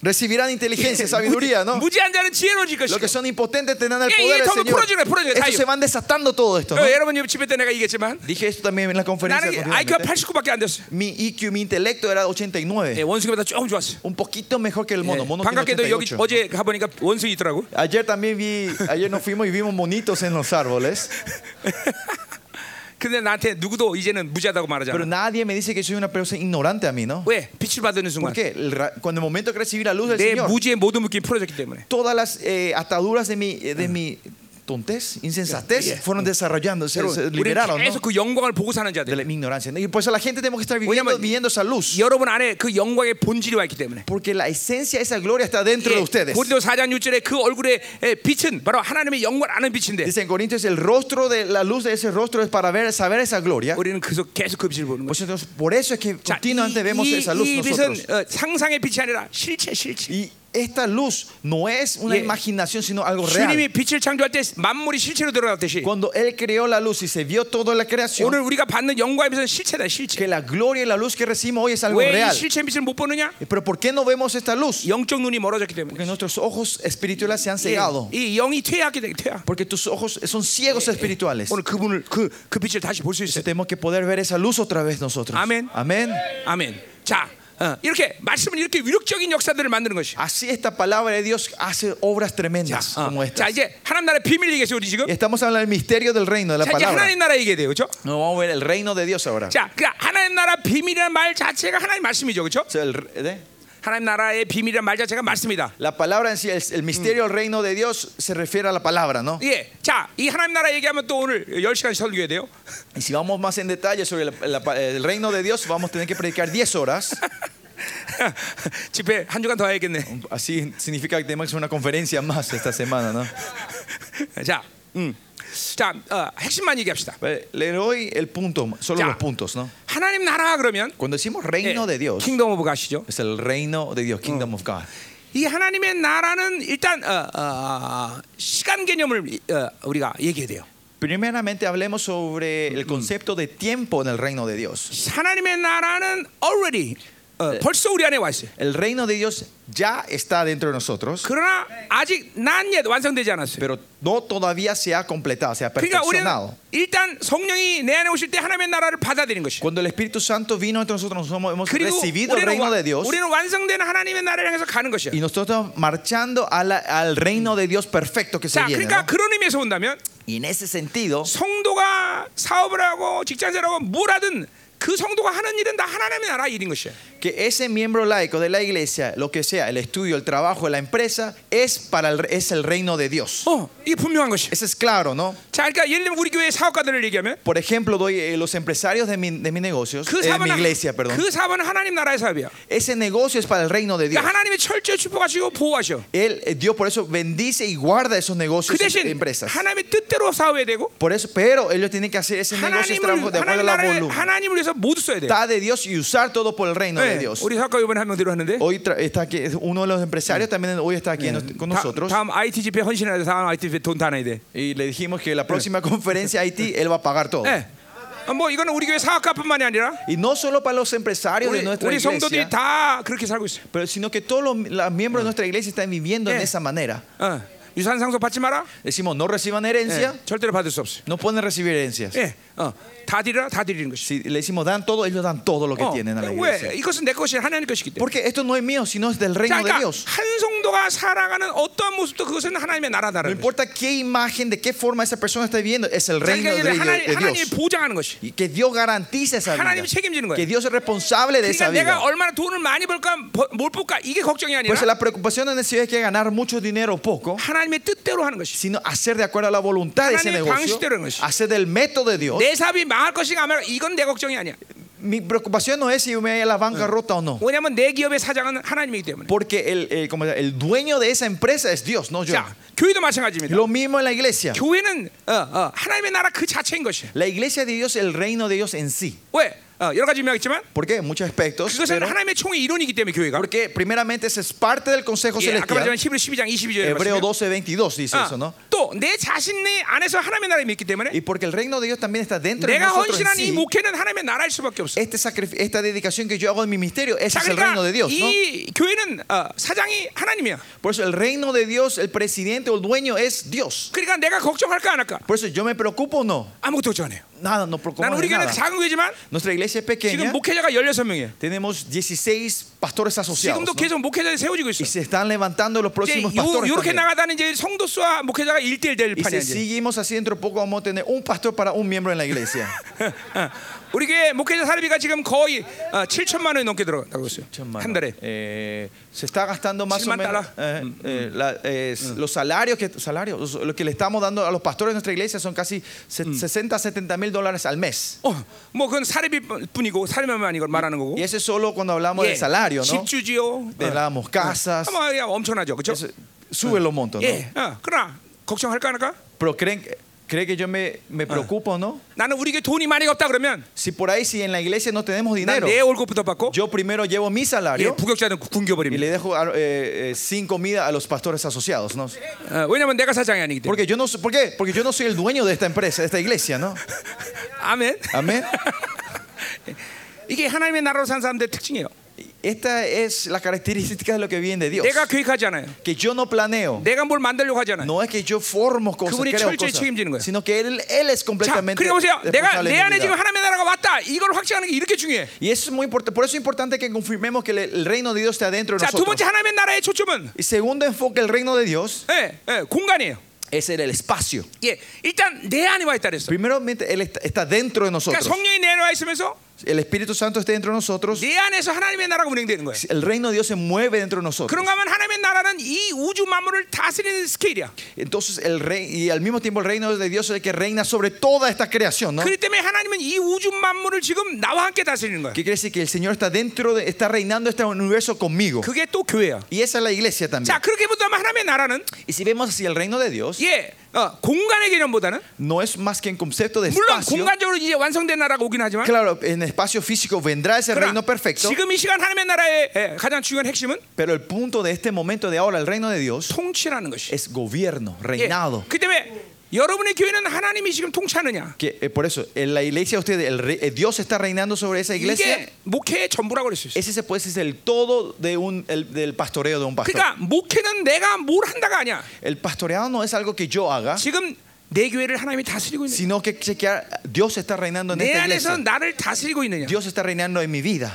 [SPEAKER 2] recibirán inteligencia, sabiduría, ¿no?
[SPEAKER 1] 무지한 자는 지혜로워질
[SPEAKER 2] Los
[SPEAKER 1] 것이고.
[SPEAKER 2] que son impotentes tendrán el
[SPEAKER 1] 예,
[SPEAKER 2] poder
[SPEAKER 1] 이게
[SPEAKER 2] del
[SPEAKER 1] 전부
[SPEAKER 2] Señor.
[SPEAKER 1] 풀어지네, 풀어지네,
[SPEAKER 2] Estos
[SPEAKER 1] 자유.
[SPEAKER 2] se van desatando todo esto, ¿no?
[SPEAKER 1] 어, 여러분 집회 때 내가 얘기했지만
[SPEAKER 2] Dije esto también en la conferencia.
[SPEAKER 1] 나는 IQ가
[SPEAKER 2] continuamente.
[SPEAKER 1] 89밖에 안 됐어.
[SPEAKER 2] Mi IQ, mi intelecto era
[SPEAKER 1] 예,
[SPEAKER 2] 89.
[SPEAKER 1] 원숭이보다 조금 좋았어.
[SPEAKER 2] Un poquito mejor que el mono.
[SPEAKER 1] 예,
[SPEAKER 2] Mono tiene
[SPEAKER 1] 반갑게도 네. 여기
[SPEAKER 2] 88.
[SPEAKER 1] 어제 가보니까 원숭이 있더라고.
[SPEAKER 2] Ayer también vi, ayer nos fuimos y vimos monitos en los árboles.
[SPEAKER 1] 근데 나한테 누구도 이제는 무지하다고 말하지
[SPEAKER 2] Pero
[SPEAKER 1] 않아.
[SPEAKER 2] nadie me dice que soy una persona ignorante a mí, ¿no?
[SPEAKER 1] 왜? 빛을 받는 순간
[SPEAKER 2] Porque el ra- cuando el momento que recibí la luz del
[SPEAKER 1] 내
[SPEAKER 2] Señor,
[SPEAKER 1] 무지의 모든 묶임 풀어졌기 때문에.
[SPEAKER 2] todas las eh, ataduras de mi, eh, de mi tontez, insensatez,
[SPEAKER 1] Yeah.
[SPEAKER 2] fueron desarrollándose,
[SPEAKER 1] 여러분,
[SPEAKER 2] se
[SPEAKER 1] 우리는
[SPEAKER 2] liberaron,
[SPEAKER 1] 계속
[SPEAKER 2] ¿no?
[SPEAKER 1] 그 영광을 보고 사는
[SPEAKER 2] De
[SPEAKER 1] 자들.
[SPEAKER 2] la, mi ignorancia. Y por eso la gente tenemos que estar viviendo,
[SPEAKER 1] Oye,
[SPEAKER 2] viviendo esa luz.
[SPEAKER 1] 여러분 안에 그 영광의 본질이 와 있기 때문에.
[SPEAKER 2] Porque la esencia de esa gloria está dentro de
[SPEAKER 1] 예,
[SPEAKER 2] ustedes.
[SPEAKER 1] 고린도 4장 6절에 그 얼굴의 예, 빛은 바로 하나님의 영광 아는 빛인데
[SPEAKER 2] Dice en Corintios, el rostro de la luz de ese rostro es para ver, saber esa gloria.
[SPEAKER 1] 우리는 계속 계속 그 빛을 보는
[SPEAKER 2] Por
[SPEAKER 1] 거죠.
[SPEAKER 2] eso, entonces, por eso es que
[SPEAKER 1] 자, 이,
[SPEAKER 2] continuamente vemos
[SPEAKER 1] 이-
[SPEAKER 2] esa luz
[SPEAKER 1] 이
[SPEAKER 2] nosotros.
[SPEAKER 1] 빛은 어, 상상의 빛이 아니라 실체 실체.
[SPEAKER 2] Y esta luz no es una
[SPEAKER 1] Yeah.
[SPEAKER 2] imaginación, sino algo
[SPEAKER 1] 뭐
[SPEAKER 2] real.
[SPEAKER 1] 주님이 빛을 창조할 때 만물이 실체로 드러났듯이
[SPEAKER 2] Cuando Él creó la luz y se vio toda la creación,
[SPEAKER 1] 오늘 우리가 받는 영광의 빛은 실체다 실체.
[SPEAKER 2] que la gloria y la luz que recibimos hoy es algo
[SPEAKER 1] 왜 이
[SPEAKER 2] real.
[SPEAKER 1] 실체 빛을 못 보느냐?
[SPEAKER 2] Eh, Pero ¿por qué no vemos esta luz?
[SPEAKER 1] 영적 눈이 멀어졌기 때문에.
[SPEAKER 2] Porque nuestros ojos espirituales se han
[SPEAKER 1] 예,
[SPEAKER 2] cegado.
[SPEAKER 1] 이 영이 퇴하게 되 퇴하.
[SPEAKER 2] Porque tus ojos son ciegos espirituales.
[SPEAKER 1] 오늘 그분을 그 그 빛을 다시 볼 수 있어요.
[SPEAKER 2] Tenemos que poder ver esa luz otra vez nosotros.
[SPEAKER 1] Amén.
[SPEAKER 2] Amén.
[SPEAKER 1] 아멘. 자, 어, 이렇게 말씀은 이렇게 위력적인 역사들을 만드는 것이.
[SPEAKER 2] Así esta palabra de Dios hace obras tremendas
[SPEAKER 1] 어,
[SPEAKER 2] como
[SPEAKER 1] 자
[SPEAKER 2] estas.
[SPEAKER 1] 이제 하나님 나라의 비밀 얘기했어요 우리 지금.
[SPEAKER 2] Estamos hablando del misterio del reino, de la
[SPEAKER 1] 자 이제
[SPEAKER 2] palabra.
[SPEAKER 1] 예, 하나님 나라 얘기해야 돼요, 그렇죠?
[SPEAKER 2] No, vamos a ver el reino de Dios ahora.
[SPEAKER 1] 자, 그 하나님 나라 비밀이라는 말 자체가 하나님 말씀이죠, 그렇죠?
[SPEAKER 2] O sea, el re- ¿eh?
[SPEAKER 1] 하나님 나라의 비밀이라는 말 자체가 말씀이다.
[SPEAKER 2] La palabra en sí, el, el misterio del reino de Dios se refiere a la palabra, ¿no?
[SPEAKER 1] 예, 자, 이 하나님 나라 얘기하면 또 오늘 10시간 설교해야 돼요.
[SPEAKER 2] Y si vamos más en detalle sobre la- la- el reino de Dios, vamos a tener que predicar 10 horas.
[SPEAKER 1] 집회 한 주간 더 해야겠네.
[SPEAKER 2] Así significa que tenemos que hacer una conferencia más esta semana, ¿no?
[SPEAKER 1] 자, 음. 자, 어, 핵심만 얘기합시다.
[SPEAKER 2] Eh, Le doy el punto, solo
[SPEAKER 1] Ya. Eh,
[SPEAKER 2] los puntos, ¿no?
[SPEAKER 1] 하나님 나라 그러면
[SPEAKER 2] Cuando decimos
[SPEAKER 1] 예,
[SPEAKER 2] reino de Dios,
[SPEAKER 1] 킹덤 오브 가시죠.
[SPEAKER 2] es el reino de Dios, kingdom of God.
[SPEAKER 1] 이 하나님의 나라는 일단 어, 어, 어, 시간 개념을 어, 우리가 얘기해야 돼요.
[SPEAKER 2] Primeramente hablemos sobre el concepto de tiempo en el reino de Dios.
[SPEAKER 1] 하나님의 나라는 already 어, 벌써 우리 안에 와 있어요.
[SPEAKER 2] El reino de Dios ya está dentro de nosotros,
[SPEAKER 1] 그러나 아직 난예 완성되지 않았어요.
[SPEAKER 2] pero no todavía se ha completado, se ha
[SPEAKER 1] 그러니까 우리는
[SPEAKER 2] perfeccionado.
[SPEAKER 1] 일단 성령이 내 안에 오실 때 하나님의 nará를 받아들이는 것이.
[SPEAKER 2] Cuando el Espíritu Santo vino entre nosotros, nosotros hemos
[SPEAKER 1] 그리고
[SPEAKER 2] recibido el
[SPEAKER 1] 우리는,
[SPEAKER 2] reino
[SPEAKER 1] 와-
[SPEAKER 2] de Dios
[SPEAKER 1] 우리는 완성되는 하나님의 나라를 향해서 가는 것이야.
[SPEAKER 2] y nosotros marchando a la- al reino de Dios perfecto que se
[SPEAKER 1] 자,
[SPEAKER 2] viene.
[SPEAKER 1] 그러니까
[SPEAKER 2] ¿no?
[SPEAKER 1] 그런 의미에서 본다면
[SPEAKER 2] Y en ese sentido,
[SPEAKER 1] 성도가 사업을 하고 직장생활 하고 뭘 하든 그 성도가 하는 일은 다 하나님의 나라 일인 것이야.
[SPEAKER 2] que ese miembro laico de la iglesia, lo que sea, el estudio, el trabajo, la empresa, es, para el, es el reino de Dios.
[SPEAKER 1] 어, 이게 분명한 것이야.
[SPEAKER 2] Eso es claro, ¿no?
[SPEAKER 1] 자, 그러니까 예를 들면 우리 교회 사업가들을 얘기하면
[SPEAKER 2] Por ejemplo, doy eh, los empresarios de mi, de mis negocios,
[SPEAKER 1] 그
[SPEAKER 2] eh, de
[SPEAKER 1] 사업은
[SPEAKER 2] mi
[SPEAKER 1] 하-
[SPEAKER 2] iglesia, perdón.
[SPEAKER 1] 그 사업은 하나님 나라의 사업이야.
[SPEAKER 2] Ese negocio es para el reino de Dios.
[SPEAKER 1] 그러니까 하나님의 철저히 축복하시고 보호하셔.
[SPEAKER 2] Él, eh, Dios por eso bendice y guarda esos
[SPEAKER 1] 그
[SPEAKER 2] negocios y
[SPEAKER 1] 대신
[SPEAKER 2] empresas.
[SPEAKER 1] 하나님의 뜻대로 사업해야 되고
[SPEAKER 2] Por eso, pero ellos tienen que hacer ese negocio ese trabajo
[SPEAKER 1] 하나님을
[SPEAKER 2] de acuerdo
[SPEAKER 1] 하나님
[SPEAKER 2] a la
[SPEAKER 1] 나라를
[SPEAKER 2] voluntad
[SPEAKER 1] 하나님을 위해서 모두 써야 돼.
[SPEAKER 2] de Dios y usar todo por el reino de Dios.
[SPEAKER 1] 우리 사업가 이번에 한명 네, 들어왔는데
[SPEAKER 2] Hoy tra- está aquí es uno de los empresarios también hoy está aquí en- con nosotros
[SPEAKER 1] 다, 음 IT 집회 헌신해야 돼. 다음 IT 집회 돈다 내야 돼.
[SPEAKER 2] y le dijimos que la próxima conferencia Haití él va a pagar todo.
[SPEAKER 1] 예. 어, 뭐 이거는 우리 교회 사업가뿐만이 아니라
[SPEAKER 2] Y no solo para los empresarios
[SPEAKER 1] 우리,
[SPEAKER 2] de nuestra
[SPEAKER 1] 우리 성도들이
[SPEAKER 2] iglesia,
[SPEAKER 1] 다 그렇게 살고 있어.
[SPEAKER 2] pero sino que todos los, los miembros de nuestra iglesia están viviendo en
[SPEAKER 1] Eh.
[SPEAKER 2] esa manera.
[SPEAKER 1] 어. 유산 상속 받지 마라.
[SPEAKER 2] Decimos, no reciban
[SPEAKER 1] 예,
[SPEAKER 2] herencia,
[SPEAKER 1] 절대로 받을 수 없어.
[SPEAKER 2] no pueden recibir herencias.
[SPEAKER 1] 예. 어. 다 드리라. 다 드리는 것이.
[SPEAKER 2] Si le decimos, dan todo, ellos dan todo lo que
[SPEAKER 1] 어.
[SPEAKER 2] tienen a la iglesia.
[SPEAKER 1] 왜? 이것은 내 것이 하나님 것이기 때문에.
[SPEAKER 2] Porque esto no es mío, sino es del
[SPEAKER 1] 자,
[SPEAKER 2] reino de
[SPEAKER 1] 그러니까
[SPEAKER 2] Dios.
[SPEAKER 1] 한 성도가 살아가는 어떠한 모습도 그것은 하나님의
[SPEAKER 2] No
[SPEAKER 1] 나라다라는 거죠.
[SPEAKER 2] importa qué imagen, de qué forma esa persona está viviendo, es el
[SPEAKER 1] 자,
[SPEAKER 2] reino de,
[SPEAKER 1] 그러니까
[SPEAKER 2] de
[SPEAKER 1] 하나님, 하나님이
[SPEAKER 2] Dios.
[SPEAKER 1] 보장하는 것이.
[SPEAKER 2] Y que Dios garantiza esa
[SPEAKER 1] 하나님이 책임지는
[SPEAKER 2] vida.
[SPEAKER 1] 거예요.
[SPEAKER 2] Que Dios es responsable de esa
[SPEAKER 1] 그러니까
[SPEAKER 2] vida.
[SPEAKER 1] 내가 얼마나 돈을 많이 벌까 벌- 뭘 볼까 이게 걱정이 아니라
[SPEAKER 2] Pues la preocupación no es si hay que ganar mucho dinero o poco,
[SPEAKER 1] 하나님의 뜻대로 하는 것이.
[SPEAKER 2] sino hacer de acuerdo a la voluntad de ese
[SPEAKER 1] 하나님의
[SPEAKER 2] negocio,
[SPEAKER 1] 방식대로 하는 것이.
[SPEAKER 2] hacer del método de Dios.
[SPEAKER 1] 내 사업이 망할 것인가 아마 이건 내 걱정이 아니야.
[SPEAKER 2] mi preocupación no es si yo me voy a la bancarrota o no.
[SPEAKER 1] 왜냐하면 내 기업의 사장은 하나님이기 때문에.
[SPEAKER 2] Porque el, el- como el dueño de esa empresa es Dios, no yo.
[SPEAKER 1] 자, 교회도 마찬가지입니다.
[SPEAKER 2] Lo mismo en la iglesia.
[SPEAKER 1] 교회는 어, 어, 하나님의 나라 그 자체인 것이야.
[SPEAKER 2] La iglesia de Dios, el reino de Dios en sí.
[SPEAKER 1] 왜? 어, 여러 가지 유명하겠지만
[SPEAKER 2] ¿Por qué? En muchos aspectos.
[SPEAKER 1] 그것은
[SPEAKER 2] pero-
[SPEAKER 1] 하나님의 총의 이론이기 때문에 교회가.
[SPEAKER 2] porque primeramente ese es parte del Consejo
[SPEAKER 1] 예, 아까 말한
[SPEAKER 2] Celestial.
[SPEAKER 1] 히브리 12장 22절에 어,
[SPEAKER 2] Hebreo 12, 22 dice eso, ¿no?
[SPEAKER 1] 또내 자신 내 안에서 하나님의 나라를 믿기 때문에
[SPEAKER 2] Y porque el reino de Dios también está dentro de
[SPEAKER 1] 내가
[SPEAKER 2] nosotros en
[SPEAKER 1] 헌신한 이
[SPEAKER 2] sí.
[SPEAKER 1] 목회는 하나님의 나라일 수밖에 없어.
[SPEAKER 2] Este sacrif- esta dedicación que yo hago en mi ministerio, ese
[SPEAKER 1] 자,
[SPEAKER 2] es el reino
[SPEAKER 1] 그러니까
[SPEAKER 2] de Dios, ¿no?
[SPEAKER 1] 이 교회는 어, 사장이 하나님이야.
[SPEAKER 2] Por eso el reino de Dios, el presidente o el dueño es Dios.
[SPEAKER 1] 그러니까 내가 걱정할까 안 할까?
[SPEAKER 2] Por eso yo me preocupo o no.
[SPEAKER 1] 아무것도 걱정 안 해요. 예,
[SPEAKER 2] Nada, no
[SPEAKER 1] 난
[SPEAKER 2] preocupo
[SPEAKER 1] 우리
[SPEAKER 2] de
[SPEAKER 1] 교회는
[SPEAKER 2] nada.
[SPEAKER 1] 작은 교회지만
[SPEAKER 2] Nuestra iglesia es
[SPEAKER 1] 지금
[SPEAKER 2] pequeña.
[SPEAKER 1] 목회자가 16명이에요.
[SPEAKER 2] Tenemos 16 pastores asociados.
[SPEAKER 1] 지금도
[SPEAKER 2] ¿no?
[SPEAKER 1] 계속 목회자들이 세워지고 있어. 뭐
[SPEAKER 2] Y se están levantando los
[SPEAKER 1] 이제
[SPEAKER 2] próximos
[SPEAKER 1] 요,
[SPEAKER 2] pastores.
[SPEAKER 1] 요렇게
[SPEAKER 2] también.
[SPEAKER 1] 나가다는 이제 성도 수와 목회자가 1대1 될
[SPEAKER 2] Y
[SPEAKER 1] 판이야
[SPEAKER 2] si
[SPEAKER 1] 이제.
[SPEAKER 2] seguimos así dentro de poco vamos a tener un pastor para un miembro en la iglesia.
[SPEAKER 1] 어. 우리 교회 목회자 사례비가 지금 거의 어, 7천만 원이 넘게 들어간다고 했어요. 한 달에.
[SPEAKER 2] Eh, se está gastando más o
[SPEAKER 1] 7만
[SPEAKER 2] menos eh, eh, la- eh, los salarios que salarios los- lo que le estamos dando a los pastores de nuestra iglesia son casi se- 60 70 mil dólares al mes.
[SPEAKER 1] 어, 뭐 그건 사례비뿐이고 사례만 아니고 말하는 거고.
[SPEAKER 2] Y ese es solo cuando hablamos
[SPEAKER 1] 예,
[SPEAKER 2] del salario, ¿no?
[SPEAKER 1] 집주지요. 어.
[SPEAKER 2] Le damos casas,
[SPEAKER 1] 아마 그냥 엄청나죠, 뭐 그렇죠?
[SPEAKER 2] eso- sube los montos, ¿no?
[SPEAKER 1] 예. 어, 그러나 걱정할까 안 할까?
[SPEAKER 2] eh, Pero creen que- cree que yo me, me preocupo, ¿no?
[SPEAKER 1] 나는 우리 교회 돈이 많이 없다 그러면
[SPEAKER 2] Si por ahí si en la iglesia no tenemos
[SPEAKER 1] 난
[SPEAKER 2] dinero,
[SPEAKER 1] 내 월급부터 받고
[SPEAKER 2] yo primero llevo mi
[SPEAKER 1] 예,
[SPEAKER 2] salario
[SPEAKER 1] 부격자는
[SPEAKER 2] y
[SPEAKER 1] 굶겨버립니다.
[SPEAKER 2] le dejo a- eh, eh, sin comida a los pastores asociados, ¿no?
[SPEAKER 1] 어, 왜냐면 내가 사장이 아니기 때문에.
[SPEAKER 2] Porque yo no, soy- ¿por qué? Porque yo no soy el dueño de esta empresa, de esta iglesia, ¿no?
[SPEAKER 1] 아멘.
[SPEAKER 2] Amén.
[SPEAKER 1] 이게 하나님의 나라로 산 사람들의 특징이에요.
[SPEAKER 2] Esta es la característica de lo que viene de Dios.
[SPEAKER 1] 내가 계획하지 않아요.
[SPEAKER 2] Que yo no planeo.
[SPEAKER 1] 내가 뭘 만들려고 하지 않아요.
[SPEAKER 2] No es que yo formo cosas,
[SPEAKER 1] 그분이
[SPEAKER 2] creo
[SPEAKER 1] 철저히
[SPEAKER 2] cosas,
[SPEAKER 1] 책임지는 거예요.
[SPEAKER 2] sino que él, él es
[SPEAKER 1] 자,
[SPEAKER 2] completamente
[SPEAKER 1] 그러니까 보세요. 내가
[SPEAKER 2] responsable de
[SPEAKER 1] 내
[SPEAKER 2] mi
[SPEAKER 1] 안에
[SPEAKER 2] vida.
[SPEAKER 1] 지금 하나님의 나라가 왔다. 이걸 확증하는 게 이렇게 중요해.
[SPEAKER 2] Y eso es muy importante. Por eso es importante que confirmemos que el, el reino de Dios está dentro de
[SPEAKER 1] 자, 두
[SPEAKER 2] nosotros.
[SPEAKER 1] 번째 하나님의 나라의 초점은
[SPEAKER 2] Y segundo enfoque, el reino de Dios
[SPEAKER 1] 예, 예, 공간이에요.
[SPEAKER 2] es en el espacio.
[SPEAKER 1] 예, 일단 내 안에 와 있다 그랬어.
[SPEAKER 2] Primero, él está, está dentro de
[SPEAKER 1] 그러니까
[SPEAKER 2] nosotros.
[SPEAKER 1] 성령이 내 안에 와 있으면서
[SPEAKER 2] El Espíritu Santo está dentro de nosotros.
[SPEAKER 1] 내 안에서 하나님의 나라가 운행되는 거예요.
[SPEAKER 2] El reino de Dios se mueve dentro de nosotros.
[SPEAKER 1] 그런가 하면 하나님의 나라는 이 우주 만물을 다스리는 스케일이야.
[SPEAKER 2] Entonces el rey y al mismo tiempo el reino de Dios es el que reina sobre toda esta creación, ¿no?
[SPEAKER 1] 그렇기 때문에 하나님은 이 우주 만물을 지금 나와 함께 다스리는 거야.
[SPEAKER 2] ¿Qué quiere decir que el Señor está dentro de, está reinando este universo conmigo?
[SPEAKER 1] 그게 또 교회야.
[SPEAKER 2] Y esa es la iglesia también.
[SPEAKER 1] 자, 그렇게 보자면 하나님의 나라는
[SPEAKER 2] Y si vemos así el reino de Dios
[SPEAKER 1] 예, 어, 공간의 개념보다는
[SPEAKER 2] no es más que en concepto de
[SPEAKER 1] 물론
[SPEAKER 2] espacio.
[SPEAKER 1] 공간적으로 이제 완성된 나라가 오긴 하지만
[SPEAKER 2] Claro, en espacio físico vendrá ese
[SPEAKER 1] 그러나
[SPEAKER 2] reino perfecto,
[SPEAKER 1] 지금 이 시간 하나님의 나라의 예, 가장 중요한 핵심은
[SPEAKER 2] pero el punto de este momento de ahora el reino de Dios
[SPEAKER 1] 통치라는 것이.
[SPEAKER 2] es gobierno,
[SPEAKER 1] 예.
[SPEAKER 2] reinado.
[SPEAKER 1] 그 때문에 여러분의 교회는 하나님이 지금 통치하느냐?
[SPEAKER 2] Que, eh, por eso en la iglesia usted el rey- eh, Dios está reinando sobre esa iglesia.
[SPEAKER 1] 이게 목회의 전부라고 그럴 수 있어요.
[SPEAKER 2] Ese se puede decir es el todo de un, el- del pastoreo de un pastor.
[SPEAKER 1] 그러니까 목회는 내가 뭘 한다가 아니야.
[SPEAKER 2] El pastoreado no es algo que yo haga,
[SPEAKER 1] 지금 내 교회를 하나님이 다스리고 있는.
[SPEAKER 2] sino que chequear, Dios está reinando en
[SPEAKER 1] 내
[SPEAKER 2] esta
[SPEAKER 1] 안에서
[SPEAKER 2] iglesia.
[SPEAKER 1] 나를 다스리고 있느냐.
[SPEAKER 2] Dios está reinando en mi vida.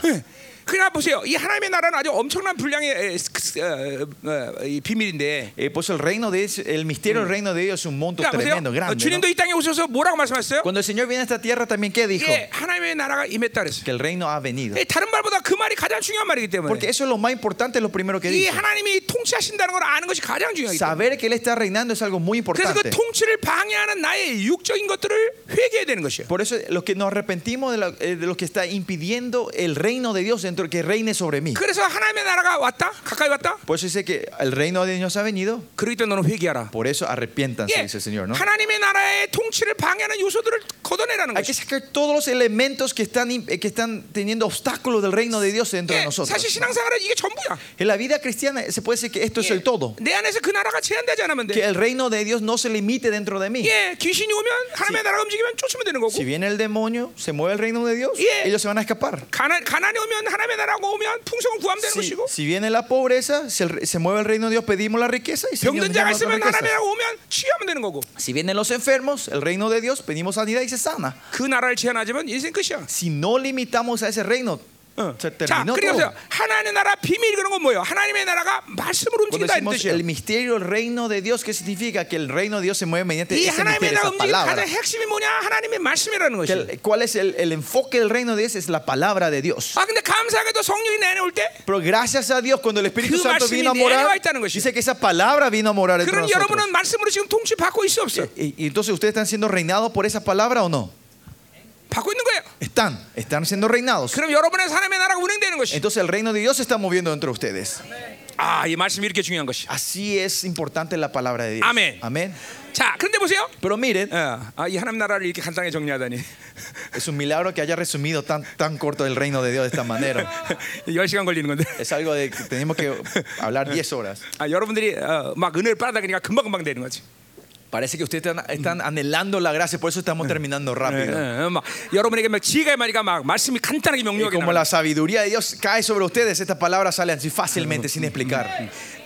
[SPEAKER 1] 그러니까 보세요. 이 하나님의 나라는 아주 엄청난 분량의 에, 스- 스- 어, 어, 이 비밀인데.
[SPEAKER 2] Eh, pues el reino de Dios- el misterio del reino de Dios es un monto
[SPEAKER 1] 그러니까 보세요.
[SPEAKER 2] tremendo,
[SPEAKER 1] 어,
[SPEAKER 2] grande. ¿no?
[SPEAKER 1] 주님도 이 땅에 오셔서 뭐라고 말씀하셨어요?
[SPEAKER 2] Cuando el Señor viene a esta tierra también qué dijo?
[SPEAKER 1] 이게 하나님의 나라가 임했다 그랬어요.
[SPEAKER 2] Que el reino ha venido.
[SPEAKER 1] 예, 다른 말보다 그 말이 가장 중요한 말이기
[SPEAKER 2] Porque
[SPEAKER 1] 때문에
[SPEAKER 2] eso es lo más importante, lo primero que
[SPEAKER 1] 이
[SPEAKER 2] dijo.
[SPEAKER 1] 하나님이 통치하신다는 걸 아는 것이 가장 중요하기 때문에
[SPEAKER 2] Saber que él está reinando es algo muy
[SPEAKER 1] 그래서 그
[SPEAKER 2] importante.
[SPEAKER 1] 통치를 방해하는 나의 육적인 것들을 회개해야 되는 것이에요.
[SPEAKER 2] Por eso los que nos arrepentimos de, la- eh, de lo que está impidiendo el reino de Dios dentro que reine sobre mí.
[SPEAKER 1] 그래서 하나님의 나라가 왔다, 가까이 왔다.
[SPEAKER 2] Por eso dice que el reino de Dios ha venido.
[SPEAKER 1] 그렇기 때문에 너는 회개하라.
[SPEAKER 2] Por eso arrepiéntanse,
[SPEAKER 1] 예,
[SPEAKER 2] dice el Señor, ¿no?
[SPEAKER 1] 하나님의 나라의 통치를 방해하는 요소들을 걷어내라는
[SPEAKER 2] Hay que
[SPEAKER 1] 것이.
[SPEAKER 2] sacar todos los elementos que están, eh, que están teniendo obstáculos del reino de Dios dentro de
[SPEAKER 1] 예,
[SPEAKER 2] nosotros.
[SPEAKER 1] 사실 신앙생활은 이게 전부야.
[SPEAKER 2] En la vida cristiana se puede decir que esto es
[SPEAKER 1] 예,
[SPEAKER 2] el todo.
[SPEAKER 1] 내 안에서 그 나라가 제한되지 않으면
[SPEAKER 2] Que
[SPEAKER 1] 돼.
[SPEAKER 2] el reino de Dios no se limite dentro de mí.
[SPEAKER 1] 예, 귀신이 오면 하나님의 나라가 움직이면 쫓으면 되는 거고.
[SPEAKER 2] Si viene el demonio, se mueve el reino de Dios,
[SPEAKER 1] Yeah.
[SPEAKER 2] ellos se van a escapar.
[SPEAKER 1] 가난 가난이 오면 하나님의 나라가 오면 풍성은 구함되는
[SPEAKER 2] Si,
[SPEAKER 1] 것이고.
[SPEAKER 2] si viene la pobreza, se, el- se mueve el reino de Dios, pedimos la riqueza y se nos
[SPEAKER 1] 병든 자가
[SPEAKER 2] llama otra
[SPEAKER 1] 있으면
[SPEAKER 2] riqueza.
[SPEAKER 1] 하나님의 나라가 오면 치유하면 되는 거고.
[SPEAKER 2] Si vienen los enfermos, el reino de Dios, pedimos sanidad y se sana.
[SPEAKER 1] 그 나라를 제한하자면 인생 끝이야.
[SPEAKER 2] Si no limitamos a ese reino,
[SPEAKER 1] Ah, 어,
[SPEAKER 2] se
[SPEAKER 1] 자,
[SPEAKER 2] terminó
[SPEAKER 1] 그리고
[SPEAKER 2] todo.
[SPEAKER 1] 보세요. 하나님의 나라 비밀 그런 건 뭐예요? 하나님의 나라가 말씀으로
[SPEAKER 2] Cuando
[SPEAKER 1] 움직인다는
[SPEAKER 2] decimos el
[SPEAKER 1] 뜻이에요.
[SPEAKER 2] misterio, el reino de Dios, ¿qué significa? Que el reino de Dios se mueve mediante
[SPEAKER 1] 이
[SPEAKER 2] ese
[SPEAKER 1] 하나님의
[SPEAKER 2] misterio,
[SPEAKER 1] 나라
[SPEAKER 2] esa
[SPEAKER 1] 움직임 가장
[SPEAKER 2] palabra.
[SPEAKER 1] 핵심이 뭐냐? 하나님의 말씀이라는
[SPEAKER 2] Que
[SPEAKER 1] 것이에요.
[SPEAKER 2] el- ¿Cuál es el, el enfoque del reino de Dios? Es la palabra de Dios.
[SPEAKER 1] 아, 근데 감사하게도 성령이 내 안에 올 때,
[SPEAKER 2] Pero gracias a Dios, cuando el Espíritu
[SPEAKER 1] 그
[SPEAKER 2] Santo
[SPEAKER 1] 말씀이
[SPEAKER 2] vino a
[SPEAKER 1] 내 안에 와
[SPEAKER 2] morar,
[SPEAKER 1] 있다는 것이에요.
[SPEAKER 2] dice que esa palabra vino a morar entre
[SPEAKER 1] 그럼
[SPEAKER 2] nosotros.
[SPEAKER 1] 여러분은 말씀으로 지금 통치 받고 있어 없어?
[SPEAKER 2] Y, y entonces, ¿ustedes están siendo reinados por esa palabra o no?
[SPEAKER 1] 받고 있는 거예요.
[SPEAKER 2] Están, están siendo reinados.
[SPEAKER 1] 그럼 여러분의 사람의 나라가 운행되는 것이.
[SPEAKER 2] Entonces el reino de Dios se está moviendo entre ustedes.
[SPEAKER 1] 아, 이 말씀이 이렇게 중요한 것이.
[SPEAKER 2] Así es importante la palabra de Dios.
[SPEAKER 1] Amén.
[SPEAKER 2] Amén.
[SPEAKER 1] 자, 그런데 보세요.
[SPEAKER 2] Pero miren,
[SPEAKER 1] 어, 아, 이 하나님 나라를 이렇게 간단하게 정리하다니.
[SPEAKER 2] es un milagro que haya resumido tan, tan corto el reino de Dios de esta manera.
[SPEAKER 1] 10시간 걸리는 건데.
[SPEAKER 2] Es algo de que tenemos que hablar 10 horas.
[SPEAKER 1] 아, 여러분들이 어, 막 은혜를 빨아다니니까 금방금방 되는 거지.
[SPEAKER 2] Parece que ustedes están, están anhelando la gracia, por eso estamos terminando
[SPEAKER 1] 예,
[SPEAKER 2] rápido.
[SPEAKER 1] 예, 막 여러분에게 막 지혜가 말이가 막 말씀이 간단하게
[SPEAKER 2] Y
[SPEAKER 1] 명료하게
[SPEAKER 2] como
[SPEAKER 1] 나와.
[SPEAKER 2] la sabiduría de Dios cae sobre ustedes, estas palabras salen así fácilmente, sin explicar.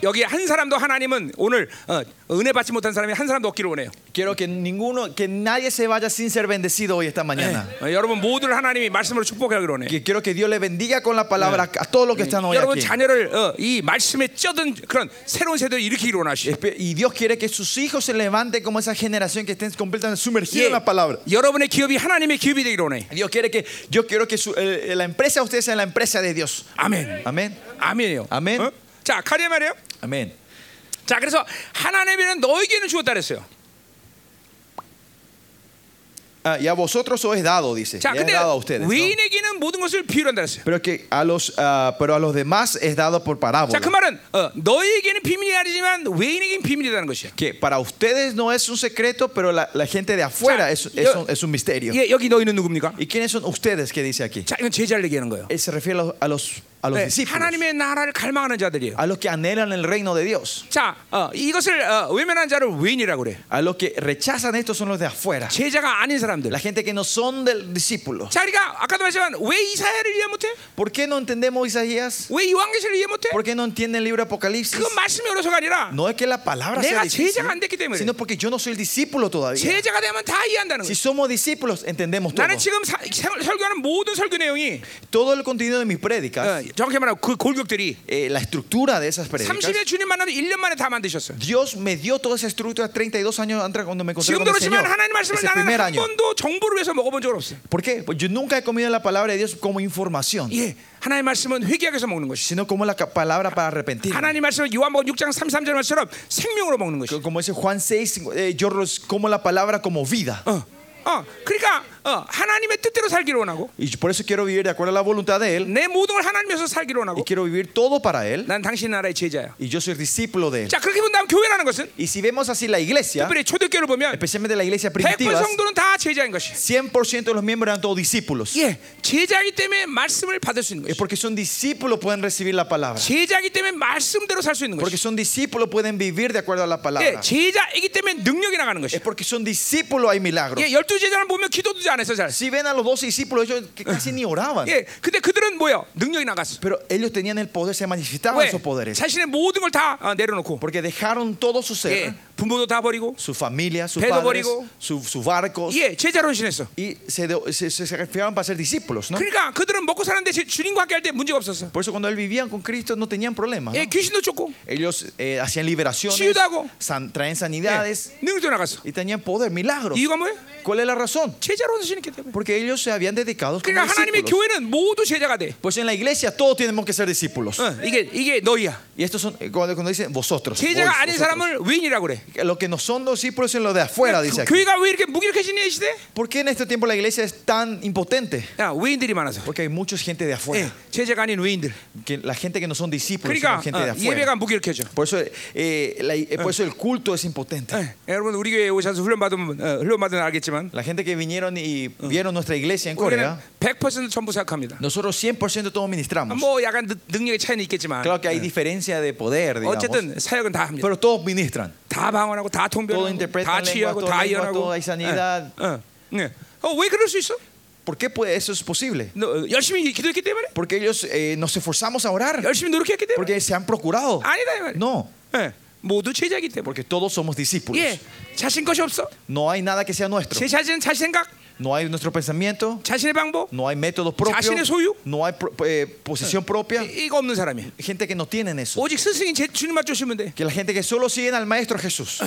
[SPEAKER 1] 여기 한 사람도 하나님은 오늘 어, 은혜 받지 못한 사람이 한 사람도 없기를 원해요.
[SPEAKER 2] Quiero que ninguno, que nadie se vaya sin ser bendecido hoy esta mañana.
[SPEAKER 1] 어, 여러분 모두를 하나님이 말씀으로 축복하기를 원해.
[SPEAKER 2] Que quiero que Dios le bendiga con la palabra a todos los que están hoy
[SPEAKER 1] 여러분
[SPEAKER 2] aquí.
[SPEAKER 1] 자녀를 어, 이 말씀에 쩌든 그런 새로운 세대를 일으키기를 원하시.
[SPEAKER 2] Espe- Y Dios quiere que sus hijos se levanten como esa generación que estén completamente sumergida en la palabra.
[SPEAKER 1] 예. 여러분의 기업이 하나님의 기업이 되기를 원해.
[SPEAKER 2] Dios quiere que yo quiero que su- eh, la empresa de ustedes sea la empresa de Dios.
[SPEAKER 1] 아멘.
[SPEAKER 2] Amén.
[SPEAKER 1] 아멘이요.
[SPEAKER 2] 아멘.
[SPEAKER 1] 어? 자, 카리에 말이에요.
[SPEAKER 2] Amén.
[SPEAKER 1] 자, 그래서 하나님은 너에게는 주었다 그랬어요.
[SPEAKER 2] Ah, y a vosotros os es dado, dice.
[SPEAKER 1] 자,
[SPEAKER 2] Le es
[SPEAKER 1] 근데
[SPEAKER 2] dado a ustedes. ¿no?
[SPEAKER 1] 위인에게는 모든 것을 비유한다 그랬어요.
[SPEAKER 2] Pero que a los ah, pero a los demás es dado por
[SPEAKER 1] 자,
[SPEAKER 2] parábola.
[SPEAKER 1] 그 말은 어, 너에게는 비밀이 아니지만 외인에게는 비밀이라는 것이야.
[SPEAKER 2] Que para ustedes no es un secreto, pero la, la gente de afuera
[SPEAKER 1] Ya,
[SPEAKER 2] es,
[SPEAKER 1] yo-
[SPEAKER 2] es un, es un misterio.
[SPEAKER 1] 예, 여기 너희는 누굽니까?
[SPEAKER 2] ¿Y quiénes son ustedes que dice aquí?
[SPEAKER 1] 자, 이건 제자를 얘기하는 거예요.
[SPEAKER 2] Eh, Se refiere a los, a los, a los
[SPEAKER 1] 네,
[SPEAKER 2] discípulos,
[SPEAKER 1] 하나님의 나라를 갈망하는 자들이에요.
[SPEAKER 2] a los que anhelan el reino de Dios.
[SPEAKER 1] 자, 어, 이것을 어, 외면한 자를 외인이라고 그래.
[SPEAKER 2] A los que rechazan esto son los de afuera,
[SPEAKER 1] 제자가 아닌 사람들.
[SPEAKER 2] la gente que no son del discípulo.
[SPEAKER 1] 자, 그러니까 아까도 말씀한 왜 이사야를 이해 못해?
[SPEAKER 2] ¿Por qué no entendemos Isaías?
[SPEAKER 1] 왜 이왕계시를 이해 못해?
[SPEAKER 2] ¿Por qué no entienden el libro Apocalipsis?
[SPEAKER 1] 그건 말씀이 어려서가 아니라
[SPEAKER 2] No es que la palabra sea
[SPEAKER 1] 내가
[SPEAKER 2] difícil,
[SPEAKER 1] 제자가 안 됐기 때문에.
[SPEAKER 2] sino porque yo no soy el discípulo todavía.
[SPEAKER 1] 제자가 되면 다 이해한다는
[SPEAKER 2] Si
[SPEAKER 1] 거예요.
[SPEAKER 2] somos discípulos, entendemos todo.
[SPEAKER 1] 나는 지금 사- 생- 설교하는 모든 설교 내용이
[SPEAKER 2] Todo el contenido de mis
[SPEAKER 1] 어,
[SPEAKER 2] prédicas,
[SPEAKER 1] 정확히 말하면 그 골격들이
[SPEAKER 2] eh, la estructura de esas prédicas,
[SPEAKER 1] 30일 주님 만나면 1년 만에 다 만드셨어요.
[SPEAKER 2] Dios me dio toda esa estructura 32 años antes cuando me encontré
[SPEAKER 1] 지금
[SPEAKER 2] con el
[SPEAKER 1] 그렇지만
[SPEAKER 2] Señor.
[SPEAKER 1] 하나님 말씀을
[SPEAKER 2] Ese
[SPEAKER 1] 나는
[SPEAKER 2] primer
[SPEAKER 1] 한
[SPEAKER 2] año.
[SPEAKER 1] 번도 정보를 위해서 먹어본 적은 없어요.
[SPEAKER 2] ¿Por qué? Pues yo nunca he comido la palabra de Dios como información,
[SPEAKER 1] 예, 하나님 말씀은 회개하기 위해서 먹는 것이.
[SPEAKER 2] sino como la ca- palabra para arrepentir.
[SPEAKER 1] 하나님 말씀은 요한복음 6장 33절 말씀처럼 생명으로 먹는 것이.
[SPEAKER 2] Como dice Juan 6, cinco- eh, yo los- como la palabra como vida.
[SPEAKER 1] 어, 어, 그러니까 어, 하나님의 뜻대로 살기를 원하고
[SPEAKER 2] Y por eso quiero vivir de acuerdo a la voluntad de Él
[SPEAKER 1] 내 모든 걸 하나님에서 살기를
[SPEAKER 2] y
[SPEAKER 1] 원하고
[SPEAKER 2] quiero vivir todo para Él.
[SPEAKER 1] 난 당신 나라의 제자야.
[SPEAKER 2] Y yo soy discípulo de Él.
[SPEAKER 1] 자, 그렇게 본다면 교회라는 것은
[SPEAKER 2] Y si vemos así la iglesia,
[SPEAKER 1] 특별히 초대교회를 보면
[SPEAKER 2] especialmente la iglesia
[SPEAKER 1] 100%
[SPEAKER 2] primitiva,
[SPEAKER 1] 성도는 다 제자인 것이.
[SPEAKER 2] 100% de los miembros eran todos discípulos.
[SPEAKER 1] 예, 제자이기 때문에 말씀을 받을 수 있는
[SPEAKER 2] Es
[SPEAKER 1] 것이.
[SPEAKER 2] porque son discípulos pueden recibir la palabra.
[SPEAKER 1] 제자이기 때문에 말씀대로 살 수 있는
[SPEAKER 2] Porque
[SPEAKER 1] 것이.
[SPEAKER 2] son discípulos pueden vivir de acuerdo a la
[SPEAKER 1] 예,
[SPEAKER 2] palabra.
[SPEAKER 1] 제자이기 때문에 능력이 나가는 것이.
[SPEAKER 2] Es porque son discípulos hay milagros.
[SPEAKER 1] 예, 열두 제자는 보면 기도도 안 해서 잘.
[SPEAKER 2] Si ven a los 12 discípulos, ellos que casi ni oraban.
[SPEAKER 1] 예, 근데 그들은 뭐요? 능력이 나갔어.
[SPEAKER 2] Pero ellos tenían el poder, se manifestaban
[SPEAKER 1] 왜?
[SPEAKER 2] esos poderes.
[SPEAKER 1] 자신의 모든 걸 다 어, 내려놓고,
[SPEAKER 2] Porque dejaron todo su
[SPEAKER 1] 예,
[SPEAKER 2] ser,
[SPEAKER 1] 부모도 다 버리고,
[SPEAKER 2] su familia, sus
[SPEAKER 1] Pedro
[SPEAKER 2] padres,
[SPEAKER 1] Borigo.
[SPEAKER 2] su- sus barcos,
[SPEAKER 1] 예, 제자로 신했어.
[SPEAKER 2] y se, de- se, se sacrificaban para ser discípulos. ¿no?
[SPEAKER 1] 그러니까 그들은 먹고 사는데 제- 주님과 함께 할 때 문제가 없었어.
[SPEAKER 2] Por eso cuando él vivían con Cristo no tenían problemas. ¿no?
[SPEAKER 1] 예, 귀신도 쫓고,
[SPEAKER 2] Ellos eh, hacían liberaciones,
[SPEAKER 1] Ciudadago.
[SPEAKER 2] san- traen
[SPEAKER 1] 예,
[SPEAKER 2] sanidades
[SPEAKER 1] 능력도 나갔어.
[SPEAKER 2] y tenían poder, milagros.
[SPEAKER 1] 이유가 뭐예요?
[SPEAKER 2] ¿Cuál es la razón?
[SPEAKER 1] 제자로 신했기 때문에.
[SPEAKER 2] Porque ellos se habían dedicado como
[SPEAKER 1] 그러니까 하나님의
[SPEAKER 2] discípulos.
[SPEAKER 1] 교회는 모두 제자가 돼.
[SPEAKER 2] Pues en la iglesia todos tenemos que ser discípulos.
[SPEAKER 1] 어, 이게 이게 너희야.
[SPEAKER 2] Y estos son eh, cuando, cuando dicen vosotros. vos,
[SPEAKER 1] 제자가 아닌
[SPEAKER 2] vosotros.
[SPEAKER 1] 사람을 위인이라고 그래.
[SPEAKER 2] Lo que no son los discípulos son los de afuera,
[SPEAKER 1] 그
[SPEAKER 2] dice aquí.
[SPEAKER 1] 교회가 왜 이렇게 무기력해지냐 이 시대?
[SPEAKER 2] ¿Por qué en este tiempo la iglesia es tan impotente?
[SPEAKER 1] 야, 위인들이 많아서.
[SPEAKER 2] Porque hay mucha gente de
[SPEAKER 1] 예,
[SPEAKER 2] afuera.
[SPEAKER 1] 제자가 아닌 위인들.
[SPEAKER 2] Que la gente que no son discípulos
[SPEAKER 1] 그러니까
[SPEAKER 2] son gente de
[SPEAKER 1] 어,
[SPEAKER 2] afuera.
[SPEAKER 1] 예배가 무기력해져.
[SPEAKER 2] Por eso, eh, la- eh, por eso el culto es impotente.
[SPEAKER 1] 예, 여러분 우리 교회 오셔서 훈련 받으면 어, 훈련 받으면 알겠지만
[SPEAKER 2] La gente que vinieron y vieron nuestra iglesia en
[SPEAKER 1] 우리는
[SPEAKER 2] Corea,
[SPEAKER 1] 100% 전부 생각합니다.
[SPEAKER 2] nosotros 100% todos ministramos.
[SPEAKER 1] 뭐 약간 능- 능력의 차이는 있겠지만 네.
[SPEAKER 2] Claro que hay diferencia de poder, digamos.
[SPEAKER 1] 어쨌든 사역은 다 합니다.
[SPEAKER 2] Pero todos ministran.
[SPEAKER 1] 다 방언하고 다
[SPEAKER 2] Todos
[SPEAKER 1] 통변하고 다
[SPEAKER 2] interpretan
[SPEAKER 1] 치유하고
[SPEAKER 2] lenguas,
[SPEAKER 1] 다
[SPEAKER 2] todos lenguas,
[SPEAKER 1] 예언하고.
[SPEAKER 2] todos hay sanidad.
[SPEAKER 1] 예, 어, 예. 어, 왜 그럴 수 있어?
[SPEAKER 2] ¿Por qué puede- eso es posible?
[SPEAKER 1] 너, 어, 열심히 기도했기 때문에,
[SPEAKER 2] Porque ellos eh, nos esforzamos a orar.
[SPEAKER 1] 열심히 노력했기 때문에.
[SPEAKER 2] Porque se han procurado.
[SPEAKER 1] 아니다 이 말이야.
[SPEAKER 2] No,
[SPEAKER 1] 예, 모두 제자이기 때문에.
[SPEAKER 2] porque todos somos discípulos.
[SPEAKER 1] 예, 자신 것이 없어.
[SPEAKER 2] No hay nada que sea nuestro.
[SPEAKER 1] 제 자신 자신 생각,
[SPEAKER 2] No hay nuestro pensamiento.
[SPEAKER 1] 자신의 방법
[SPEAKER 2] No hay método
[SPEAKER 1] 자신의
[SPEAKER 2] propio.
[SPEAKER 1] 소유?
[SPEAKER 2] No hay pro- eh, posición propia.
[SPEAKER 1] 이- 이거 없는 사람이.
[SPEAKER 2] Gente que no tienen eso.
[SPEAKER 1] 오직 스승인 제 주님만 쫓으면 돼.
[SPEAKER 2] Que la gente que solo siguen al Maestro Jesús.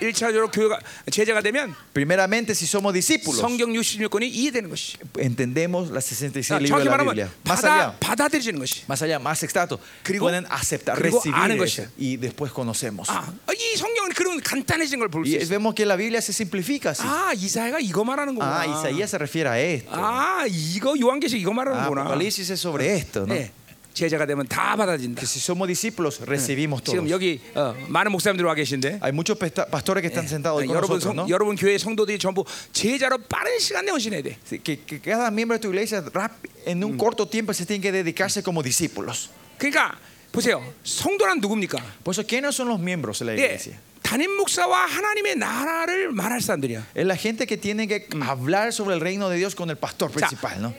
[SPEAKER 1] 1차적으로 교회가 제자가 되면
[SPEAKER 2] Primeramente, si somos discípulos,
[SPEAKER 1] 성경 66권이 이해되는 것이.
[SPEAKER 2] entendemos las 66
[SPEAKER 1] 자,
[SPEAKER 2] libros
[SPEAKER 1] 정확히
[SPEAKER 2] de la
[SPEAKER 1] 말하면
[SPEAKER 2] Biblia. Más
[SPEAKER 1] 받아,
[SPEAKER 2] allá.
[SPEAKER 1] 받아들이는 것이.
[SPEAKER 2] Más allá, más extrato.
[SPEAKER 1] 그리고-
[SPEAKER 2] Pueden aceptar,
[SPEAKER 1] 그리고
[SPEAKER 2] recibir
[SPEAKER 1] 아는
[SPEAKER 2] eso,
[SPEAKER 1] 것이야.
[SPEAKER 2] y después conocemos.
[SPEAKER 1] 아, 이 성경은 그런 간단해진 걸 볼 수
[SPEAKER 2] Y
[SPEAKER 1] 있어. Ah,
[SPEAKER 2] vemos que la Biblia se simplifica así.
[SPEAKER 1] 아, 이사야가 이거 말하는 거구나.
[SPEAKER 2] Ah, Isaías se refiere a esto.
[SPEAKER 1] 아 이거 요한계시 이거
[SPEAKER 2] Ah,
[SPEAKER 1] 말하는구나.
[SPEAKER 2] Apocalipsis es sobre esto, ¿no?
[SPEAKER 1] 네, 제자가 되면 다 받아진다.
[SPEAKER 2] Que si somos discípulos, recibimos todo.
[SPEAKER 1] 지금 여기 어, 많은 목사님들 와 계신데 네.
[SPEAKER 2] Hay muchos pesta- pastores que
[SPEAKER 1] Eh,
[SPEAKER 2] están sentados hoy con
[SPEAKER 1] 여러분 성,
[SPEAKER 2] nosotros, ¿no?
[SPEAKER 1] 여러분 교회 성도들이 전부 제자로 빠른 시간 내에 헌신해야 돼.
[SPEAKER 2] Sí, Que, que cada miembro de tu iglesia rap- en un corto tiempo se tienen que dedicarse como discípulos.
[SPEAKER 1] 그러니까 보세요. 성도란 누굽니까?
[SPEAKER 2] Por eso, ¿quiénes son los miembros de la
[SPEAKER 1] 예,
[SPEAKER 2] iglesia?
[SPEAKER 1] 담임 목사와 하나님의 나라를 말할 사람들이야.
[SPEAKER 2] Es la gente que tiene que hablar sobre el reino de Dios con el pastor principal, ¿no?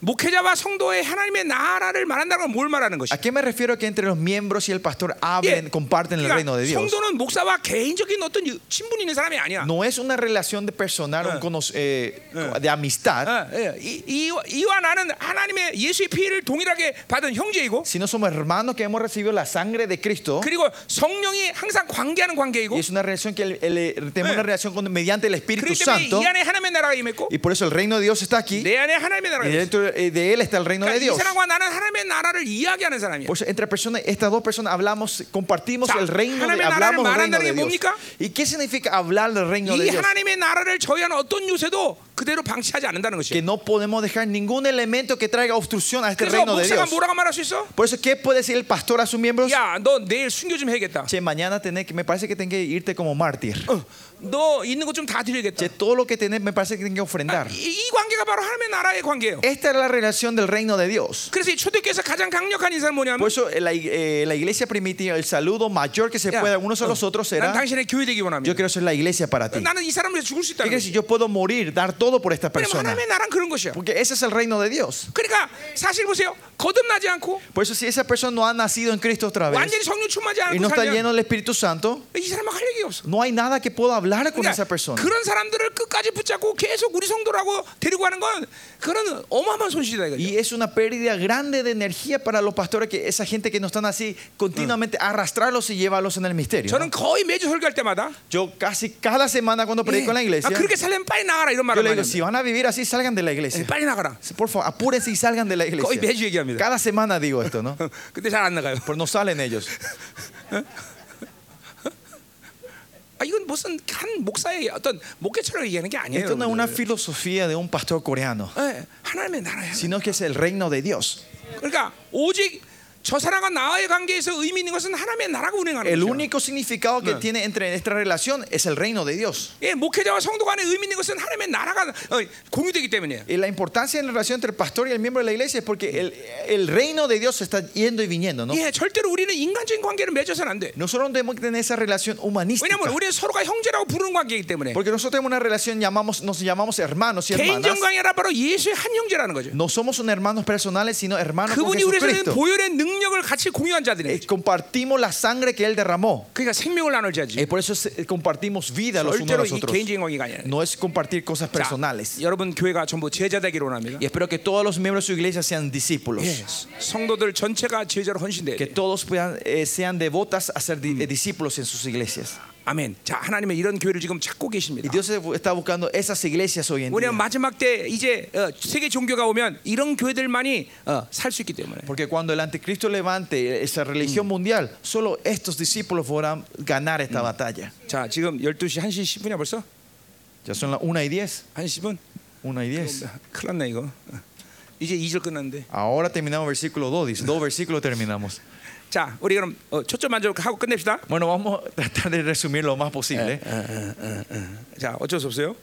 [SPEAKER 1] 목회자와 성도의 하나님의 나라를 말한다는 건 뭘 말하는 것이?
[SPEAKER 2] ¿A qué me refiero que entre los miembros y el pastor hablen, comparten el reino de Dios?
[SPEAKER 1] 그러니까 성도는 목사와 개인적인 어떤 유- 친분이 있는 사람이 아니야.
[SPEAKER 2] No es una relación de personal, un cono- eh, de amistad,
[SPEAKER 1] 어, 예. 이, 이, 이와 나는 하나님의 예수의 피를 동일하게 받은 형제이고
[SPEAKER 2] sino somos hermanos que hemos recibido la sangre de Cristo.
[SPEAKER 1] 그리고 성령이 항상 관계하는 관계이고
[SPEAKER 2] Y es una relación que el- el- tenemos una relación con- mediante el Espíritu
[SPEAKER 1] 그렇기 때문에
[SPEAKER 2] Santo.
[SPEAKER 1] 이 안에 하나님의 나라가 임했고
[SPEAKER 2] Y por eso el reino de Dios está aquí.
[SPEAKER 1] 내 안에 하나님의
[SPEAKER 2] Y
[SPEAKER 1] 나라가 임했어
[SPEAKER 2] dentro eh, de él está el reino de
[SPEAKER 1] 그러니까 이
[SPEAKER 2] Dios.
[SPEAKER 1] 사람과 나는 하나님의 나라를 이야기하는 사람이야
[SPEAKER 2] Por eso, entre personas, estas dos personas hablamos, compartimos
[SPEAKER 1] 자,
[SPEAKER 2] el reino de,
[SPEAKER 1] 하나님의
[SPEAKER 2] hablamos
[SPEAKER 1] 나라를
[SPEAKER 2] el
[SPEAKER 1] 말한다는
[SPEAKER 2] reino de
[SPEAKER 1] 게
[SPEAKER 2] Dios.
[SPEAKER 1] 뭡니까?
[SPEAKER 2] ¿Y qué significa hablar del reino de
[SPEAKER 1] 이
[SPEAKER 2] Dios?
[SPEAKER 1] 하나님의 나라를 저해하는 어떤 요새도 그대로 방치하지 않는다는
[SPEAKER 2] Que
[SPEAKER 1] 것이야
[SPEAKER 2] no podemos dejar ningún elemento que traiga obstrucción a este
[SPEAKER 1] 그래서
[SPEAKER 2] reino de
[SPEAKER 1] 목사가
[SPEAKER 2] Dios.
[SPEAKER 1] 뭐라고 말할 수 있어?
[SPEAKER 2] Por eso, ¿qué puede decir el pastor a sus miembros?
[SPEAKER 1] 야 너 내일 순교 좀 해야겠다
[SPEAKER 2] Che, mañana tenés que, me parece que tenés que irte como mártir.
[SPEAKER 1] 어, 너 있는 것 좀 다 드려야겠다
[SPEAKER 2] Che, todo lo que tenés me parece que tenés que ofrendar.
[SPEAKER 1] 이, 이 관계가 바로 하나님의 나라의 관계예요
[SPEAKER 2] Esta es la relación del reino de Dios.
[SPEAKER 1] 그래서 이 초대교에서 가장 강력한 인사는
[SPEAKER 2] Por
[SPEAKER 1] 뭐냐면
[SPEAKER 2] eso eh, la, ig- eh, la iglesia primitiva, el saludo mayor que se
[SPEAKER 1] Ya. Oh.
[SPEAKER 2] pueda unos a los otros
[SPEAKER 1] 어, 난
[SPEAKER 2] será,
[SPEAKER 1] 당신의 교회 되기
[SPEAKER 2] yo
[SPEAKER 1] 원합니다
[SPEAKER 2] quiero ser la iglesia para ti.
[SPEAKER 1] 나는 이 사람을 위해서 죽을 수
[SPEAKER 2] ¿Qué
[SPEAKER 1] 있다는
[SPEAKER 2] quiere
[SPEAKER 1] 거지
[SPEAKER 2] decir? Yo puedo morir, dar todo por esta
[SPEAKER 1] 왜냐면
[SPEAKER 2] persona.
[SPEAKER 1] 하나님의 나라는 그런 것이야
[SPEAKER 2] Porque ese es el reino de Dios.
[SPEAKER 1] 그러니까 사실 보세요 거듭나지 않고
[SPEAKER 2] Por eso si esa persona no ha nacido en Cristo otra vez
[SPEAKER 1] 완전히 성령 충만하지
[SPEAKER 2] y
[SPEAKER 1] 않고
[SPEAKER 2] no está
[SPEAKER 1] 살면
[SPEAKER 2] lleno del Espíritu Santo,
[SPEAKER 1] 이 사람은 할 얘기가 없어
[SPEAKER 2] no hay nada que pueda hablar con
[SPEAKER 1] 그러니까
[SPEAKER 2] esa persona.
[SPEAKER 1] 그런 사람들을 끝까지 붙잡고 계속 우리 성도라고 데리고 가는 건 그런 어마어마한 손실이다 이거죠
[SPEAKER 2] Y es una pérdida grande de energía para los pastores que esa gente que no están así continuamente arrastrarlos y llevarlos en el misterio.
[SPEAKER 1] 저는 거의 매주 설교할 때마다
[SPEAKER 2] Yo casi cada semana cuando predico en la
[SPEAKER 1] 예, 아,
[SPEAKER 2] iglesia,
[SPEAKER 1] 그렇게 살면 빨리 나가라 이런
[SPEAKER 2] yo
[SPEAKER 1] 말을
[SPEAKER 2] le
[SPEAKER 1] 많이
[SPEAKER 2] digo, si
[SPEAKER 1] 합니다
[SPEAKER 2] van a vivir así, salgan de la
[SPEAKER 1] 예,
[SPEAKER 2] iglesia.
[SPEAKER 1] 빨리 나가라
[SPEAKER 2] Por favor, apúrense y salgan de la
[SPEAKER 1] 거의
[SPEAKER 2] iglesia.
[SPEAKER 1] 매주 얘기합니다
[SPEAKER 2] Cada semana digo esto, ¿no?
[SPEAKER 1] 근데 잘 안 나가요
[SPEAKER 2] Pero no salen ellos.
[SPEAKER 1] 아, 이건 무슨 한 목사의 어떤 목회처럼 얘기하는 게 아니에요
[SPEAKER 2] Esto no es una
[SPEAKER 1] 여러분들.
[SPEAKER 2] filosofía de un pastor coreano,
[SPEAKER 1] 예, 하나님의 나라야
[SPEAKER 2] sino que es el reino de Dios.
[SPEAKER 1] 그러니까 오직 저 사람과 나와의 관계에서 의미 있는 것은 하나님의 나라가 운행하는
[SPEAKER 2] El
[SPEAKER 1] 거죠.
[SPEAKER 2] único significado que tiene entre esta relación es el reino de Dios.
[SPEAKER 1] 예, 목회자와 성도 간의 의미 있는 것은 하나님의 나라가 어, 공유되기 때문이에요.
[SPEAKER 2] Y eh, la importancia de la relación entre el pastor y el miembro de la iglesia es porque el, el reino de Dios está yendo y viniendo, ¿no?
[SPEAKER 1] 예, 절대로 우리는 인간적인 관계를 맺어서는 안 돼.
[SPEAKER 2] Nosotros no tenemos que tener esa relación humanística.
[SPEAKER 1] 왜냐하면 우리는 서로가 형제라고 부르는 관계이기 때문에
[SPEAKER 2] Porque nosotros tenemos una relación, llamamos, nos llamamos hermanos y hermanas.
[SPEAKER 1] 개인적 관계라 바로 예수의 한 형제라는 거죠.
[SPEAKER 2] No somos un hermanos personales, sino hermanos con
[SPEAKER 1] 그분이 우리 속에
[SPEAKER 2] Jesucristo.
[SPEAKER 1] 보혈의 능력을 같이 공유한 자들이에요.
[SPEAKER 2] Eh, Compartimos la sangre que Él derramó.
[SPEAKER 1] 그러니까 생명을 나눌 자지.
[SPEAKER 2] Eh, por eso se- eh, compartimos vida los unos a
[SPEAKER 1] 절대로
[SPEAKER 2] los
[SPEAKER 1] 이
[SPEAKER 2] otros.
[SPEAKER 1] 개인적인 관계가 아니라.
[SPEAKER 2] No es compartir cosas personales.
[SPEAKER 1] 여러분 교회가 전부 제자 되기로 합니다.
[SPEAKER 2] Y espero que todos los miembros de su iglesia sean discípulos.
[SPEAKER 1] 예, 성도들 전체가 제자로 헌신돼야
[SPEAKER 2] Que
[SPEAKER 1] 돼.
[SPEAKER 2] todos puedan, eh, sean devotas a ser di- eh, discípulos en sus iglesias.
[SPEAKER 1] 아멘. 자, 하나님의 이런 교회를 지금 찾고
[SPEAKER 2] Y
[SPEAKER 1] 계십니다.
[SPEAKER 2] Dios está buscando esas iglesias hoy en día.
[SPEAKER 1] 왜냐면 마지막 때 이제 어, 세계 종교가 오면 이런 교회들만이 어, 살 수 있기 때문에.
[SPEAKER 2] Porque cuando el anticristo levante esa religión mundial, solo estos discípulos podrán ganar esta batalla.
[SPEAKER 1] 자, 지금 12시 1시 10분이야 벌써?
[SPEAKER 2] Ya son las 1 y 10.
[SPEAKER 1] 1시 10분?
[SPEAKER 2] 1 y 10.
[SPEAKER 1] 큰일 났네 이거. 어. 이제 2절 끝났는데.
[SPEAKER 2] Ahora terminamos versículo 2. Dice, dos versículos terminamos.
[SPEAKER 1] 자, 우리 그럼 어, 초점 만족 하고 끝냅시다.
[SPEAKER 2] Bueno, vamos a tratar de resumir lo más posible.
[SPEAKER 1] Eh. 자, 어, 어쩔 수 없어요.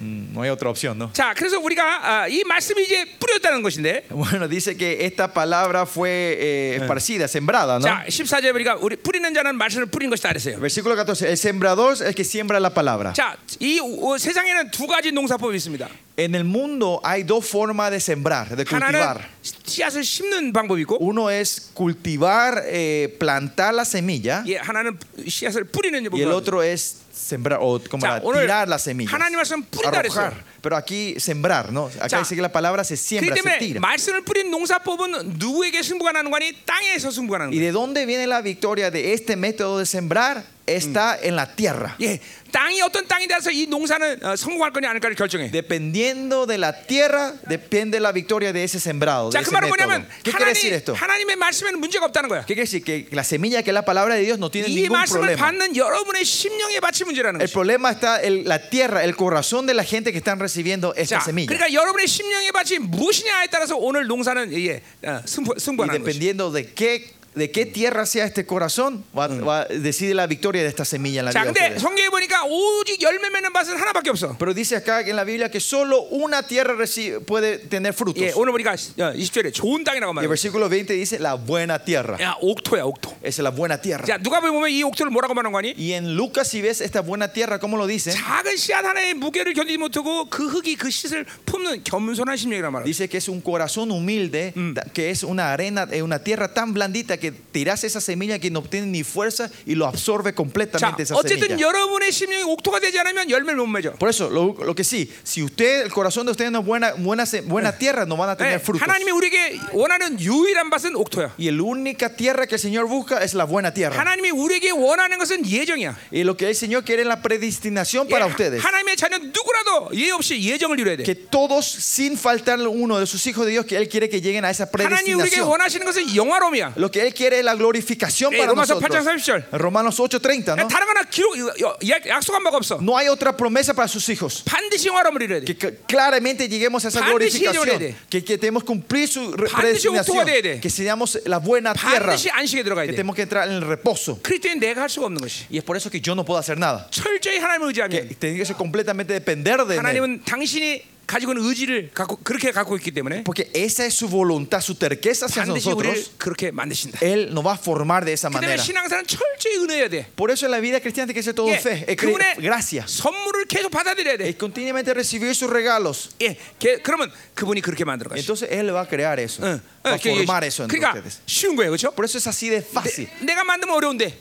[SPEAKER 2] Mm, No hay otra opción, ¿no?
[SPEAKER 1] 자, 그래서 우리가 아, 이 말씀이 이제 뿌렸다는 것인데.
[SPEAKER 2] Bueno, dice que esta palabra fue eh, esparcida, sembrada, ¿no?
[SPEAKER 1] 자, 14절에 우리가 우리 뿌리는 자는 말씀을 뿌린 것이다 그랬어요.
[SPEAKER 2] Versículo 14. El sembrador es el que siembra la palabra.
[SPEAKER 1] 자, 이 어, 세상에는 두 가지 농사법이 있습니다.
[SPEAKER 2] En el mundo hay dos formas de sembrar, de
[SPEAKER 1] 하나는
[SPEAKER 2] cultivar.
[SPEAKER 1] 씨앗을 심는 방법이 있고
[SPEAKER 2] Uno es cultivar, eh, plantar la semilla,
[SPEAKER 1] 예, 하나는 씨앗을 뿌리는
[SPEAKER 2] y el
[SPEAKER 1] 방법이
[SPEAKER 2] otro es sembrar, o como
[SPEAKER 1] 자,
[SPEAKER 2] era,
[SPEAKER 1] 오늘
[SPEAKER 2] tirar la semilla.
[SPEAKER 1] 하나님 말씀 뿌리다 그랬어요.
[SPEAKER 2] Arrojar. Pero aquí sembrar, ¿no? Acá
[SPEAKER 1] 자,
[SPEAKER 2] dice que la palabra se
[SPEAKER 1] 그렇기
[SPEAKER 2] siembra, se
[SPEAKER 1] 때문에
[SPEAKER 2] tira.
[SPEAKER 1] 말씀을 뿌린 농사법은 누구에게 승부가 나는 거니 땅에서 승부가 나는
[SPEAKER 2] ¿Y
[SPEAKER 1] 거예요.
[SPEAKER 2] de dónde viene la victoria de este método de sembrar? está en la tierra.
[SPEAKER 1] 예, 땅이 어떤 땅에 대해서 이 농사는 어, 성공할 거냐 안 할까를 결정해.
[SPEAKER 2] Dependiendo de la tierra, depende la victoria de ese sembrado. de
[SPEAKER 1] 자, 그
[SPEAKER 2] ese
[SPEAKER 1] 말은
[SPEAKER 2] método.
[SPEAKER 1] 뭐냐면
[SPEAKER 2] ¿Qué quiere decir esto?
[SPEAKER 1] 하나님, 하나님의 말씀에는 문제가 없다는 거야.
[SPEAKER 2] ¿Qué quiere decir? Que la semilla que es la palabra de Dios no tiene
[SPEAKER 1] 이
[SPEAKER 2] ningún
[SPEAKER 1] 말씀을
[SPEAKER 2] problema.
[SPEAKER 1] 받는 여러분의 심령의 밭이 문제라는
[SPEAKER 2] El
[SPEAKER 1] 거죠.
[SPEAKER 2] problema está en la tierra, el corazón de la gente que están recibiendo esta
[SPEAKER 1] 자,
[SPEAKER 2] semilla.
[SPEAKER 1] 그러니까 여러분의 심령의 밭이 무엇이냐에 따라서 오늘 농사는 이게 어, 승부,
[SPEAKER 2] Y
[SPEAKER 1] 승부하는 거죠.
[SPEAKER 2] dependiendo de qué, de qué tierra sea este corazón, va, va- decide la victoria de esta semilla en la
[SPEAKER 1] 자,
[SPEAKER 2] vida. de
[SPEAKER 1] 근데
[SPEAKER 2] ustedes.
[SPEAKER 1] 성경에 보니까 오직 열매 맺는 밭은 하나밖에 없어.
[SPEAKER 2] Pero dice acá en la Biblia que solo una tierra reci- puede tener frutos.
[SPEAKER 1] 예,
[SPEAKER 2] Y
[SPEAKER 1] 오늘 보니까 20절에 좋은 땅이라고
[SPEAKER 2] el
[SPEAKER 1] 말해요.
[SPEAKER 2] versículo 20 dice la buena tierra.
[SPEAKER 1] 야, 옥토야, 옥토.
[SPEAKER 2] Esa es la buena tierra.
[SPEAKER 1] 자, 누가 보면 이 옥토를 뭐라고 말하는 거니?
[SPEAKER 2] Y en Lucas, si ves esta buena tierra, ¿cómo lo
[SPEAKER 1] 네.
[SPEAKER 2] dice?
[SPEAKER 1] 작은 씨앗 하나의 무게를 견디지 못하고 그 흙이 그 씨를 품는 겸손한 심령이란 말이야.
[SPEAKER 2] Dice que es un corazón humilde,
[SPEAKER 1] Mm.
[SPEAKER 2] ta- que es una arena, eh, una tierra tan blandita que tiras esa semilla que no obtiene ni fuerza y lo absorbe
[SPEAKER 1] 자, 네.
[SPEAKER 2] completamente esa
[SPEAKER 1] 어쨌든
[SPEAKER 2] semilla.
[SPEAKER 1] 여러분의 심령이 옥토가 되지 않으면 열매를 못 맺어.
[SPEAKER 2] Por eso, lo, lo que sí, si usted, el corazón de usted no es buena, buena, se-
[SPEAKER 1] Eh.
[SPEAKER 2] buena tierra, no van a
[SPEAKER 1] 네,
[SPEAKER 2] tener frutos.
[SPEAKER 1] 하나님이 우리에게 원하는 유일한 밭은 옥토야.
[SPEAKER 2] Y la única tierra que el Señor busca es la buena tierra.
[SPEAKER 1] 하나님이 우리에게 원하는 것은 예정이야.
[SPEAKER 2] Y lo que el Señor quiere es la predestinación
[SPEAKER 1] 예,
[SPEAKER 2] para ustedes.
[SPEAKER 1] 하나님의 자녀 누구라도 예 없이 예정을 이루어야 돼.
[SPEAKER 2] Que todos, sin faltar uno de sus hijos de Dios, que Él quiere que lleguen a esa
[SPEAKER 1] 하나님이 우리에게
[SPEAKER 2] predestinación.
[SPEAKER 1] 원하시는 것은 영화로움이야.
[SPEAKER 2] Lo que Él quiere es la glorificación
[SPEAKER 1] Eh,
[SPEAKER 2] para
[SPEAKER 1] Romanos
[SPEAKER 2] nosotros.
[SPEAKER 1] 8:30 절.
[SPEAKER 2] Romanos 8:30, ¿no?
[SPEAKER 1] 다른 거나 기록 여- 여- 약- 약속한 바가 없어.
[SPEAKER 2] No hay otra promesa para sus hijos.
[SPEAKER 1] 반드시 영화로움을 이루어야 돼.
[SPEAKER 2] Que c- claramente lleguemos a esa
[SPEAKER 1] 반드시
[SPEAKER 2] glorificación.
[SPEAKER 1] llegaré.
[SPEAKER 2] Que, que tenemos que cumplir su re-
[SPEAKER 1] 반드시
[SPEAKER 2] predestinación.
[SPEAKER 1] octubre 돼야 돼.
[SPEAKER 2] Que seamos la buena tierra.
[SPEAKER 1] 반드시 안식에 들어가야
[SPEAKER 2] Que
[SPEAKER 1] 돼.
[SPEAKER 2] tenemos que entrar en el reposo.
[SPEAKER 1] 그리스도인 내가 할 수가 없는 것이.
[SPEAKER 2] Y es por eso que yo no puedo hacer nada.
[SPEAKER 1] 철저히 하나님을 의지하면
[SPEAKER 2] Que tengo que ser completamente depender Mm. de Él.
[SPEAKER 1] 하나님은 당신이 가지고 있는 의지를 갖고 그렇게 갖고 있기 때문에
[SPEAKER 2] Porque esa es su voluntad, su terqueza hacia
[SPEAKER 1] 반드시
[SPEAKER 2] nosotros.
[SPEAKER 1] 우리를 그렇게 만드신다.
[SPEAKER 2] Él nos va a formar de esa
[SPEAKER 1] 그다음에
[SPEAKER 2] manera.
[SPEAKER 1] 신앙사는 철저히 은혜여야 돼.
[SPEAKER 2] Por eso en la vida cristiana tiene que ser todo
[SPEAKER 1] 예,
[SPEAKER 2] fe, eh, cre-
[SPEAKER 1] 그분의
[SPEAKER 2] gracia.
[SPEAKER 1] 선물을 계속 받아들여야
[SPEAKER 2] Es
[SPEAKER 1] 돼.
[SPEAKER 2] continuamente recibir sus regalos.
[SPEAKER 1] 예, 걔- 그러면 그분이 그렇게 만들어 가시.
[SPEAKER 2] Entonces Él va a crear eso. Va a formar eso en
[SPEAKER 1] 그러니까
[SPEAKER 2] ustedes.
[SPEAKER 1] 쉬운 거예요, 그렇죠?
[SPEAKER 2] Por eso es así de fácil.
[SPEAKER 1] 내가 만들면 어려운데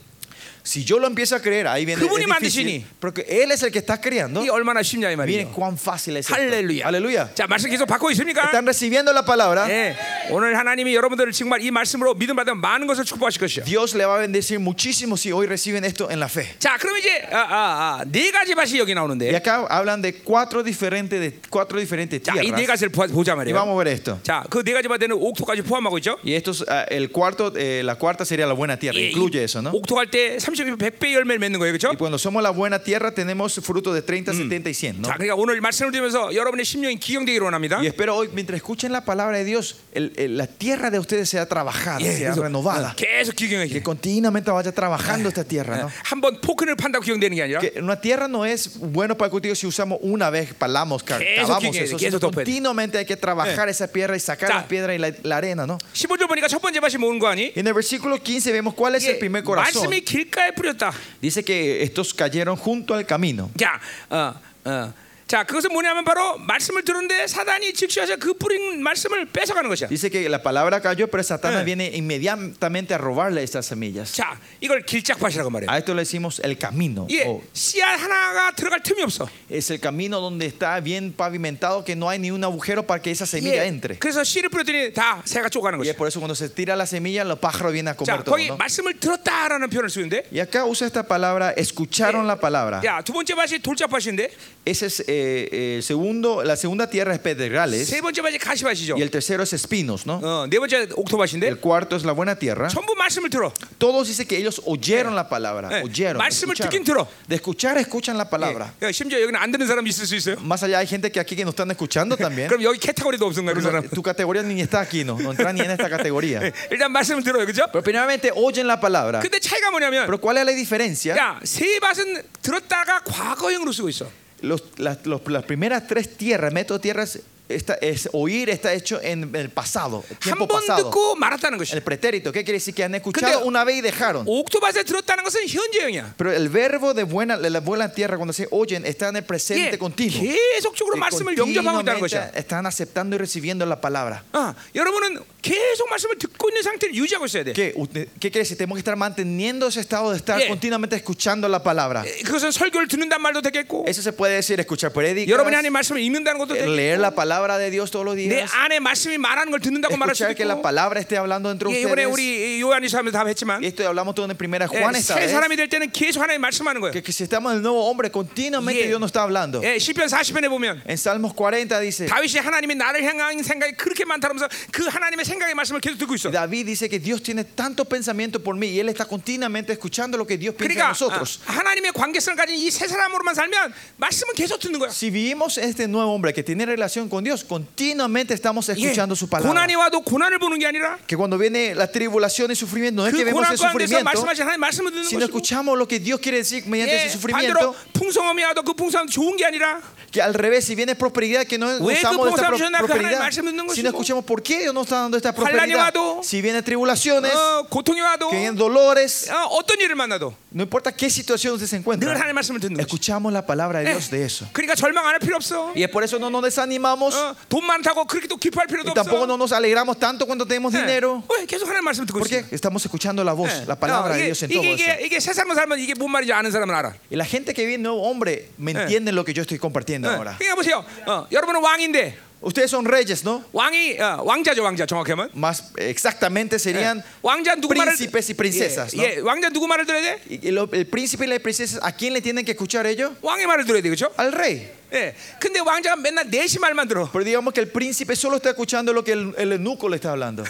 [SPEAKER 2] Si yo lo empiezo a creer, ahí viene
[SPEAKER 1] 그분이
[SPEAKER 2] es difícil,
[SPEAKER 1] 만드시니.
[SPEAKER 2] porque él es el que está creando.
[SPEAKER 1] 이게 얼마나 쉽냐 이
[SPEAKER 2] Miren
[SPEAKER 1] 말이에요.
[SPEAKER 2] cuán fácil es. esto.
[SPEAKER 1] 할렐루야.
[SPEAKER 2] Aleluya.
[SPEAKER 1] 자, 말씀 계속 받고 있습니까?
[SPEAKER 2] Están recibiendo la palabra.
[SPEAKER 1] 예, 오늘 하나님이 여러분들을 정말 이 말씀으로 믿음 받으면 많은 것을 축복하실 것이요.
[SPEAKER 2] Dios le va a bendecir muchísimo si hoy reciben esto en la fe.
[SPEAKER 1] 자, 그럼 이제 아, 아, 아, 네 가지 밭이 여기
[SPEAKER 2] Y
[SPEAKER 1] 나오는데,
[SPEAKER 2] acá hablan de cuatro diferentes de cuatro diferentes
[SPEAKER 1] 자, 이 네
[SPEAKER 2] tierras.
[SPEAKER 1] 가지를 보- 보자
[SPEAKER 2] Y
[SPEAKER 1] 말이에요.
[SPEAKER 2] vamos a ver esto.
[SPEAKER 1] 자, 그 네 가지 밭에는 옥토까지 포함하고 있죠.
[SPEAKER 2] Y esto es, ah, el cuarto, eh, la cuarta sería la buena tierra.
[SPEAKER 1] 예,
[SPEAKER 2] Incluye
[SPEAKER 1] 이
[SPEAKER 2] eso, ¿no?
[SPEAKER 1] 옥토 갈때 30, 100배 열매를 맺는 거예요, 그렇죠?
[SPEAKER 2] Y cuando somos la buena tierra tenemos fruto de 30, 70 y 100, ¿no?
[SPEAKER 1] 자, 그러니까 오늘 말씀을 드리면서 여러분의 심령이 기경되기를 원합니다.
[SPEAKER 2] Y espero hoy, mientras escuchen la palabra de Dios, el- el- la tierra de ustedes sea trabajada,
[SPEAKER 1] 예,
[SPEAKER 2] sea
[SPEAKER 1] 그래서,
[SPEAKER 2] renovada.
[SPEAKER 1] 어, 계속 기경해. 예,
[SPEAKER 2] que continuamente vaya trabajando esta tierra. ¿no?
[SPEAKER 1] 한번 포크를 판다고 기경되는 게 아니라
[SPEAKER 2] Que una tierra no es bueno para el cultivo si usamos una vez, palamos, ca-
[SPEAKER 1] Que eso
[SPEAKER 2] cavamos
[SPEAKER 1] que-
[SPEAKER 2] eso.
[SPEAKER 1] que eso Eh.
[SPEAKER 2] sino
[SPEAKER 1] tope.
[SPEAKER 2] continuamente hay que trabajar esa piedra y sacar
[SPEAKER 1] Ya.
[SPEAKER 2] la piedra y la, la arena. ¿no?
[SPEAKER 1] 15절 보니까 첫 번째 밭이 모은 거 아니?
[SPEAKER 2] Y en el versículo 15 vemos cuál es el
[SPEAKER 1] 이게
[SPEAKER 2] primer corazón.
[SPEAKER 1] 말씀이 길가에 뿌렸다.
[SPEAKER 2] Dice que estos cayeron junto al camino.
[SPEAKER 1] 자, 어, 어. 자, 그것은 뭐냐면 바로 말씀을 들었는데 사단이 즉시하셔 그 뿌린 말씀을 뺏어가는 것이야.
[SPEAKER 2] Dice que la palabra cayó, pero Satanás
[SPEAKER 1] Eh.
[SPEAKER 2] viene inmediatamente a robarle estas semillas.
[SPEAKER 1] 자, 이걸 길짝밭이라고 말해요.
[SPEAKER 2] A esto le decimos el camino.
[SPEAKER 1] 예,
[SPEAKER 2] o
[SPEAKER 1] 씨앗 하나가 들어갈 틈이 없어.
[SPEAKER 2] es el camino donde está bien pavimentado, que no hay ni un agujero para que esa semilla
[SPEAKER 1] 예,
[SPEAKER 2] entre.
[SPEAKER 1] 그래서 씨를 뿌렸더니 다 새가 쪼가는
[SPEAKER 2] Y es
[SPEAKER 1] 것이야.
[SPEAKER 2] por eso cuando se tira la semilla, los pájaros vienen a comer
[SPEAKER 1] 자,
[SPEAKER 2] todo.
[SPEAKER 1] 거기 뭐,
[SPEAKER 2] ¿no?
[SPEAKER 1] 말씀을 들었다라는 표현을 쓰는데,
[SPEAKER 2] Y acá usa esta palabra, escucharon la palabra.
[SPEAKER 1] 야, 두 번째 밭이 돌짝밭인데,
[SPEAKER 2] Ese es eh, eh, segundo, la segunda tierra es
[SPEAKER 1] 세
[SPEAKER 2] pedregales
[SPEAKER 1] 번째 밭이 가시밭이죠.
[SPEAKER 2] y el tercero es espinos, ¿no?
[SPEAKER 1] 어, 네 번째 옥토밭인데,
[SPEAKER 2] El cuarto es la buena tierra.
[SPEAKER 1] 전부 말씀을 들어.
[SPEAKER 2] Todos dicen que ellos
[SPEAKER 1] Eh.
[SPEAKER 2] oyeron la palabra,
[SPEAKER 1] Eh.
[SPEAKER 2] oyeron.
[SPEAKER 1] 말씀을
[SPEAKER 2] escucharon.
[SPEAKER 1] 듣긴 들어.
[SPEAKER 2] De escuchar escuchan la palabra.
[SPEAKER 1] 예, 예, 심지어 여기는 안 듣는 사람이 있을 수 있어요.
[SPEAKER 2] Más allá hay gente que aquí que no están escuchando también.
[SPEAKER 1] 그럼 여기 캐타고리도 없은가 그런
[SPEAKER 2] No,
[SPEAKER 1] 사람.
[SPEAKER 2] tu categoría ni está aquí, no, no entra ni en esta categoría.
[SPEAKER 1] 일단 말씀을 들어요, 그죠?
[SPEAKER 2] Pero primeramente oyen la palabra.
[SPEAKER 1] 근데 차이가 뭐냐면,
[SPEAKER 2] Pero ¿cuál es la diferencia?
[SPEAKER 1] 야, 세 밭은 들었다가 과거형으로 쓰고 있어.
[SPEAKER 2] Los- las, los- las primeras tres tierras, método tierras, está, es, oír está hecho en el pasado,
[SPEAKER 1] 한
[SPEAKER 2] tiempo
[SPEAKER 1] 번
[SPEAKER 2] pasado.
[SPEAKER 1] 듣고 말았다는 것이.
[SPEAKER 2] El pretérito, ¿qué quiere decir? Que han escuchado
[SPEAKER 1] Pero-
[SPEAKER 2] una vez y dejaron.
[SPEAKER 1] 옥토밭에 들었다는 것은 현재형이야.
[SPEAKER 2] Pero el verbo de buena, de la buena tierra, cuando se oyen, está en el
[SPEAKER 1] 예,
[SPEAKER 2] presente continuo. Y
[SPEAKER 1] 계속적으로 말씀을 영접하고 있다는 것이야.
[SPEAKER 2] continuamente están aceptando y recibiendo la palabra.
[SPEAKER 1] 어, 여러분은 계속 말씀을 듣고 있는 상태를 유지하고 있어야 돼.
[SPEAKER 2] ¿Qué, Usted- ¿Qué quiere decir? Tenemos que estar manteniendo ese estado de estar
[SPEAKER 1] Yeah.
[SPEAKER 2] continuamente escuchando la palabra.
[SPEAKER 1] 에, 그것은 설교를 듣는단 말도 되겠고, uh.
[SPEAKER 2] Eso se puede decir, escuchar
[SPEAKER 1] 여러분이
[SPEAKER 2] predicas,
[SPEAKER 1] 하나님 말씀을 읽는다는 것도 되고,
[SPEAKER 2] leer la palabra de Dios todos los
[SPEAKER 1] 내
[SPEAKER 2] días.
[SPEAKER 1] 안에 말씀이 말하는 걸 듣는다고 말할 수도
[SPEAKER 2] Escuchar que la
[SPEAKER 1] 있고
[SPEAKER 2] palabra esté hablando dentro
[SPEAKER 1] 예,
[SPEAKER 2] de
[SPEAKER 1] 이번에
[SPEAKER 2] ustedes.
[SPEAKER 1] 우리 요한이서 하면서 다 했지만
[SPEAKER 2] Y esto hablamos todo en primera
[SPEAKER 1] 예,
[SPEAKER 2] Juan esta
[SPEAKER 1] 새 예,
[SPEAKER 2] vez.
[SPEAKER 1] 사람이 될 때는 계속 하나님 말씀하는 거예요
[SPEAKER 2] Que, que si estamos en el nuevo hombre, continuamente
[SPEAKER 1] Yeah.
[SPEAKER 2] Dios nos está hablando.
[SPEAKER 1] 예, 10편 40편에 보면
[SPEAKER 2] En Salmos 40 dice,
[SPEAKER 1] 다윗이 하나님이 나를 향한 생각이 그렇게 많다면서 그 하나님의 생각의 말씀을 계속 듣고 있어
[SPEAKER 2] David dice que Dios tiene tantos pensamientos por mí y él está continuamente escuchando lo que Dios piensa de
[SPEAKER 1] 그러니까
[SPEAKER 2] nosotros.
[SPEAKER 1] 아, 하나님의 관계성을 가진 이 세 사람으로만 살면 말씀은 계속 듣는 거야
[SPEAKER 2] Si vivimos este nuevo hombre que tiene relación con Dios, continuamente estamos
[SPEAKER 1] 예,
[SPEAKER 2] escuchando su palabra.
[SPEAKER 1] 고난이 와도 고난을 보는 게 아니라
[SPEAKER 2] Que cuando viene la tribulación y sufrimiento, no es
[SPEAKER 1] 그
[SPEAKER 2] que vemos
[SPEAKER 1] 고난
[SPEAKER 2] el
[SPEAKER 1] 가운데서
[SPEAKER 2] sufrimiento,
[SPEAKER 1] 말씀하신 하나님 말씀을 듣는
[SPEAKER 2] sino
[SPEAKER 1] 것이고
[SPEAKER 2] escuchamos lo que Dios quiere decir mediante
[SPEAKER 1] 예,
[SPEAKER 2] ese
[SPEAKER 1] 반대로
[SPEAKER 2] sufrimiento.
[SPEAKER 1] 풍성함이 와도 그 풍성함 좋은 게 아니라
[SPEAKER 2] Que al revés, si viene prosperidad, que no
[SPEAKER 1] 그
[SPEAKER 2] usamos esta pro-
[SPEAKER 1] prosperidad
[SPEAKER 2] prosperidad,
[SPEAKER 1] 말씀 듣는
[SPEAKER 2] si no
[SPEAKER 1] 것이고,
[SPEAKER 2] escuchamos por qué Dios nos está dando esta
[SPEAKER 1] 환란이
[SPEAKER 2] prosperidad.
[SPEAKER 1] 와도,
[SPEAKER 2] Si viene tribulaciones,
[SPEAKER 1] 어, 고통이 와도
[SPEAKER 2] que vienen dolores,
[SPEAKER 1] 어, 어떤 일을 만나도
[SPEAKER 2] no importa qué situación usted se
[SPEAKER 1] 늘
[SPEAKER 2] encuentra,
[SPEAKER 1] 하나님 말씀을 듣는 거지
[SPEAKER 2] escuchamos la palabra
[SPEAKER 1] 예,
[SPEAKER 2] de Dios de eso.
[SPEAKER 1] 그러니까 절망 안 할 필요 없어
[SPEAKER 2] Y es por eso no nos desanimamos
[SPEAKER 1] 어, 돈 많다고 그렇게 또 기뻐할 필요도 없어
[SPEAKER 2] y tampoco no nos alegramos tanto cuando tenemos
[SPEAKER 1] 예.
[SPEAKER 2] dinero.
[SPEAKER 1] 왜 계속 하나님 말씀 듣고
[SPEAKER 2] Porque
[SPEAKER 1] 있어
[SPEAKER 2] estamos escuchando la voz,
[SPEAKER 1] 예.
[SPEAKER 2] la palabra
[SPEAKER 1] 어, 이게,
[SPEAKER 2] de Dios en todo
[SPEAKER 1] 이게,
[SPEAKER 2] eso.
[SPEAKER 1] 이게, 이게 세 사람만 살면 이게 뭔 말인지 아는 사람은 알아
[SPEAKER 2] Y la gente que viene, nuevo hombre, me entiende lo que yo estoy compartiendo
[SPEAKER 1] 예.
[SPEAKER 2] ahora.
[SPEAKER 1] 그러니까 보세요 어, 여러분은 왕인데
[SPEAKER 2] Ustedes son reyes, ¿no?
[SPEAKER 1] 왕이 어, 왕자죠 왕자 정확히 하면
[SPEAKER 2] Más exactamente serían
[SPEAKER 1] 왕자 누구 말을
[SPEAKER 2] príncipes y princesas,
[SPEAKER 1] 예,
[SPEAKER 2] ¿no?
[SPEAKER 1] 예, 왕자 누구 말을 들어야 돼?
[SPEAKER 2] Y lo- el príncipe y la princesa, ¿a quién le tienen que escuchar ellos?
[SPEAKER 1] 왕의 말을 들어야 돼, 그렇죠?
[SPEAKER 2] Al rey.
[SPEAKER 1] 예. 근데 왕자가 맨날 내시 말만 들어.
[SPEAKER 2] Pero digamos que el príncipe solo está escuchando lo que el, el eunuco le está hablando.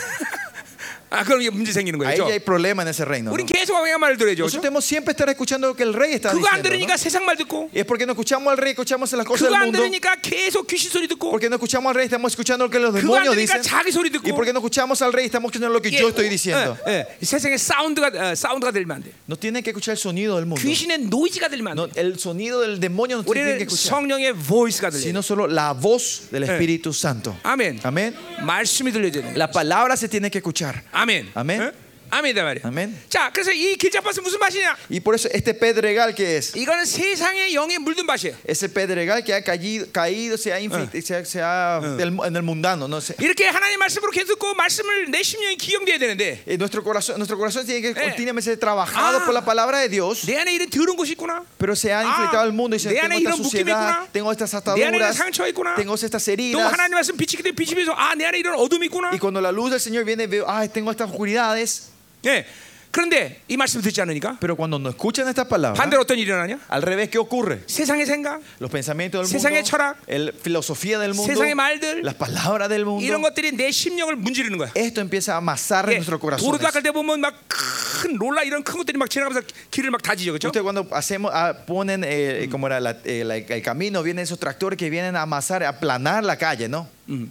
[SPEAKER 1] 아, 그럼 이게 문제 생기는 거예요,
[SPEAKER 2] Ahí ya
[SPEAKER 1] 그렇죠?
[SPEAKER 2] hay problema en ese reino. ¿no?
[SPEAKER 1] 우린 계속 왕의 말을 들어야죠.
[SPEAKER 2] Nosotros
[SPEAKER 1] 그렇죠?
[SPEAKER 2] tenemos siempre estar escuchando lo que el rey está
[SPEAKER 1] 그거 안
[SPEAKER 2] diciendo.
[SPEAKER 1] 들으니까
[SPEAKER 2] ¿no?
[SPEAKER 1] 세상 말 듣고,
[SPEAKER 2] Y es porque no escuchamos al rey, escuchamos las cosas
[SPEAKER 1] 그거
[SPEAKER 2] del
[SPEAKER 1] 안
[SPEAKER 2] mundo.
[SPEAKER 1] 들으니까 계속 귀신 소리 듣고,
[SPEAKER 2] Porque no escuchamos al rey, estamos escuchando lo que los
[SPEAKER 1] 그거 안
[SPEAKER 2] demonios
[SPEAKER 1] 들으니까
[SPEAKER 2] dicen.
[SPEAKER 1] 자기 소리
[SPEAKER 2] Y
[SPEAKER 1] 듣고.
[SPEAKER 2] porque no escuchamos al rey, estamos escuchando lo que
[SPEAKER 1] 예,
[SPEAKER 2] yo estoy diciendo.
[SPEAKER 1] 예, 예. 세상에 사운드가 어, 사운드가 들면 안 돼.
[SPEAKER 2] No tienen que escuchar el sonido del mundo.
[SPEAKER 1] 귀신의 노이즈가 들면
[SPEAKER 2] No,
[SPEAKER 1] 안 돼.
[SPEAKER 2] el sonido del demonio no tienen que
[SPEAKER 1] 우리는
[SPEAKER 2] escuchar,
[SPEAKER 1] 성령의 voice가 들려.
[SPEAKER 2] sino solo la voz del Espíritu Santo.
[SPEAKER 1] 아멘.
[SPEAKER 2] Amén.
[SPEAKER 1] 말씀이 들려야 되는.
[SPEAKER 2] La palabra se tiene que escuchar.
[SPEAKER 1] 아멘.
[SPEAKER 2] 아멘.
[SPEAKER 1] 예? 아멘이다 말이야.
[SPEAKER 2] 아멘.
[SPEAKER 1] 자, 그래서 이 길자밭은 무슨 밭이냐?
[SPEAKER 2] Y por eso este pedregal que es,
[SPEAKER 1] 이거는 세상의 영에 물든 밭이에요.
[SPEAKER 2] ese pedregal que ha caído, caído se ha, infi- se ha- se ha- del- en el mundano, no sé.
[SPEAKER 1] 이렇게 하나님 말씀으로 계속 듣고 말씀을 내 심령에 기용돼야 되는데
[SPEAKER 2] Eh, nuestro corazón, nuestro corazón tiene que
[SPEAKER 1] Eh.
[SPEAKER 2] continuamente ser trabajado
[SPEAKER 1] Ah.
[SPEAKER 2] por la palabra de Dios,
[SPEAKER 1] 내 안에 이런 더러운 것이 있구나.
[SPEAKER 2] pero se ha infiltrado al mundo y dice,
[SPEAKER 1] 내
[SPEAKER 2] tengo
[SPEAKER 1] 안에
[SPEAKER 2] esta
[SPEAKER 1] 이런 묶임이
[SPEAKER 2] suciedad,
[SPEAKER 1] 있구나.
[SPEAKER 2] tengo estas
[SPEAKER 1] 내 안에 이런
[SPEAKER 2] ataduras,
[SPEAKER 1] 상처가 있구나.
[SPEAKER 2] tengo estas
[SPEAKER 1] 또
[SPEAKER 2] heridas.
[SPEAKER 1] 하나님 말씀 비치기 때문에 비치면서 아 내 안에 이런 어둠이 있구나.
[SPEAKER 2] Y cuando la luz del Señor viene, veo, ay, tengo estas oscuridades.
[SPEAKER 1] 예. 그런데 이 말씀 듣지 않으니까
[SPEAKER 2] Pero cuando no escuchan estas palabras,
[SPEAKER 1] 반대로 어떤 일이 일어나냐?
[SPEAKER 2] al revés, ¿qué ocurre?
[SPEAKER 1] 세상의 생각
[SPEAKER 2] Los pensamientos del
[SPEAKER 1] 세상의
[SPEAKER 2] mundo,
[SPEAKER 1] 철학,
[SPEAKER 2] el- filosofía del mundo,
[SPEAKER 1] 세상의 말들,
[SPEAKER 2] las palabras del
[SPEAKER 1] 이런
[SPEAKER 2] mundo,
[SPEAKER 1] 것들이 내 심령을 문지르는 거야.
[SPEAKER 2] esto empieza a amasar
[SPEAKER 1] 예,
[SPEAKER 2] en nuestro
[SPEAKER 1] 도로
[SPEAKER 2] corazón.
[SPEAKER 1] 닦을 때 보면 막 큰 롤라 이런 큰 것들이 막 지나가면서 길을 막 다지죠, 그렇죠?
[SPEAKER 2] Usted cuando hacemos, ah, ponen eh, como era la- eh, la- el camino, vienen esos tractores que vienen a amasar, a aplanar la calle, ¿no?
[SPEAKER 1] 음.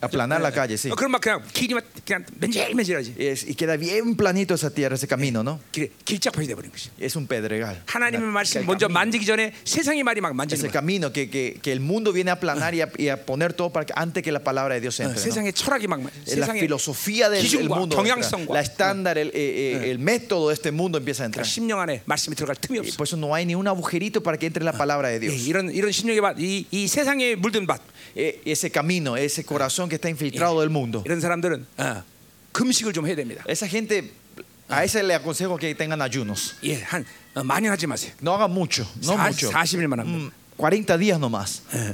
[SPEAKER 2] Aplanar
[SPEAKER 1] Eh,
[SPEAKER 2] la calle, sí.
[SPEAKER 1] 어, 그럼 막 그냥 길이 막 그냥 맨질맨질하지.
[SPEAKER 2] Es- y queda bien planito esa tierra, ese camino, ¿no?
[SPEAKER 1] 길 길짝팔이 돼버린 것이.
[SPEAKER 2] Es un pedregal.
[SPEAKER 1] 하나님의 말씀
[SPEAKER 2] 그
[SPEAKER 1] 먼저
[SPEAKER 2] camino.
[SPEAKER 1] 만지기 전에 세상의 말이 막
[SPEAKER 2] Es
[SPEAKER 1] 만지는
[SPEAKER 2] el
[SPEAKER 1] 거야.
[SPEAKER 2] camino que, que- que el mundo viene a aplanar y a, y a poner todo para que- antes que la palabra de Dios
[SPEAKER 1] 어,
[SPEAKER 2] entre. ¿no?
[SPEAKER 1] 세상의 철학이 막 만-
[SPEAKER 2] Eh, la
[SPEAKER 1] 세상의
[SPEAKER 2] filosofía del
[SPEAKER 1] 기준과
[SPEAKER 2] el mundo entra.
[SPEAKER 1] 경향성과.
[SPEAKER 2] la estándar el, eh, eh, el método de este mundo empieza a entrar
[SPEAKER 1] 심령 안에 말씀이 들어갈 틈이
[SPEAKER 2] Y
[SPEAKER 1] 없어.
[SPEAKER 2] por eso no hay ni un agujerito para que entre la palabra de
[SPEAKER 1] 예,
[SPEAKER 2] Dios
[SPEAKER 1] 이런 이런 심령의 밭, 이, 이 세상에 물든 밭
[SPEAKER 2] Eh, ese camino ese corazón que está infiltrado del mundo
[SPEAKER 1] 이런 사람들은 어, 금식을 좀 해야 됩니다.
[SPEAKER 2] esa gente a esa le aconsejo que tengan ayunos
[SPEAKER 1] 예, 한 어, 많이 하지 마세요.
[SPEAKER 2] no hagan mucho no
[SPEAKER 1] 사,
[SPEAKER 2] mucho
[SPEAKER 1] 40일만 예, 합니다.
[SPEAKER 2] Mm, 40 días nomás
[SPEAKER 1] Mm.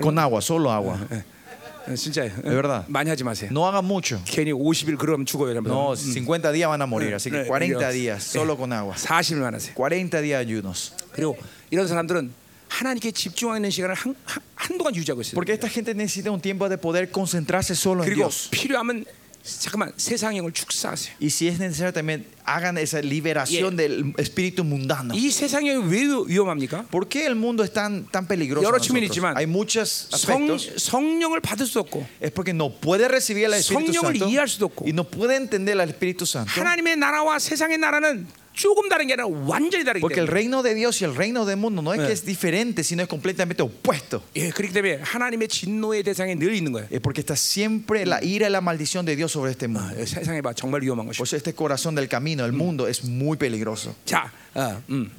[SPEAKER 2] con agua solo agua
[SPEAKER 1] Ah, 어, 예, 진짜
[SPEAKER 2] verdad.
[SPEAKER 1] 많이 하지 마세요.
[SPEAKER 2] no hagan mucho
[SPEAKER 1] 괜히 50일 그러면 죽어요, 여러분.
[SPEAKER 2] no 50 días van a morir así que
[SPEAKER 1] Mm. Eh,
[SPEAKER 2] 40
[SPEAKER 1] Dios.
[SPEAKER 2] días solo con agua
[SPEAKER 1] 40일만 하세요.
[SPEAKER 2] 40 días de ayunos
[SPEAKER 1] 그리고 이런 사람들은 하나님께 집중하는 시간을 한, 한, 한동안 유지하고 있어요.
[SPEAKER 2] porque esta gente necesita un tiempo de poder concentrarse solo en
[SPEAKER 1] 그리고
[SPEAKER 2] Dios
[SPEAKER 1] 필요하면 잠깐만 세상형을 축사하세요.
[SPEAKER 2] Y si es necesario también hagan esa liberación del espíritu mundano.
[SPEAKER 1] 이 세상형이 왜 위- 위험합니까?
[SPEAKER 2] ¿Por qué el mundo es tan, tan peligroso?
[SPEAKER 1] 여러
[SPEAKER 2] nosotros?
[SPEAKER 1] 측면이 있지만
[SPEAKER 2] Hay muchos
[SPEAKER 1] 성,
[SPEAKER 2] aspectos.
[SPEAKER 1] 성령을 받을 수 없고
[SPEAKER 2] Es porque no puede recibir al Espíritu
[SPEAKER 1] 성령을
[SPEAKER 2] Santo
[SPEAKER 1] 이해할 수도 없고.
[SPEAKER 2] y no puede entender al Espíritu Santo.
[SPEAKER 1] 하나님의 나라와 세상의 나라는 조금 다른 게 아니라 완전히 다르기
[SPEAKER 2] Porque el
[SPEAKER 1] 때문에
[SPEAKER 2] reino de Dios y el reino del mundo no es que es diferente, sino es completamente opuesto.
[SPEAKER 1] 예, 그렇기 때문에 하나님의 진노의 대상에 늘 있는 거예요.
[SPEAKER 2] Es porque está siempre la ira y la maldición de Dios sobre este mundo.
[SPEAKER 1] 예, 세상에 봐 정말 위험한 것이죠.
[SPEAKER 2] Por eso este corazón del camino, el mundo, es muy peligroso.
[SPEAKER 1] 자, 어, 음.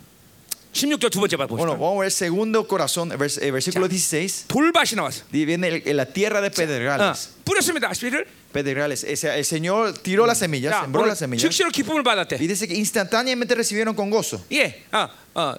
[SPEAKER 1] 16절 두 번째 봐 봅시다.
[SPEAKER 2] Bueno, vamos a ver el segundo corazón, el vers- el versículo
[SPEAKER 1] Ya.
[SPEAKER 2] 16.
[SPEAKER 1] 돌밭이 나왔어.
[SPEAKER 2] Y viene el- la tierra de
[SPEAKER 1] 어,
[SPEAKER 2] pedregales.
[SPEAKER 1] 뿌렸습니다. 씨를.
[SPEAKER 2] Pedregales. Ese- el Señor tiró las semillas,
[SPEAKER 1] 자,
[SPEAKER 2] sembró
[SPEAKER 1] 오늘
[SPEAKER 2] las semillas.
[SPEAKER 1] 즉시로 기쁨을 받았대.
[SPEAKER 2] Y dice que instantáneamente recibieron con gozo.
[SPEAKER 1] 예, 어, 어,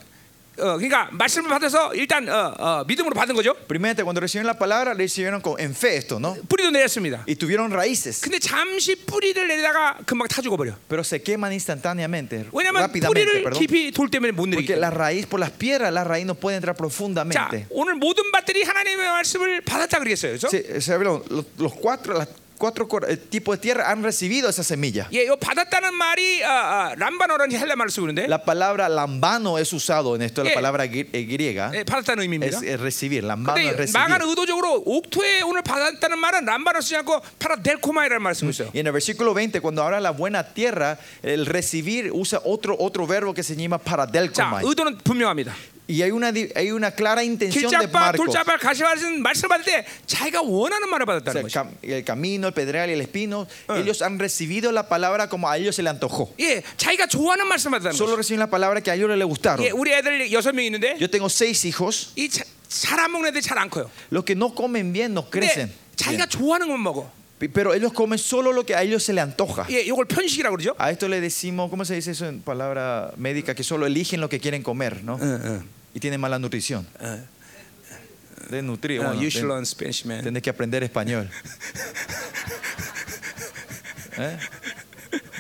[SPEAKER 1] 어, 그러니까 말씀을 받아서 일단 어, 어, 믿음으로 받은 거죠.
[SPEAKER 2] Primeramente, cuando recibieron la palabra, recibieron con, en fe esto, ¿no?
[SPEAKER 1] 뿌리도 내렸습니다.
[SPEAKER 2] Y tuvieron raíces,
[SPEAKER 1] 근데 잠시 뿌리를 내리다가 금방 타 죽어버려.
[SPEAKER 2] pero se queman instantáneamente,
[SPEAKER 1] 왜냐면
[SPEAKER 2] rápidamente,
[SPEAKER 1] 뿌리를
[SPEAKER 2] perdón.
[SPEAKER 1] 깊이 돌 때문에 못
[SPEAKER 2] Porque
[SPEAKER 1] 내리게.
[SPEAKER 2] la raíz, por las piedras, la raíz no puede entrar
[SPEAKER 1] 자,
[SPEAKER 2] profundamente.
[SPEAKER 1] 오늘 모든 밭들이 하나님의 말씀을 받았다 그랬어요. 그죠?
[SPEAKER 2] Sí, se habló, los, los cuatro, las cuatro cor- eh, tipos de tierra han recibido esa semilla.
[SPEAKER 1] 예, 이 받았다는 말이 아, 아, 람바노라는 헬라 말을 쓰고 있는데
[SPEAKER 2] La palabra lambano es usado en esto,
[SPEAKER 1] Eh.
[SPEAKER 2] la palabra gri- eh, griega
[SPEAKER 1] 예, 받았다는 의미입니다.
[SPEAKER 2] es, es recibir, lambano es
[SPEAKER 1] 근데
[SPEAKER 2] recibir.
[SPEAKER 1] 마가 의도적으로 옥토에 오늘 받았다는 말은 람바노 쓰지 않고 파라델코마이라는 말을 쓰고 있어요.
[SPEAKER 2] Y en el versículo 20, cuando habla la buena tierra, el recibir usa otro, otro verbo que se llama
[SPEAKER 1] 자,
[SPEAKER 2] paradelkomai.
[SPEAKER 1] 의도는 분명합니다.
[SPEAKER 2] Y hay una, di- hay una clara intención de
[SPEAKER 1] 길잡바,
[SPEAKER 2] Marcos.
[SPEAKER 1] 돌잡바, 가시바는 말씀 받을 때 자기가 원하는 말을
[SPEAKER 2] O sea,
[SPEAKER 1] 받았다는 거죠.
[SPEAKER 2] cam- el camino, el pedregal y el espino, ellos han recibido la palabra como a ellos se le antojó.
[SPEAKER 1] 예, 자기가 좋아하는 말씀 받았다는
[SPEAKER 2] Solo
[SPEAKER 1] 거죠.
[SPEAKER 2] reciben la palabra que a ellos les gustaron.
[SPEAKER 1] 예, 우리 애들 여섯 명 있는데
[SPEAKER 2] Yo tengo seis hijos,
[SPEAKER 1] 이 잘 안 먹는 애들 잘 안 커요.
[SPEAKER 2] los que no comen bien no
[SPEAKER 1] 근데
[SPEAKER 2] crecen. 예.
[SPEAKER 1] 자기가 좋아하는 것만 먹어.
[SPEAKER 2] Bien. Pero ellos comen solo lo que a ellos se le antoja.
[SPEAKER 1] 예, 이걸 편식이라고 그러죠.
[SPEAKER 2] A esto le decimos, ¿cómo se dice eso en palabra médica? Que solo eligen lo que quieren comer, ¿no? Y tienen mala nutrición. De nutrir,
[SPEAKER 1] 어,
[SPEAKER 2] bueno,
[SPEAKER 1] you
[SPEAKER 2] ten-
[SPEAKER 1] should learn Spanish, man.
[SPEAKER 2] tenés que aprender español. ¿Eh?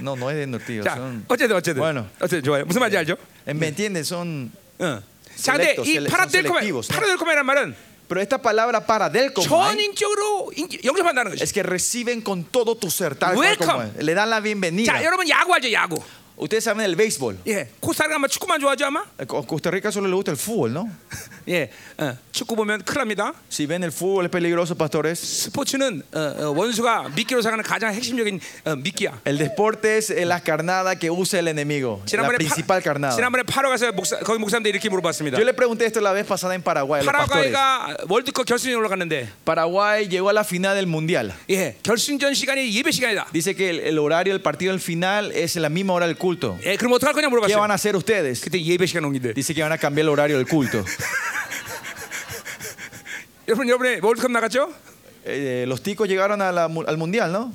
[SPEAKER 2] No, no es de nutrir.
[SPEAKER 1] 자,
[SPEAKER 2] son-
[SPEAKER 1] 어쨌든 어쨌든
[SPEAKER 2] Bueno. 네.
[SPEAKER 1] 어쨌든 좋아요. 무슨 말인지 알죠?
[SPEAKER 2] Eh, ¿Me entiendes? Son...
[SPEAKER 1] 응. 자, 근데
[SPEAKER 2] Selectos,
[SPEAKER 1] 이
[SPEAKER 2] sele-
[SPEAKER 1] 파라델코마,
[SPEAKER 2] selectivos, 네. ¿no?
[SPEAKER 1] 파라델코마라는 말은
[SPEAKER 2] Pero esta palabra paradelkomai
[SPEAKER 1] 전인격으로 인- 영접한다는 거죠.
[SPEAKER 2] es que reciben con todo tu ser, tal cual como
[SPEAKER 1] Welcome.
[SPEAKER 2] es. Le dan la bienvenida.
[SPEAKER 1] 자, 여러분 야구 알죠? 야구.
[SPEAKER 2] Ustedes saben el béisbol.
[SPEAKER 1] 예, 코스타리카 아마 축구만 좋아하죠 아마.
[SPEAKER 2] A Costa Rica solo le gusta el fútbol, ¿no?
[SPEAKER 1] 예, 어, 축구 보면 큰일납니다.
[SPEAKER 2] Si ven el fútbol es peligroso, pastores.
[SPEAKER 1] 스포츠는 어, 어, 원수가 미끼로 사가는 가장 핵심적인 어, 미끼야.
[SPEAKER 2] El deporte es eh, la carnada que usa el enemigo, la
[SPEAKER 1] 지난번에
[SPEAKER 2] principal
[SPEAKER 1] 파,
[SPEAKER 2] carnada.
[SPEAKER 1] 지난번에 파로 가서 목사, 거기 목사님들 이렇게 물어봤습니다.
[SPEAKER 2] Yo le pregunté esto la vez pasada en Paraguay, a los pastores.
[SPEAKER 1] 파라과이가 월드컵 결승에 올라갔는데,
[SPEAKER 2] Paraguay llegó a la final del mundial.
[SPEAKER 1] 예, 결승전 시간이 예배 시간이다.
[SPEAKER 2] Dice que el, el horario del partido del final es la misma hora del culto.
[SPEAKER 1] 예, 그럼 어떡할 거냐
[SPEAKER 2] ¿Qué van
[SPEAKER 1] 물어봤어요.
[SPEAKER 2] a hacer ustedes?
[SPEAKER 1] 그때 예배 시간 옮긴데.
[SPEAKER 2] Dice que van a cambiar el horario del culto.
[SPEAKER 1] 여러분 여러분의 월드컵 나갔죠?
[SPEAKER 2] Eh, los ticos llegaron a la mu- al mundial, ¿no?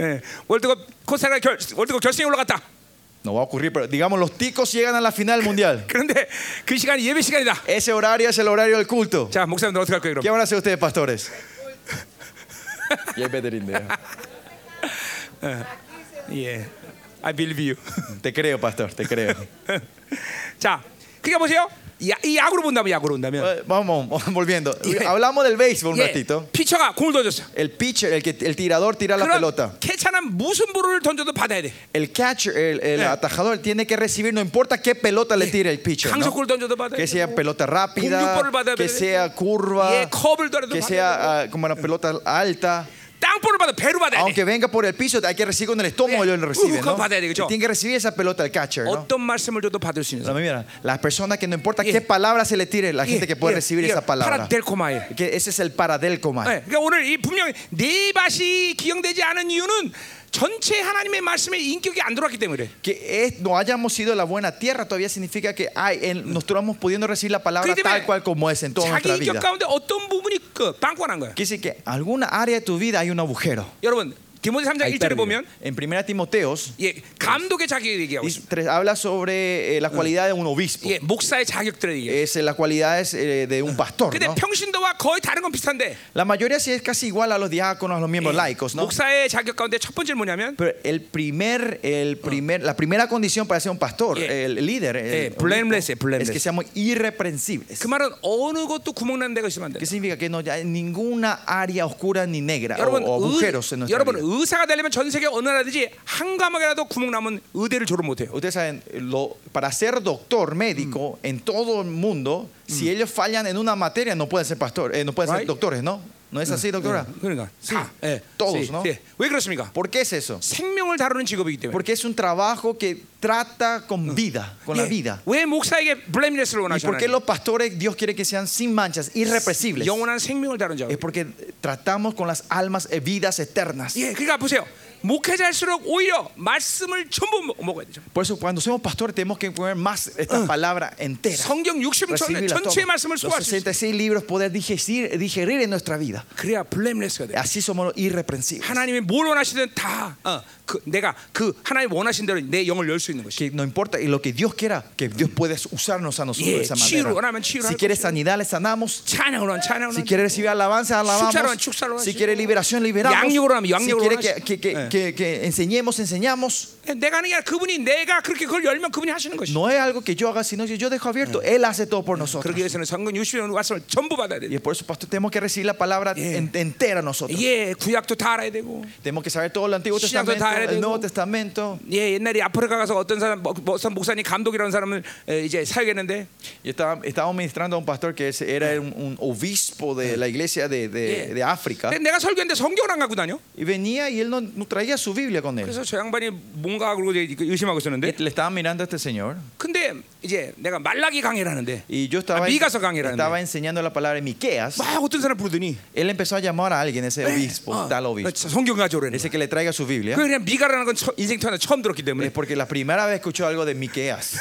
[SPEAKER 1] 예, 월드컵 코스타리카 결, 월드컵 결승에 올라갔다.
[SPEAKER 2] No va a ocurrir, pero digamos, los ticos llegan a la final mundial.
[SPEAKER 1] 그런데 그 시간이 예배 시간이다.
[SPEAKER 2] Ese horario es el horario del culto.
[SPEAKER 1] 자, 목사님들 어떡할 거예요,
[SPEAKER 2] ¿Qué
[SPEAKER 1] 그럼?
[SPEAKER 2] van a hacer ustedes, pastores? Y es better in there.
[SPEAKER 1] 예. I believe you.
[SPEAKER 2] Te creo, pastor, te creo.
[SPEAKER 1] 자, 그러니까 보세요. 야, 이 야구로 본다면 야구로 본다면
[SPEAKER 2] Eh, Vamos, vamos, volviendo. Hablamos del béisbol un
[SPEAKER 1] 예,
[SPEAKER 2] ratito.
[SPEAKER 1] 피처가 공을 던졌어.
[SPEAKER 2] El pitcher, el, que, el tirador tira la pelota.
[SPEAKER 1] 그럼 캐차는 무슨 볼을 던져도 받아야 돼.
[SPEAKER 2] El catcher, el, el
[SPEAKER 1] Eh.
[SPEAKER 2] atajador, tiene que recibir, no importa qué pelota le tire el pitcher. ¿no?
[SPEAKER 1] 강속골 던져도 받아야
[SPEAKER 2] Que
[SPEAKER 1] 돼.
[SPEAKER 2] sea pelota
[SPEAKER 1] 공중볼을
[SPEAKER 2] rápida,
[SPEAKER 1] 받아야
[SPEAKER 2] que
[SPEAKER 1] 돼.
[SPEAKER 2] sea curva,
[SPEAKER 1] 예, 컵을 던져도
[SPEAKER 2] que
[SPEAKER 1] 받아야 돼.
[SPEAKER 2] sea ah, como una pelota alta.
[SPEAKER 1] 땅볼을 받아 배로 받아야 돼.
[SPEAKER 2] Aunque venga por el piso, hay que recibir con el estómago,
[SPEAKER 1] Eh,
[SPEAKER 2] ellos lo reciben.
[SPEAKER 1] ujú,
[SPEAKER 2] ¿no?
[SPEAKER 1] compadre, digo yo.
[SPEAKER 2] Y Tiene que recibir esa pelota el catcher. ¿no?
[SPEAKER 1] 어떤 말씀을 줘도 받을 수 있는
[SPEAKER 2] No,
[SPEAKER 1] 사람.
[SPEAKER 2] mira, las personas que no importa
[SPEAKER 1] Yeah.
[SPEAKER 2] qué palabra se le tire, la gente que puede
[SPEAKER 1] 예,
[SPEAKER 2] recibir esa palabra.
[SPEAKER 1] 파라델코마에.
[SPEAKER 2] Que ese es el paradelcoma.
[SPEAKER 1] 그러니까 오늘 이 분명 네 밭이 기용되지 않은 이유는 전체 하나님의 말씀에 인격이 안 들어왔기 때문에. 그래.
[SPEAKER 2] Que es- no hayamos sido la buena tierra todavía significa que hay, en- nos estamos pudiendo recibir la palabra
[SPEAKER 1] Créeme,
[SPEAKER 2] tal cual como es en toda
[SPEAKER 1] 자기
[SPEAKER 2] nuestra
[SPEAKER 1] 인격
[SPEAKER 2] vida.
[SPEAKER 1] 가운데 어떤 부분이 그 빵꾸난 거야.
[SPEAKER 2] Quiere decir que alguna área de tu vida hay un agujero.
[SPEAKER 1] 여러분 디모데 3장
[SPEAKER 2] hay
[SPEAKER 1] 1절에
[SPEAKER 2] pérdida.
[SPEAKER 1] 보면
[SPEAKER 2] En 1 Timoteos
[SPEAKER 1] 예, 감독의 자격을 얘기하고 있어.
[SPEAKER 2] dice- tres- habla sobre eh, la cualidad de un obispo.
[SPEAKER 1] 예, 목사의 자격들을 얘기해.
[SPEAKER 2] Es eh, la cualidad es, eh, de un pastor.
[SPEAKER 1] 근데
[SPEAKER 2] ¿no?
[SPEAKER 1] 평신도와 거의 다른 건 비슷한데
[SPEAKER 2] La mayoría sí es casi igual a los diáconos, a los miembros
[SPEAKER 1] Eh,
[SPEAKER 2] laicos. ¿no?
[SPEAKER 1] 목사의 자격 가운데 첫 번째는 뭐냐면
[SPEAKER 2] Pero el primer, el primer, la primera condición para ser un pastor,
[SPEAKER 1] Yeah.
[SPEAKER 2] el líder, el
[SPEAKER 1] Yeah,
[SPEAKER 2] obispo,
[SPEAKER 1] blameless, blameless.
[SPEAKER 2] es que seamos irreprensibles.
[SPEAKER 1] 그 말은 어느 것도 구멍난 데가 있으면 안
[SPEAKER 2] ¿Qué
[SPEAKER 1] 된다.
[SPEAKER 2] significa? Que no hay ninguna área oscura ni negra o,
[SPEAKER 1] 여러분,
[SPEAKER 2] o agujeros en
[SPEAKER 1] 의,
[SPEAKER 2] nuestra
[SPEAKER 1] 여러분
[SPEAKER 2] vida.
[SPEAKER 1] 의사가 되려면 전 세계 어느 나라든지 한 과목이라도 구멍 나면 의대를 졸업 못 해요.
[SPEAKER 2] Ustedes saben, lo- para ser doctor médico en todo el mundo, si ellos fallan en una materia, no pueden ser pastor, eh, no pueden ser
[SPEAKER 1] Right.
[SPEAKER 2] doctores, ¿no? ¿No es así, doctora?
[SPEAKER 1] 그러니까
[SPEAKER 2] Sí.
[SPEAKER 1] 다, 예,
[SPEAKER 2] Todos,
[SPEAKER 1] 예,
[SPEAKER 2] ¿no?
[SPEAKER 1] 예. 왜 그렇습니까?
[SPEAKER 2] ¿Por qué es eso?
[SPEAKER 1] 생명을 다루는 직업이기 때문에.
[SPEAKER 2] Porque es un trabajo que trata con vida, con la
[SPEAKER 1] 예,
[SPEAKER 2] vida.
[SPEAKER 1] 왜 목사에게 블레임리스를
[SPEAKER 2] ¿Y por
[SPEAKER 1] 원하시나요?
[SPEAKER 2] qué los pastores Dios quiere que sean sin manchas, irrepresibles?
[SPEAKER 1] 영원한 생명을 다루는 작업.
[SPEAKER 2] Es porque tratamos con las almas eh, vidas eternas.
[SPEAKER 1] 예, 그러니까 보세요. 목회자일수록 오히려 말씀을 전부 먹- 먹어야 되죠.
[SPEAKER 2] Por eso cuando somos pastores tenemos que comer más esta palabra entera.
[SPEAKER 1] 성경 60절
[SPEAKER 2] Recibirla toda.
[SPEAKER 1] 전체의 말씀을
[SPEAKER 2] Los
[SPEAKER 1] 소화할 수 있어요.
[SPEAKER 2] 66 libros poder digerir, digerir en nuestra vida.
[SPEAKER 1] 그래야 블레임리스가 돼.
[SPEAKER 2] Así somos los irreprensibles.
[SPEAKER 1] 하나님이 뭘 원하시든 다 어, 그, 내가 그 하나님 원하신 대로 내 영을 열 수 있는 것이.
[SPEAKER 2] Que no importa, y lo que Dios quiera, que Dios puede usarnos a nosotros
[SPEAKER 1] Yeah,
[SPEAKER 2] de esa
[SPEAKER 1] 치유를
[SPEAKER 2] manera.
[SPEAKER 1] 원하면 치유를
[SPEAKER 2] Si
[SPEAKER 1] 할
[SPEAKER 2] quiere
[SPEAKER 1] 것이고.
[SPEAKER 2] sanidad, le sanamos.
[SPEAKER 1] 찬양으로 한 찬양으로
[SPEAKER 2] Si
[SPEAKER 1] 한-
[SPEAKER 2] quiere recibir alabanza, alabamos.
[SPEAKER 1] Chucharo, chucharo,
[SPEAKER 2] Si quiere liberación, liberamos.
[SPEAKER 1] 양육으로 하면
[SPEAKER 2] Si
[SPEAKER 1] 양육으로
[SPEAKER 2] quiere
[SPEAKER 1] 하시-
[SPEAKER 2] que, que- que-
[SPEAKER 1] 예.
[SPEAKER 2] que- que enseñemos, enseñamos.
[SPEAKER 1] 네, 내가 하는 게 아니라 그분이 내가 그렇게 그걸 열면 그분이 하시는 것이.
[SPEAKER 2] No es algo que yo haga, sino que yo dejo abierto. Él hace todo por nosotros.
[SPEAKER 1] 그러기 위해서는 성경 60년 말씀을 전부 받아야 돼.
[SPEAKER 2] Y es por eso, pastor, tenemos que recibir la palabra en- entera nosotros.
[SPEAKER 1] 예, 구약도 다 알아야 되고.
[SPEAKER 2] Tenemos que saber todo el Antiguo
[SPEAKER 1] Shinakdo
[SPEAKER 2] Testamento,
[SPEAKER 1] da algo.
[SPEAKER 2] el Nuevo Testamento.
[SPEAKER 1] 예, 옛날에 아프리카 가서 어떤 사람 뭐, 뭐, 어떤 목사님 감독이라는 사람을 에, 이제 사역했는데
[SPEAKER 2] Y estaba, estábamos ministrando a un pastor que ese era un, un obispo de la iglesia de, de-
[SPEAKER 1] Yeah.
[SPEAKER 2] de África.
[SPEAKER 1] 근데 내가 설교했는데 성경을 안 갖고 다녀.
[SPEAKER 2] Y venía y él no, no traía su Biblia con él.
[SPEAKER 1] 그래서 저 양반이 뭔가 그러고 이제 의심하고 있었는데
[SPEAKER 2] Le estaba mirando a este señor.
[SPEAKER 1] 근데 이제 내가 말라기 강의를 하는데
[SPEAKER 2] Y yo estaba,
[SPEAKER 1] Ah, Micaso 강의라는데.
[SPEAKER 2] estaba enseñando la palabra de Miqueas.
[SPEAKER 1] 막 어떤 사람 부르더니
[SPEAKER 2] Él empezó a llamar a alguien, ese obispo,
[SPEAKER 1] 어,
[SPEAKER 2] tal obispo.
[SPEAKER 1] 성경 가져오래.
[SPEAKER 2] Dice que le traiga su Biblia.
[SPEAKER 1] 그냥 미가라는 건 처- 인생 태어나 처음 들었기
[SPEAKER 2] Es
[SPEAKER 1] 때문에
[SPEAKER 2] porque la primera vez escuchó algo de Miqueas.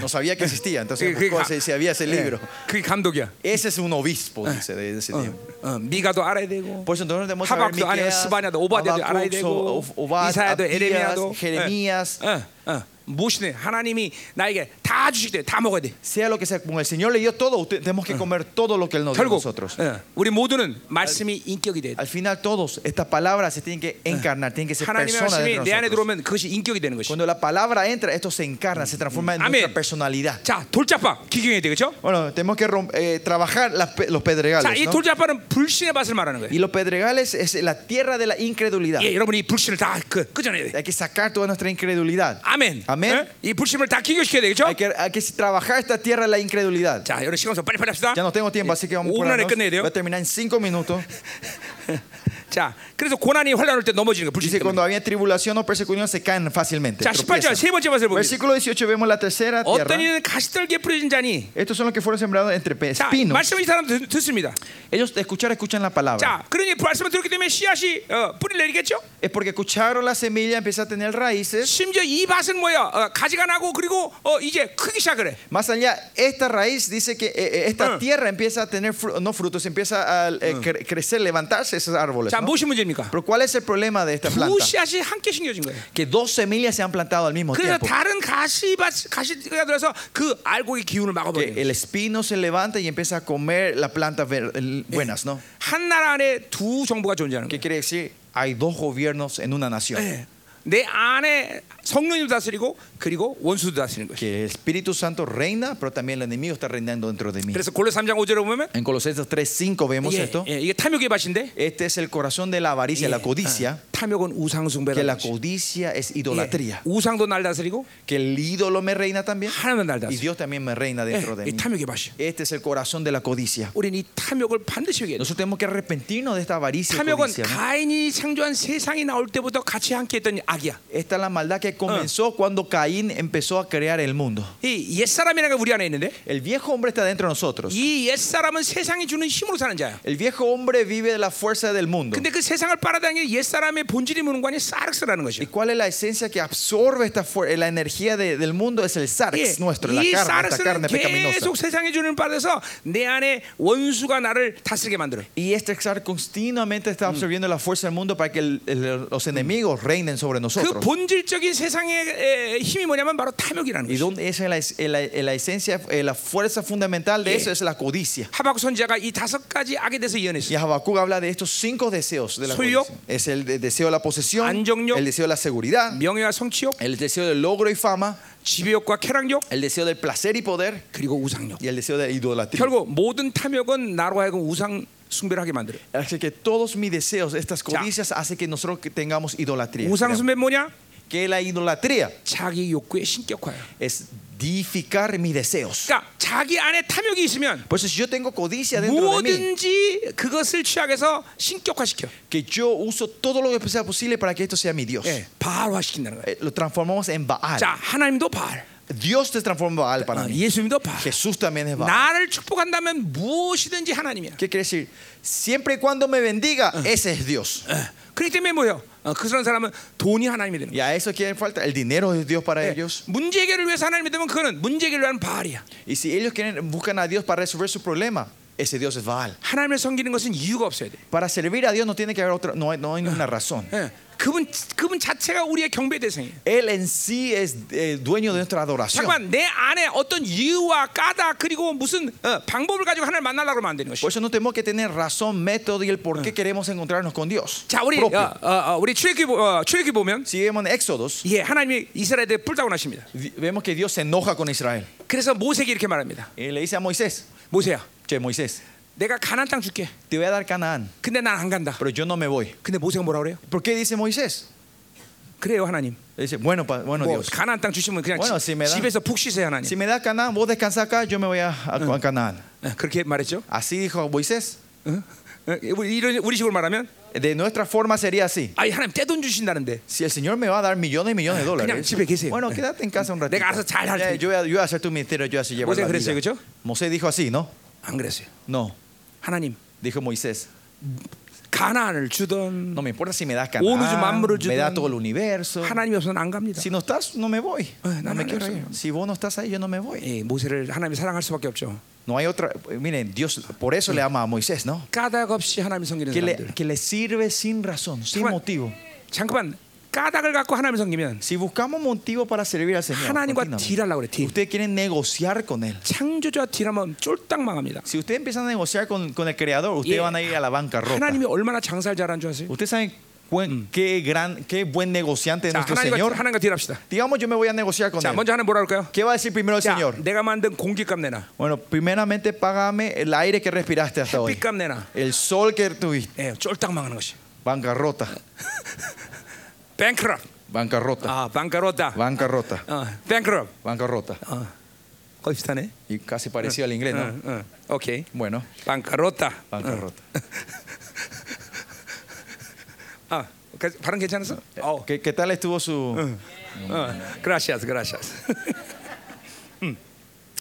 [SPEAKER 2] No sabía que existía, entonces
[SPEAKER 1] Que- que-
[SPEAKER 2] buscó si, si había
[SPEAKER 1] Eh.
[SPEAKER 2] ese libro.
[SPEAKER 1] 예, 그게 감독이야.
[SPEAKER 2] Ese es un obispo, dice, de
[SPEAKER 1] Ah.
[SPEAKER 2] ese tiempo.
[SPEAKER 1] 어, 미가도 알아야 되고
[SPEAKER 2] Por eso entonces tenemos que saber
[SPEAKER 1] 하박도 알아야
[SPEAKER 2] Miqueas,
[SPEAKER 1] 스바냐도 오바데도 알아야
[SPEAKER 2] Habacuc,
[SPEAKER 1] 되고
[SPEAKER 2] O- Obad,
[SPEAKER 1] 이사야도
[SPEAKER 2] Abdías,
[SPEAKER 1] 에레미야도
[SPEAKER 2] Jeremías.
[SPEAKER 1] 예, 예, 예. 무엇이네 하나님이 나에게 다 주시되 다 먹어야 돼.
[SPEAKER 2] Sea lo que sea, como el Señor le dio todo, usted- tenemos que comer todo lo que Él nos dio a
[SPEAKER 1] 결국
[SPEAKER 2] nosotros.
[SPEAKER 1] 예, 우리 모두는 말씀이 인격이 돼.
[SPEAKER 2] Al final todos, estas palabras se tienen que encarnar, tienen que ser
[SPEAKER 1] 하나님의
[SPEAKER 2] personas
[SPEAKER 1] 말씀이 내
[SPEAKER 2] dentro de
[SPEAKER 1] 안에
[SPEAKER 2] nosotros.
[SPEAKER 1] 들어오면 그것이 인격이 되는 것이.
[SPEAKER 2] Cuando la palabra entra, esto se encarna, se transforma en
[SPEAKER 1] Amén.
[SPEAKER 2] nuestra personalidad.
[SPEAKER 1] 자 돌짝밥 기경해야 되겠죠?
[SPEAKER 2] Bueno, tenemos que rom- eh, trabajar las pe- los
[SPEAKER 1] 자 이
[SPEAKER 2] pedregales. ¿no?
[SPEAKER 1] 돌짝밥은 불신의 밭을 말하는 거예요.
[SPEAKER 2] Y los pedregales es la tierra de la incredulidad.
[SPEAKER 1] 예, 여러분이 불신을 다 그, 끄져내야 돼.
[SPEAKER 2] Hay que sacar toda nuestra incredulidad.
[SPEAKER 1] 아멘.
[SPEAKER 2] 아멘.
[SPEAKER 1] 예? 이 불신을 다 기교시켜야 되겠죠?
[SPEAKER 2] Hay que, hay que trabajar esta tierra de la incredulidad.
[SPEAKER 1] 자, 여러분 시간 없어 빨리빨리 합시다.
[SPEAKER 2] Ya no tengo tiempo, así que vamos
[SPEAKER 1] 5분 안에
[SPEAKER 2] apurarnos.
[SPEAKER 1] 끝내야 돼요.
[SPEAKER 2] Voy a terminar en cinco minutos.
[SPEAKER 1] 자, 그래서 고난이 환란 올때 넘어지는 거 불신
[SPEAKER 2] Dice,
[SPEAKER 1] 때문에.
[SPEAKER 2] cuando había tribulación o persecución se caen fácilmente.
[SPEAKER 1] 자, 18절
[SPEAKER 2] tropiezan.
[SPEAKER 1] 세 번째 맛을 보니다
[SPEAKER 2] Versículo 18 vemos la tercera
[SPEAKER 1] 어떤
[SPEAKER 2] tierra.
[SPEAKER 1] 이는 가시떨기에 뿌려진 자니.
[SPEAKER 2] Estos son los que fueron sembrados entre pe-
[SPEAKER 1] 자,
[SPEAKER 2] espinos.
[SPEAKER 1] 말씀을 이 사람 듣, 듣습니다.
[SPEAKER 2] Ellos de escuchar escuchan la palabra.
[SPEAKER 1] 자, 그러니 말씀을 들었기 때문에 씨앗이 어, 뿌리 내리겠죠?
[SPEAKER 2] Es porque escucharon la semilla, empieza a tener raíces.
[SPEAKER 1] 심지어 이 밭은 뭐야? 어, 가지가 나고 그리고 어, 이제 크기 시작을 해.
[SPEAKER 2] Más allá, esta raíz dice que eh, eh, esta
[SPEAKER 1] Ah.
[SPEAKER 2] tierra empieza a tener, fru- no frutos, empieza a eh, cre- crecer, levantarse esos árboles.
[SPEAKER 1] 자,
[SPEAKER 2] ¿no?
[SPEAKER 1] 무엇이 문제입니까?
[SPEAKER 2] Pero ¿cuál es el problema de esta
[SPEAKER 1] 두
[SPEAKER 2] planta?
[SPEAKER 1] 씨앗이 함께 심겨진 거예요. 뭐?
[SPEAKER 2] Que dos semillas se han plantado al mismo
[SPEAKER 1] 그래서
[SPEAKER 2] tiempo.
[SPEAKER 1] 다른 가시밭 가시가 들어서 그 알곡의 기운을 막아버려요.
[SPEAKER 2] Que el espino se levanta y empieza a comer las plantas ver- el- buenas, ¿no?
[SPEAKER 1] 한 나라 안에 두 정부가 존재하는
[SPEAKER 2] ¿Qué
[SPEAKER 1] 거예요.
[SPEAKER 2] quiere decir? Hay dos gobiernos en una nación.
[SPEAKER 1] 예. 내 안에 성령님 다스리고 그리고 원수도 다스리는 거예요.
[SPEAKER 2] Que el Espíritu Santo reina, pero también el enemigo está reinando dentro de mí.
[SPEAKER 1] 그래서 골로 3장 5절에 보면
[SPEAKER 2] En Colosenses 3.5 vemos
[SPEAKER 1] 예,
[SPEAKER 2] esto.
[SPEAKER 1] 예, 이게 탐욕의 밭인데
[SPEAKER 2] Este es el corazón de la avaricia,
[SPEAKER 1] 예,
[SPEAKER 2] la
[SPEAKER 1] 아,
[SPEAKER 2] codicia.
[SPEAKER 1] 탐욕은 우상
[SPEAKER 2] Que
[SPEAKER 1] 숭배라는
[SPEAKER 2] la
[SPEAKER 1] 것이.
[SPEAKER 2] codicia es
[SPEAKER 1] 예,
[SPEAKER 2] idolatría.
[SPEAKER 1] 우상도 날 다스리고
[SPEAKER 2] Que el ídolo me reina también.
[SPEAKER 1] 하나님도 날
[SPEAKER 2] Y
[SPEAKER 1] 다스리고
[SPEAKER 2] Dios también me reina dentro
[SPEAKER 1] 예,
[SPEAKER 2] de
[SPEAKER 1] 이
[SPEAKER 2] mí.
[SPEAKER 1] 탐욕의 밭이
[SPEAKER 2] Este es el corazón de la codicia.
[SPEAKER 1] 우리는 이 탐욕을 반드시 이겨야 돼
[SPEAKER 2] Nosotros tenemos que arrepentirnos de esta avaricia. y
[SPEAKER 1] 탐욕은
[SPEAKER 2] codicia, ¿no?
[SPEAKER 1] 가인이 창조한 세상이 나올 때부터 같이 함께했던 악이야
[SPEAKER 2] Esta es la maldad que comenzó cuando Caín empezó a crear el mundo.
[SPEAKER 1] 이 옛사람이라는 게 우리 안에 있는데
[SPEAKER 2] El viejo hombre está dentro de nosotros.
[SPEAKER 1] 이 옛사람은 세상이 주는 힘으로 사는 자야
[SPEAKER 2] El viejo hombre vive de la fuerza del mundo.
[SPEAKER 1] 근데 그 세상을 빨아당기는 옛사람의 본질이 무는 관이 사르스라는
[SPEAKER 2] ¿Y
[SPEAKER 1] 것이야
[SPEAKER 2] cuál es la esencia que absorbe esta fuer- la energía de- del mundo? Es el
[SPEAKER 1] 예,
[SPEAKER 2] sarx nuestro, la
[SPEAKER 1] 이
[SPEAKER 2] carne, esta
[SPEAKER 1] 사르스는
[SPEAKER 2] carne pecaminosa.
[SPEAKER 1] 계속 세상이 주는 빨에서 내 안에 원수가 나를 다스리게 만들어
[SPEAKER 2] Y este sarx continuamente está absorbiendo la fuerza del mundo para que el- el- los enemigos reinen sobre
[SPEAKER 1] 그
[SPEAKER 2] nosotros.
[SPEAKER 1] 본질적인 세상의 에, 힘이 뭐냐면 바로 탐욕이라는
[SPEAKER 2] ¿Y
[SPEAKER 1] 거죠.
[SPEAKER 2] dónde es la, es- eh, la- la esencia, eh, la fuerza fundamental de
[SPEAKER 1] Yeah.
[SPEAKER 2] eso? Es la codicia.
[SPEAKER 1] 하박국 선지자가 이 다섯 가지 악에 대해서
[SPEAKER 2] Y
[SPEAKER 1] 예언했어요.
[SPEAKER 2] Habacuc habla de estos cinco deseos de la
[SPEAKER 1] Soyok.
[SPEAKER 2] codicia. Es el de- deseo de la posesión,
[SPEAKER 1] Anjongyeok.
[SPEAKER 2] el deseo de la seguridad,
[SPEAKER 1] 명예와 성취욕,
[SPEAKER 2] el deseo del logro y fama,
[SPEAKER 1] 지배욕과 쾌락욕,
[SPEAKER 2] el deseo del placer y poder
[SPEAKER 1] 그리고 우상욕.
[SPEAKER 2] y el deseo de idolatría.
[SPEAKER 1] 결국 모든 탐욕은 나로 하여금 우상 숭배를 하게 만들어. 요
[SPEAKER 2] Así que todos mis deseos, estas codicias, hace que nosotros que tengamos idolatría.
[SPEAKER 1] 우상 숭배 뭐냐?
[SPEAKER 2] Que la idolatría
[SPEAKER 1] 자기 욕구의 신격화야.
[SPEAKER 2] es deificar mis deseos.
[SPEAKER 1] 그러니까 자기 안에 탐욕이 있으면
[SPEAKER 2] Por eso si yo tengo codicia dentro de mí,
[SPEAKER 1] 뭐든지 그것을 취약해서 신격화시켜.
[SPEAKER 2] que yo uso todo lo que sea posible para que esto sea mi Dios.
[SPEAKER 1] 예, 바알화시킨다는 거야.
[SPEAKER 2] Eh, Lo transformamos en Baal.
[SPEAKER 1] 자, 하나님도 바알,
[SPEAKER 2] Dios te transforma en Baal para
[SPEAKER 1] 어,
[SPEAKER 2] mí.
[SPEAKER 1] 예수님도 바알.
[SPEAKER 2] Jesús también es Baal.
[SPEAKER 1] 나를 축복한다면 무엇이든지 하나님이야.
[SPEAKER 2] ¿Qué quiere decir? Siempre y cuando me bendiga, ese es Dios.
[SPEAKER 1] 예. 그렇기 때문에 뭐예요? 어, 그런 사람은 돈이 하나님이 되는 거예요.
[SPEAKER 2] Y a eso quieren falta. El dinero es Dios
[SPEAKER 1] Eh.
[SPEAKER 2] para ellos.
[SPEAKER 1] 문제 해결을 위해서 하나님이 되면 그거는 문제 해결을 위한 바알이야.
[SPEAKER 2] Y si ellos quieren, buscan a Dios para resolver su problema. ese Dios es Baal.
[SPEAKER 1] 하나님을 섬기는 것은 이유가 없어야 돼.
[SPEAKER 2] Para servir a Dios no tiene que haber otra, no hay, no hay ninguna razón.
[SPEAKER 1] 예. 그분 그분 자체가 우리의 경배 대상이에요.
[SPEAKER 2] Él en sí es eh, dueño de nuestra adoración.
[SPEAKER 1] 잠깐만 내 안에 어떤 이유와 까닭 그리고 무슨 어, 방법을 가지고 하나님을 만나려고 하면 안 되는 것이.
[SPEAKER 2] Por eso no tenemos que tener razón, método y el por qué queremos encontrarnos con Dios.
[SPEAKER 1] 자 우리
[SPEAKER 2] propio.
[SPEAKER 1] 어, 어, 어, 우리 출애굽 어, 출애굽 보면
[SPEAKER 2] Si vemos en Éxodos,
[SPEAKER 1] 예 하나님이 이스라엘에 뿔다고 하십니다.
[SPEAKER 2] vi- vemos que Dios se enoja con Israel.
[SPEAKER 1] 그래서 모세에게 이렇게 말합니다.
[SPEAKER 2] Y le dice a Moisés,
[SPEAKER 1] 모세야,
[SPEAKER 2] che, Moisés,
[SPEAKER 1] 내가 가나안 땅 줄게.
[SPEAKER 2] te voy a dar Canaán,
[SPEAKER 1] 근데 난 안 간다.
[SPEAKER 2] pero yo no me voy.
[SPEAKER 1] 근데 모세가 뭐라 그래요?
[SPEAKER 2] ¿Por qué dice Moisés?
[SPEAKER 1] 그래요 하나님.
[SPEAKER 2] Le dice, bueno, pa- bueno
[SPEAKER 1] 뭐
[SPEAKER 2] Dios,
[SPEAKER 1] 가나안 땅 주시면 그냥
[SPEAKER 2] Bueno,
[SPEAKER 1] 지-
[SPEAKER 2] si me da-
[SPEAKER 1] 집에서 푹 쉬세요 하나님.
[SPEAKER 2] si me da Canaán, vos descansás acá, yo me voy a, a-
[SPEAKER 1] Ah.
[SPEAKER 2] a Canaán.
[SPEAKER 1] 어, 그렇게 말했죠.
[SPEAKER 2] Así dijo Moisés.
[SPEAKER 1] 어? 어, 우리 이런 우리 식으로 말하면
[SPEAKER 2] De nuestra forma sería así.
[SPEAKER 1] 아이 하나님 떼돈 주신다는데
[SPEAKER 2] Si el Señor me va a dar millones y millones de
[SPEAKER 1] 그냥
[SPEAKER 2] dólares,
[SPEAKER 1] 집에 계세요.
[SPEAKER 2] bueno, quédate en casa un ratito.
[SPEAKER 1] 내가 알아서 잘 할게.
[SPEAKER 2] Eh, yo, voy a, yo voy a hacer tu ministerio, yo voy a hacer llevar
[SPEAKER 1] Moisés
[SPEAKER 2] la
[SPEAKER 1] 그랬어요,
[SPEAKER 2] vida.
[SPEAKER 1] 그죠?
[SPEAKER 2] Moisés dijo así, ¿no?
[SPEAKER 1] 안 그랬어요.
[SPEAKER 2] No,
[SPEAKER 1] 하나님
[SPEAKER 2] dijo Moisés.
[SPEAKER 1] 가나안을 주던
[SPEAKER 2] No me importa si me das
[SPEAKER 1] Uno, yo
[SPEAKER 2] Canaán,
[SPEAKER 1] mamro, yo Ah,
[SPEAKER 2] me da
[SPEAKER 1] tengo-
[SPEAKER 2] todo el universo.
[SPEAKER 1] 하나님이 없으면 안 갑니다.
[SPEAKER 2] Si no estás, no me voy.
[SPEAKER 1] Eh,
[SPEAKER 2] No
[SPEAKER 1] no,
[SPEAKER 2] me
[SPEAKER 1] no,
[SPEAKER 2] quiero
[SPEAKER 1] no,
[SPEAKER 2] ir.
[SPEAKER 1] no.
[SPEAKER 2] Si vos no estás ahí, yo no me voy.
[SPEAKER 1] 예, 모세를 하나님이 사랑할 수밖에 없죠.
[SPEAKER 2] No hay otra. eh, Miren, Dios por eso le ama a Moisés, ¿no?
[SPEAKER 1] 까닭 없이 하나님을 섬기는
[SPEAKER 2] Que le,
[SPEAKER 1] 사람들.
[SPEAKER 2] que le sirve sin razón, sin
[SPEAKER 1] Bueno.
[SPEAKER 2] motivo.
[SPEAKER 1] 잠깐만 까닭을 갖고 하나님을 섬기면
[SPEAKER 2] Si buscamos motivo para servir al Señor,
[SPEAKER 1] 하나님과
[SPEAKER 2] continuamente,
[SPEAKER 1] 딜하려고 그래. 딜.
[SPEAKER 2] ustedes quieren negociar con Él.
[SPEAKER 1] 창조자 딜하면 쫄딱 망합니다.
[SPEAKER 2] Si ustedes empiezan a negociar con, con el Creador, ustedes
[SPEAKER 1] Yeah.
[SPEAKER 2] van a ir a la bancarrota.
[SPEAKER 1] 하나님이 얼마나 장사를 잘하는 줄 아세요?
[SPEAKER 2] Ustedes saben cuen- qué, gran, qué buen negociante es
[SPEAKER 1] 자,
[SPEAKER 2] nuestro
[SPEAKER 1] 하나님과
[SPEAKER 2] Señor.
[SPEAKER 1] 하나님과 딜합시다.
[SPEAKER 2] Digamos, yo me voy a negociar con
[SPEAKER 1] 자,
[SPEAKER 2] Él.
[SPEAKER 1] 먼저 하나님 뭐라 할까요?
[SPEAKER 2] ¿Qué va a decir primero el
[SPEAKER 1] 야,
[SPEAKER 2] Señor?
[SPEAKER 1] 내가 만든 공기값 내놔.
[SPEAKER 2] Bueno, primeramente págame el aire que respiraste hasta hoy.
[SPEAKER 1] 햇빛값 내놔.
[SPEAKER 2] El sol que tuviste.
[SPEAKER 1] 예, 쫄딱 망하는 것이.
[SPEAKER 2] Bancarrota.
[SPEAKER 1] 뱅크럽.
[SPEAKER 2] Bancarrota.
[SPEAKER 1] 아, 방카로다.
[SPEAKER 2] Bancarrota.
[SPEAKER 1] 어, 뱅크럽.
[SPEAKER 2] Bancarrota.
[SPEAKER 1] 어, 거의 비슷하네.
[SPEAKER 2] Y casi parecido al inglés, ¿no?
[SPEAKER 1] 어, 어, 오케이.
[SPEAKER 2] Bueno,
[SPEAKER 1] 방카로다.
[SPEAKER 2] bancarrota.
[SPEAKER 1] 아, 그, 발음 괜찮았어? 어,
[SPEAKER 2] ¿Qué, qué tal estuvo su.?
[SPEAKER 1] Ah. 어, 그라시아스, 그라시아스. 음.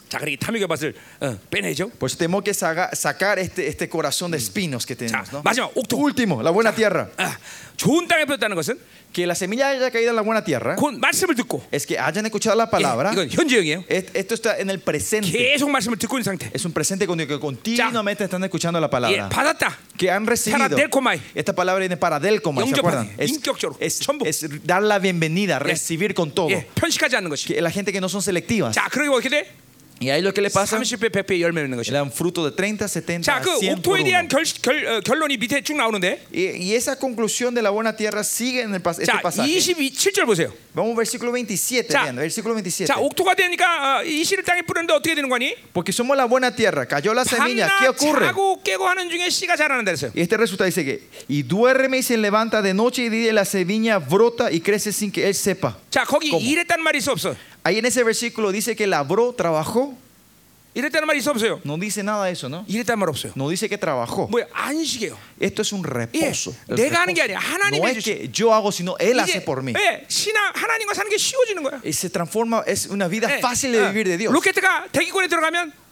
[SPEAKER 1] 자, 그러니 탐욕의 밭을 어, 빼내죠.
[SPEAKER 2] Pues tenemos que saga- sacar este, este corazón de espinos que
[SPEAKER 1] 자,
[SPEAKER 2] tenemos, ¿no?
[SPEAKER 1] 마지막 옥토.
[SPEAKER 2] Último, la buena tierra.
[SPEAKER 1] 아, 좋은 땅에 뿌렸다는 것은
[SPEAKER 2] Que la semilla haya caído en la buena tierra
[SPEAKER 1] 곧 말씀을 듣고
[SPEAKER 2] es que hayan escuchado la palabra.
[SPEAKER 1] 예, 이건 현재형이에요.
[SPEAKER 2] Es- Esto está en el presente.
[SPEAKER 1] 계속 말씀을 듣고 있는 상태.
[SPEAKER 2] Es un presente con el que continuamente están escuchando la
[SPEAKER 1] 예,
[SPEAKER 2] palabra.
[SPEAKER 1] 받았다.
[SPEAKER 2] que han recibido
[SPEAKER 1] Paradelcomai.
[SPEAKER 2] esta palabra viene para delcomai ¿se
[SPEAKER 1] 영접하지,
[SPEAKER 2] acuerdan? Es,
[SPEAKER 1] 인격적으로,
[SPEAKER 2] es-
[SPEAKER 1] 전부.
[SPEAKER 2] es dar la bienvenida recibir con todo
[SPEAKER 1] 예, 편식하지 않는 것이.
[SPEAKER 2] que la gente que no son selectivas
[SPEAKER 1] 자, 그러게 뭐 어떻게 돼?
[SPEAKER 2] y ahí lo que le pasa
[SPEAKER 1] 30배, 100배 열매 맺는
[SPEAKER 2] le
[SPEAKER 1] 것이.
[SPEAKER 2] dan fruto de 30 70
[SPEAKER 1] 자, 그
[SPEAKER 2] 100 por
[SPEAKER 1] 옥토에 대한
[SPEAKER 2] uno.
[SPEAKER 1] 결, 결, 어, 결론이 밑에 쭉 나오는데.
[SPEAKER 2] y, y esa conclusión de la buena tierra sigue en el pas- este
[SPEAKER 1] 자,
[SPEAKER 2] pasaje
[SPEAKER 1] 27절 보세요.
[SPEAKER 2] vamos al versículo 27
[SPEAKER 1] 자,
[SPEAKER 2] vean, versículo 27
[SPEAKER 1] 자, 옥토가 되니까 어, 이 씨를 땅에 뿌렸는데 어떻게 되는 거니?
[SPEAKER 2] porque somos la buena tierra cayó la semilla ¿qué
[SPEAKER 1] 밤낮
[SPEAKER 2] ocurre?
[SPEAKER 1] 자고 깨고 하는 중에 씨가 자라는다 그랬어요.
[SPEAKER 2] Y este resultado dice que y duerme y se levanta de noche y de día la semilla brota y crece sin que él sepa
[SPEAKER 1] 자, 거기
[SPEAKER 2] ¿Cómo?
[SPEAKER 1] 일했다는 말이 있어 없어?
[SPEAKER 2] ahí en ese versículo dice que labró trabajó
[SPEAKER 1] 일했다는 말이 있어 없어요?
[SPEAKER 2] No dice nada de eso, ¿no?
[SPEAKER 1] 일했다는 말 없어요.
[SPEAKER 2] No dice que trabajó.
[SPEAKER 1] 뭐야? 안식이에요.
[SPEAKER 2] Esto es un reposo.
[SPEAKER 1] 예,
[SPEAKER 2] El
[SPEAKER 1] 내가 하는
[SPEAKER 2] reposo.
[SPEAKER 1] 게 아니라 하나님이
[SPEAKER 2] No es
[SPEAKER 1] 해주신-
[SPEAKER 2] que yo hago, sino Él hace
[SPEAKER 1] 이제,
[SPEAKER 2] por mí.
[SPEAKER 1] 예, 신앙 하나님과 사는 게 쉬워지는 거야.
[SPEAKER 2] Y se transforma, es una vida
[SPEAKER 1] 예,
[SPEAKER 2] fácil de
[SPEAKER 1] 어,
[SPEAKER 2] vivir de Dios.
[SPEAKER 1] 로켓가 대기권에 들어가면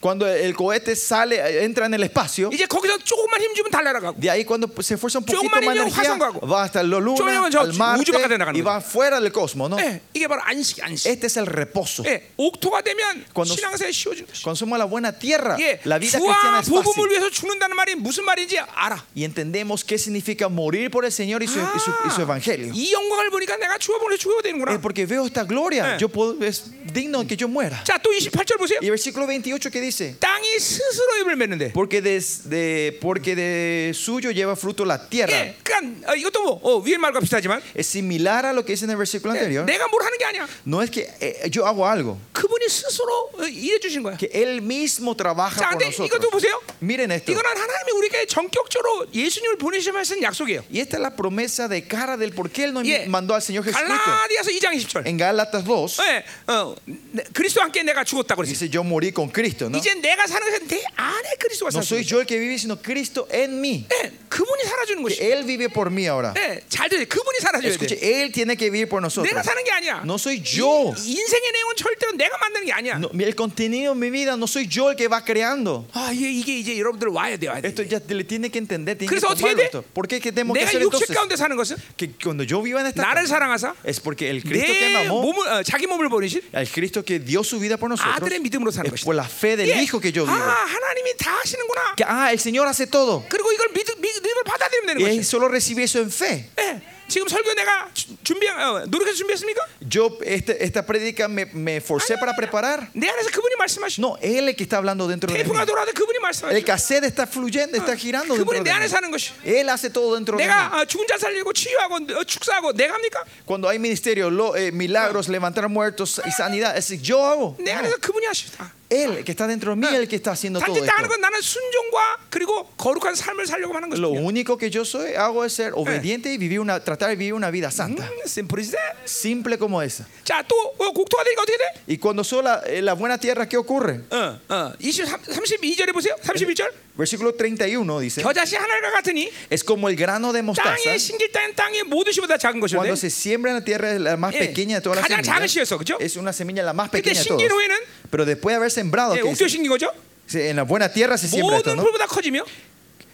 [SPEAKER 2] Cuando el cohete sale, eh, entra en el espacio,
[SPEAKER 1] 이제 거기서 조금만 힘 주면 달려나가고.
[SPEAKER 2] de ahí cuando pues, se esfuerza un poquito
[SPEAKER 1] 조금만
[SPEAKER 2] más
[SPEAKER 1] 힘이면
[SPEAKER 2] energía,
[SPEAKER 1] 화성 가고.
[SPEAKER 2] va hasta la luna,
[SPEAKER 1] 조금만 저
[SPEAKER 2] al Marte,
[SPEAKER 1] 우주 바깥에 나가는
[SPEAKER 2] y va fuera del cosmos, ¿no? Eh.
[SPEAKER 1] 예, 이게 바로 안식, 안식.
[SPEAKER 2] Este es el reposo.
[SPEAKER 1] 예, 옥토가 되면
[SPEAKER 2] Cuando-
[SPEAKER 1] 신앙생활 쉬워지는 것이.
[SPEAKER 2] Cuando somos la buena tierra,
[SPEAKER 1] 예,
[SPEAKER 2] la vida
[SPEAKER 1] 주와
[SPEAKER 2] cristiana es fácil.
[SPEAKER 1] 복음을 위해서 죽는다는 말이 무슨 말인지 알아.
[SPEAKER 2] Y entendemos qué significa morir por el Señor y su, y su- Ah. y su evangelio.
[SPEAKER 1] 이 영광을 보니까 내가 주와 복음을 위해 죽어야
[SPEAKER 2] Es
[SPEAKER 1] 되는구나.
[SPEAKER 2] porque veo esta gloria,
[SPEAKER 1] Eh.
[SPEAKER 2] yo puedo, es digno que yo muera.
[SPEAKER 1] 자, 또 28절 보세요.
[SPEAKER 2] Y el versículo 28 que dice,
[SPEAKER 1] 땅이 스스로 입을 맺는데.
[SPEAKER 2] porque de, de- porque de suyo lleva fruto la tierra.
[SPEAKER 1] 예, 그러니까 어, 이것도 뭐 어, 위에 말과 비슷하지만
[SPEAKER 2] Es similar a lo que dice en el versículo
[SPEAKER 1] 예,
[SPEAKER 2] anterior.
[SPEAKER 1] 내가 뭘 하는 게 아니야.
[SPEAKER 2] No es que eh, yo hago algo,
[SPEAKER 1] 그분이 스스로 어, 일해 주신 거야.
[SPEAKER 2] que Él mismo trabaja
[SPEAKER 1] 자,
[SPEAKER 2] por
[SPEAKER 1] 근데 이것도
[SPEAKER 2] nosotros.
[SPEAKER 1] 보세요.
[SPEAKER 2] Miren esto.
[SPEAKER 1] 이거는 하나님이 우리에게 전격적으로 예수님을 보내시면 하신 약속이에요.
[SPEAKER 2] Y esta es la promesa de cara del por qué Él nos
[SPEAKER 1] 예,
[SPEAKER 2] mandó al Señor Jesucristo.
[SPEAKER 1] 갈라디아서 2장 20절.
[SPEAKER 2] En Gálatas 2
[SPEAKER 1] 예, 어, 네, 그리스도와 함께 내가 죽었다고 그랬어요.
[SPEAKER 2] dice, yo morí con Cristo. ¿no?
[SPEAKER 1] 이제 내가 사는 것은 내 안에 그리스도가
[SPEAKER 2] no
[SPEAKER 1] 사는
[SPEAKER 2] soy
[SPEAKER 1] 거예요.
[SPEAKER 2] yo el que vive, sino Cristo en mí.
[SPEAKER 1] 예, 그분이 살아주는 것이.
[SPEAKER 2] Que Él vive por mí ahora.
[SPEAKER 1] 예, 잘 들으세요. 그분이 살아줘야 돼.
[SPEAKER 2] 예. Escuche, Él tiene que vivir por
[SPEAKER 1] 내가
[SPEAKER 2] nosotros.
[SPEAKER 1] 사는 게 아니야.
[SPEAKER 2] No soy yo.
[SPEAKER 1] 이- 인생의 내용은 절대로 내가 만드는 게 아니야.
[SPEAKER 2] No, el contenido de mi vida no soy yo el que va creando.
[SPEAKER 1] 아, 예, 이게 이제 여러분들 와야 돼, 와야 돼.
[SPEAKER 2] Esto ya te- le tiene que entender, tiene que
[SPEAKER 1] 그래서 어떻게
[SPEAKER 2] tomarlo
[SPEAKER 1] 돼?
[SPEAKER 2] esto. ¿Por qué que tenemos que
[SPEAKER 1] 내가
[SPEAKER 2] hacer
[SPEAKER 1] 육체
[SPEAKER 2] entonces?
[SPEAKER 1] 가운데 사는 것은
[SPEAKER 2] Que cuando yo viva en esta
[SPEAKER 1] 나를
[SPEAKER 2] tierra,
[SPEAKER 1] 사랑하사
[SPEAKER 2] es porque el Cristo que me
[SPEAKER 1] 내
[SPEAKER 2] amó,
[SPEAKER 1] 몸을 어, 자기 몸을 버리신
[SPEAKER 2] el Cristo que dio su vida por nosotros,
[SPEAKER 1] 아들의 믿음으로 사는
[SPEAKER 2] es por
[SPEAKER 1] 것이다.
[SPEAKER 2] la fe del Él dijo que yo vivo.
[SPEAKER 1] 아, 하나님이 다 하시는구나.
[SPEAKER 2] Que, ah, el Señor hace todo.
[SPEAKER 1] 그리고 이걸 믿, 믿, 믿음을 받아들이면
[SPEAKER 2] Y
[SPEAKER 1] 되는
[SPEAKER 2] él
[SPEAKER 1] 거지.
[SPEAKER 2] solo recibe eso en fe.
[SPEAKER 1] 예. 지금 설교 내가 주- 준비 어, 노력해서 준비했습니까?
[SPEAKER 2] Yo este- esta prédica me, me forcé para preparar.
[SPEAKER 1] 내 안에서 그분이 말씀하시고
[SPEAKER 2] No, él es el que está hablando dentro de mí.
[SPEAKER 1] 테이프가 돌아도 그분이
[SPEAKER 2] El
[SPEAKER 1] 말씀하시고
[SPEAKER 2] cassette está fluyendo, está girando
[SPEAKER 1] 그분이
[SPEAKER 2] dentro
[SPEAKER 1] 내
[SPEAKER 2] de
[SPEAKER 1] 안에서
[SPEAKER 2] mí.
[SPEAKER 1] 하는 것이
[SPEAKER 2] Él hace todo dentro de mí.
[SPEAKER 1] 내가 어, 죽은 자 살리고 치유하고 어, 축사하고 내가 합니까?
[SPEAKER 2] Cuando hay ministerios, lo- eh, milagros, levantar muertos y sanidad, es decir, yo hago.
[SPEAKER 1] 내
[SPEAKER 2] No.
[SPEAKER 1] 안에서 그분이 하시다.
[SPEAKER 2] Él el que está dentro de mí, el que está haciendo 네. todo
[SPEAKER 1] 단지 다 하는
[SPEAKER 2] esto.
[SPEAKER 1] 건 나는 순종과 그리고 거룩한 삶을 살려고 하는
[SPEAKER 2] Lo
[SPEAKER 1] 것이야.
[SPEAKER 2] único que yo soy, hago es
[SPEAKER 1] Eh.
[SPEAKER 2] ser obediente y vivir una, tratar de vivir una
[SPEAKER 1] Mm.
[SPEAKER 2] vida santa.
[SPEAKER 1] 음, 심플이지.
[SPEAKER 2] Simple como esa.
[SPEAKER 1] 자또 어, 곡토가 되니까 어떻게 돼?
[SPEAKER 2] Y cuando soy la, eh, la buena tierra, ¿qué ocurre?
[SPEAKER 1] 어, 어, 23, 32절에 보세요. 31절.
[SPEAKER 2] Versículo 31 dice,
[SPEAKER 1] 겨자씨 하나가 같으니
[SPEAKER 2] es como el grano de 네. mostaza.
[SPEAKER 1] 땅에 신길 땅은 땅의 모든 씨보다 작은 네. 것이거든.
[SPEAKER 2] Cuando se siembra en la tierra es la más
[SPEAKER 1] Eh,
[SPEAKER 2] pequeña de todas las
[SPEAKER 1] 가장 작은
[SPEAKER 2] semillas.
[SPEAKER 1] 씨였어, 그죠?
[SPEAKER 2] Es una semilla la más
[SPEAKER 1] 근데
[SPEAKER 2] pequeña de
[SPEAKER 1] 신긴
[SPEAKER 2] todas.
[SPEAKER 1] 후에는
[SPEAKER 2] Pero después de haber sembrado,
[SPEAKER 1] 예,
[SPEAKER 2] ¿qué
[SPEAKER 1] 옥수수
[SPEAKER 2] dice?
[SPEAKER 1] 신긴 거죠.
[SPEAKER 2] Se- en la buena tierra se siembra esto,
[SPEAKER 1] 모든
[SPEAKER 2] ¿no?
[SPEAKER 1] 풀보다 커지며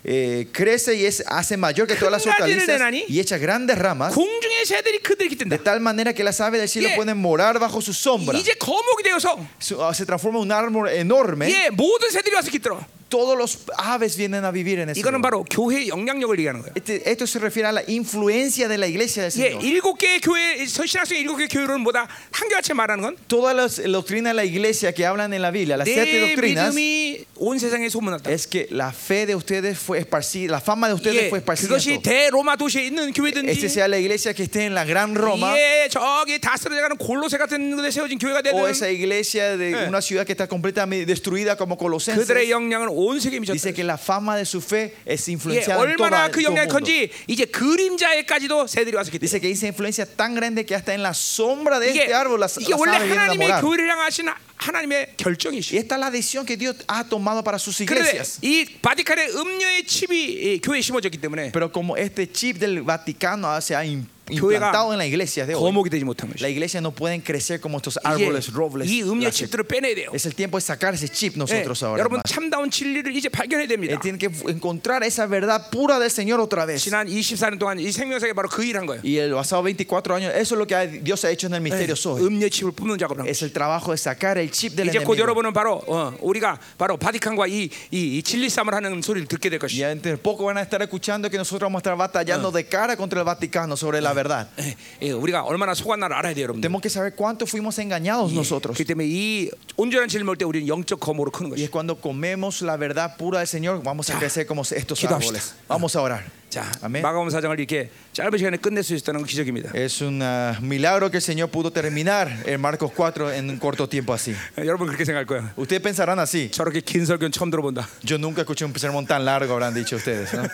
[SPEAKER 2] Eh, crece y es, hace mayor que todas las
[SPEAKER 1] 큰 가지를
[SPEAKER 2] hortalizas
[SPEAKER 1] 내나니
[SPEAKER 2] y echa grandes
[SPEAKER 1] 아.
[SPEAKER 2] ramas,
[SPEAKER 1] 공중의 새들이 그들이 깃든다.
[SPEAKER 2] de tal manera que las aves del cielo
[SPEAKER 1] Yeah.
[SPEAKER 2] pueden morar bajo su sombra.
[SPEAKER 1] 이제 거목이 되어서
[SPEAKER 2] Su- ah, Se transforma en un árbol enorme.
[SPEAKER 1] 예, 모든 새들이 와서 깃들어.
[SPEAKER 2] Todos los aves vienen a vivir en ese
[SPEAKER 1] 이거는 네,
[SPEAKER 2] lugar.
[SPEAKER 1] 바로 교회의 영향력을 얘기하는 거예요.
[SPEAKER 2] Este- esto se refiere a la influencia de la iglesia del
[SPEAKER 1] 예,
[SPEAKER 2] Señor.
[SPEAKER 1] 일곱 개의 교회 신학생 일곱 개 교회로는 뭐다 한결같이 말하는 건 내
[SPEAKER 2] Todas las doctrinas de la iglesia que hablan en la Biblia, las siete doctrinas,
[SPEAKER 1] 믿음이 온 세상에 소문났다.
[SPEAKER 2] es que la fe de ustedes fue esparcida, la fama de
[SPEAKER 1] 예,
[SPEAKER 2] ustedes fue esparcida. en
[SPEAKER 1] 그것이
[SPEAKER 2] todo.
[SPEAKER 1] 대로마 도시에 있는
[SPEAKER 2] Este
[SPEAKER 1] 교회든지
[SPEAKER 2] sea la iglesia que esté en la gran Roma
[SPEAKER 1] 예, 저기 다 쓰러져가는 골로새 같은 곳에 세워진 교회가
[SPEAKER 2] o
[SPEAKER 1] 되는
[SPEAKER 2] esa iglesia de
[SPEAKER 1] Eh.
[SPEAKER 2] una ciudad que está completamente destruida como
[SPEAKER 1] 그들의
[SPEAKER 2] Colosenses.
[SPEAKER 1] 영향은 온 세계에 미쳤다.
[SPEAKER 2] Dice que la fama de su fe es
[SPEAKER 1] 예,
[SPEAKER 2] influenciada en todo
[SPEAKER 1] 얼마나 그
[SPEAKER 2] el
[SPEAKER 1] 영향이
[SPEAKER 2] mundo.
[SPEAKER 1] 큰지 이제 그림자에까지도 새들이 와서 깃들어.
[SPEAKER 2] Dice que esa influencia es tan grande que hasta en la sombra de
[SPEAKER 1] 이게,
[SPEAKER 2] este árbol las,
[SPEAKER 1] 이게
[SPEAKER 2] las
[SPEAKER 1] 원래
[SPEAKER 2] aves vienen a
[SPEAKER 1] 하나님의
[SPEAKER 2] morar.
[SPEAKER 1] 교회를 향하신 하- 하나님의
[SPEAKER 2] Y
[SPEAKER 1] 결정이시.
[SPEAKER 2] esta es la decisión que Dios ha tomado para sus
[SPEAKER 1] 그런데
[SPEAKER 2] iglesias.
[SPEAKER 1] 이 바티칸의 음료의 칩이 이 교회에 심어졌기 때문에
[SPEAKER 2] Pero como este chip del Vaticano ah, se ha im-
[SPEAKER 1] 교회가
[SPEAKER 2] implantado en la iglesia de hoy,
[SPEAKER 1] 거목이 되지 못한
[SPEAKER 2] la
[SPEAKER 1] 것이.
[SPEAKER 2] iglesia no pueden crecer como estos
[SPEAKER 1] 이게
[SPEAKER 2] árboles robles.
[SPEAKER 1] 이 음료
[SPEAKER 2] las-
[SPEAKER 1] 칩들을 빼내야 돼요.
[SPEAKER 2] Es el tiempo de sacar ese chip
[SPEAKER 1] 예,
[SPEAKER 2] nosotros ahora.
[SPEAKER 1] 여러분
[SPEAKER 2] hermano.
[SPEAKER 1] 참다운 진리를 이제 발견해야
[SPEAKER 2] Eh,
[SPEAKER 1] 됩니다.
[SPEAKER 2] tienen que encontrar esa verdad pura del Señor otra vez.
[SPEAKER 1] 지난 24년 동안 이 생명사에 바로 그 일한 거예요. 예,
[SPEAKER 2] Y el pasado 24 años, eso es lo que ha- Dios ha hecho en
[SPEAKER 1] Eh,
[SPEAKER 2] el misterio hoy.
[SPEAKER 1] 음료 칩을 뽑는 작업을 한 거예요.
[SPEAKER 2] Es el trabajo de sacar el chip del
[SPEAKER 1] 이제 곧
[SPEAKER 2] enemigo.
[SPEAKER 1] 여러분은 바로 어, 우리가 바로 바티칸과 이, 이, 이 진리 싸움을 하는 소리를 듣게 될
[SPEAKER 2] Y
[SPEAKER 1] 것이에요.
[SPEAKER 2] entre poco van a estar escuchando que nosotros vamos a estar batallando de cara contra el Vaticano sobre la verdad.
[SPEAKER 1] 예, 예, 우리가 얼마나 속았나를 알아야 돼요, 여러분들.
[SPEAKER 2] Tenemos que saber cuánto fuimos engañados nosotros.
[SPEAKER 1] 그렇기 때문에 이 온전한 진리 먹을 때 우리는 영적 거모로 크는
[SPEAKER 2] Y es
[SPEAKER 1] 것이에요.
[SPEAKER 2] cuando comemos la verdad pura del Señor, vamos a crecer como estos
[SPEAKER 1] 기도합시다.
[SPEAKER 2] árboles. Vamos a orar.
[SPEAKER 1] 자,
[SPEAKER 2] Amén.
[SPEAKER 1] 마가음 사장을 이렇게 짧은 시간에 끝낼 수 있었다는 건 기적입니다.
[SPEAKER 2] Es un ah, milagro que el Señor pudo terminar en Marcos 4 en un corto tiempo así.
[SPEAKER 1] 예, 여러분 그렇게 생각할 거예요.
[SPEAKER 2] Ustedes pensarán así.
[SPEAKER 1] 저렇게 긴 설교는 처음 들어본다.
[SPEAKER 2] Yo nunca escuché un sermón tan largo, habrán dicho ustedes. No,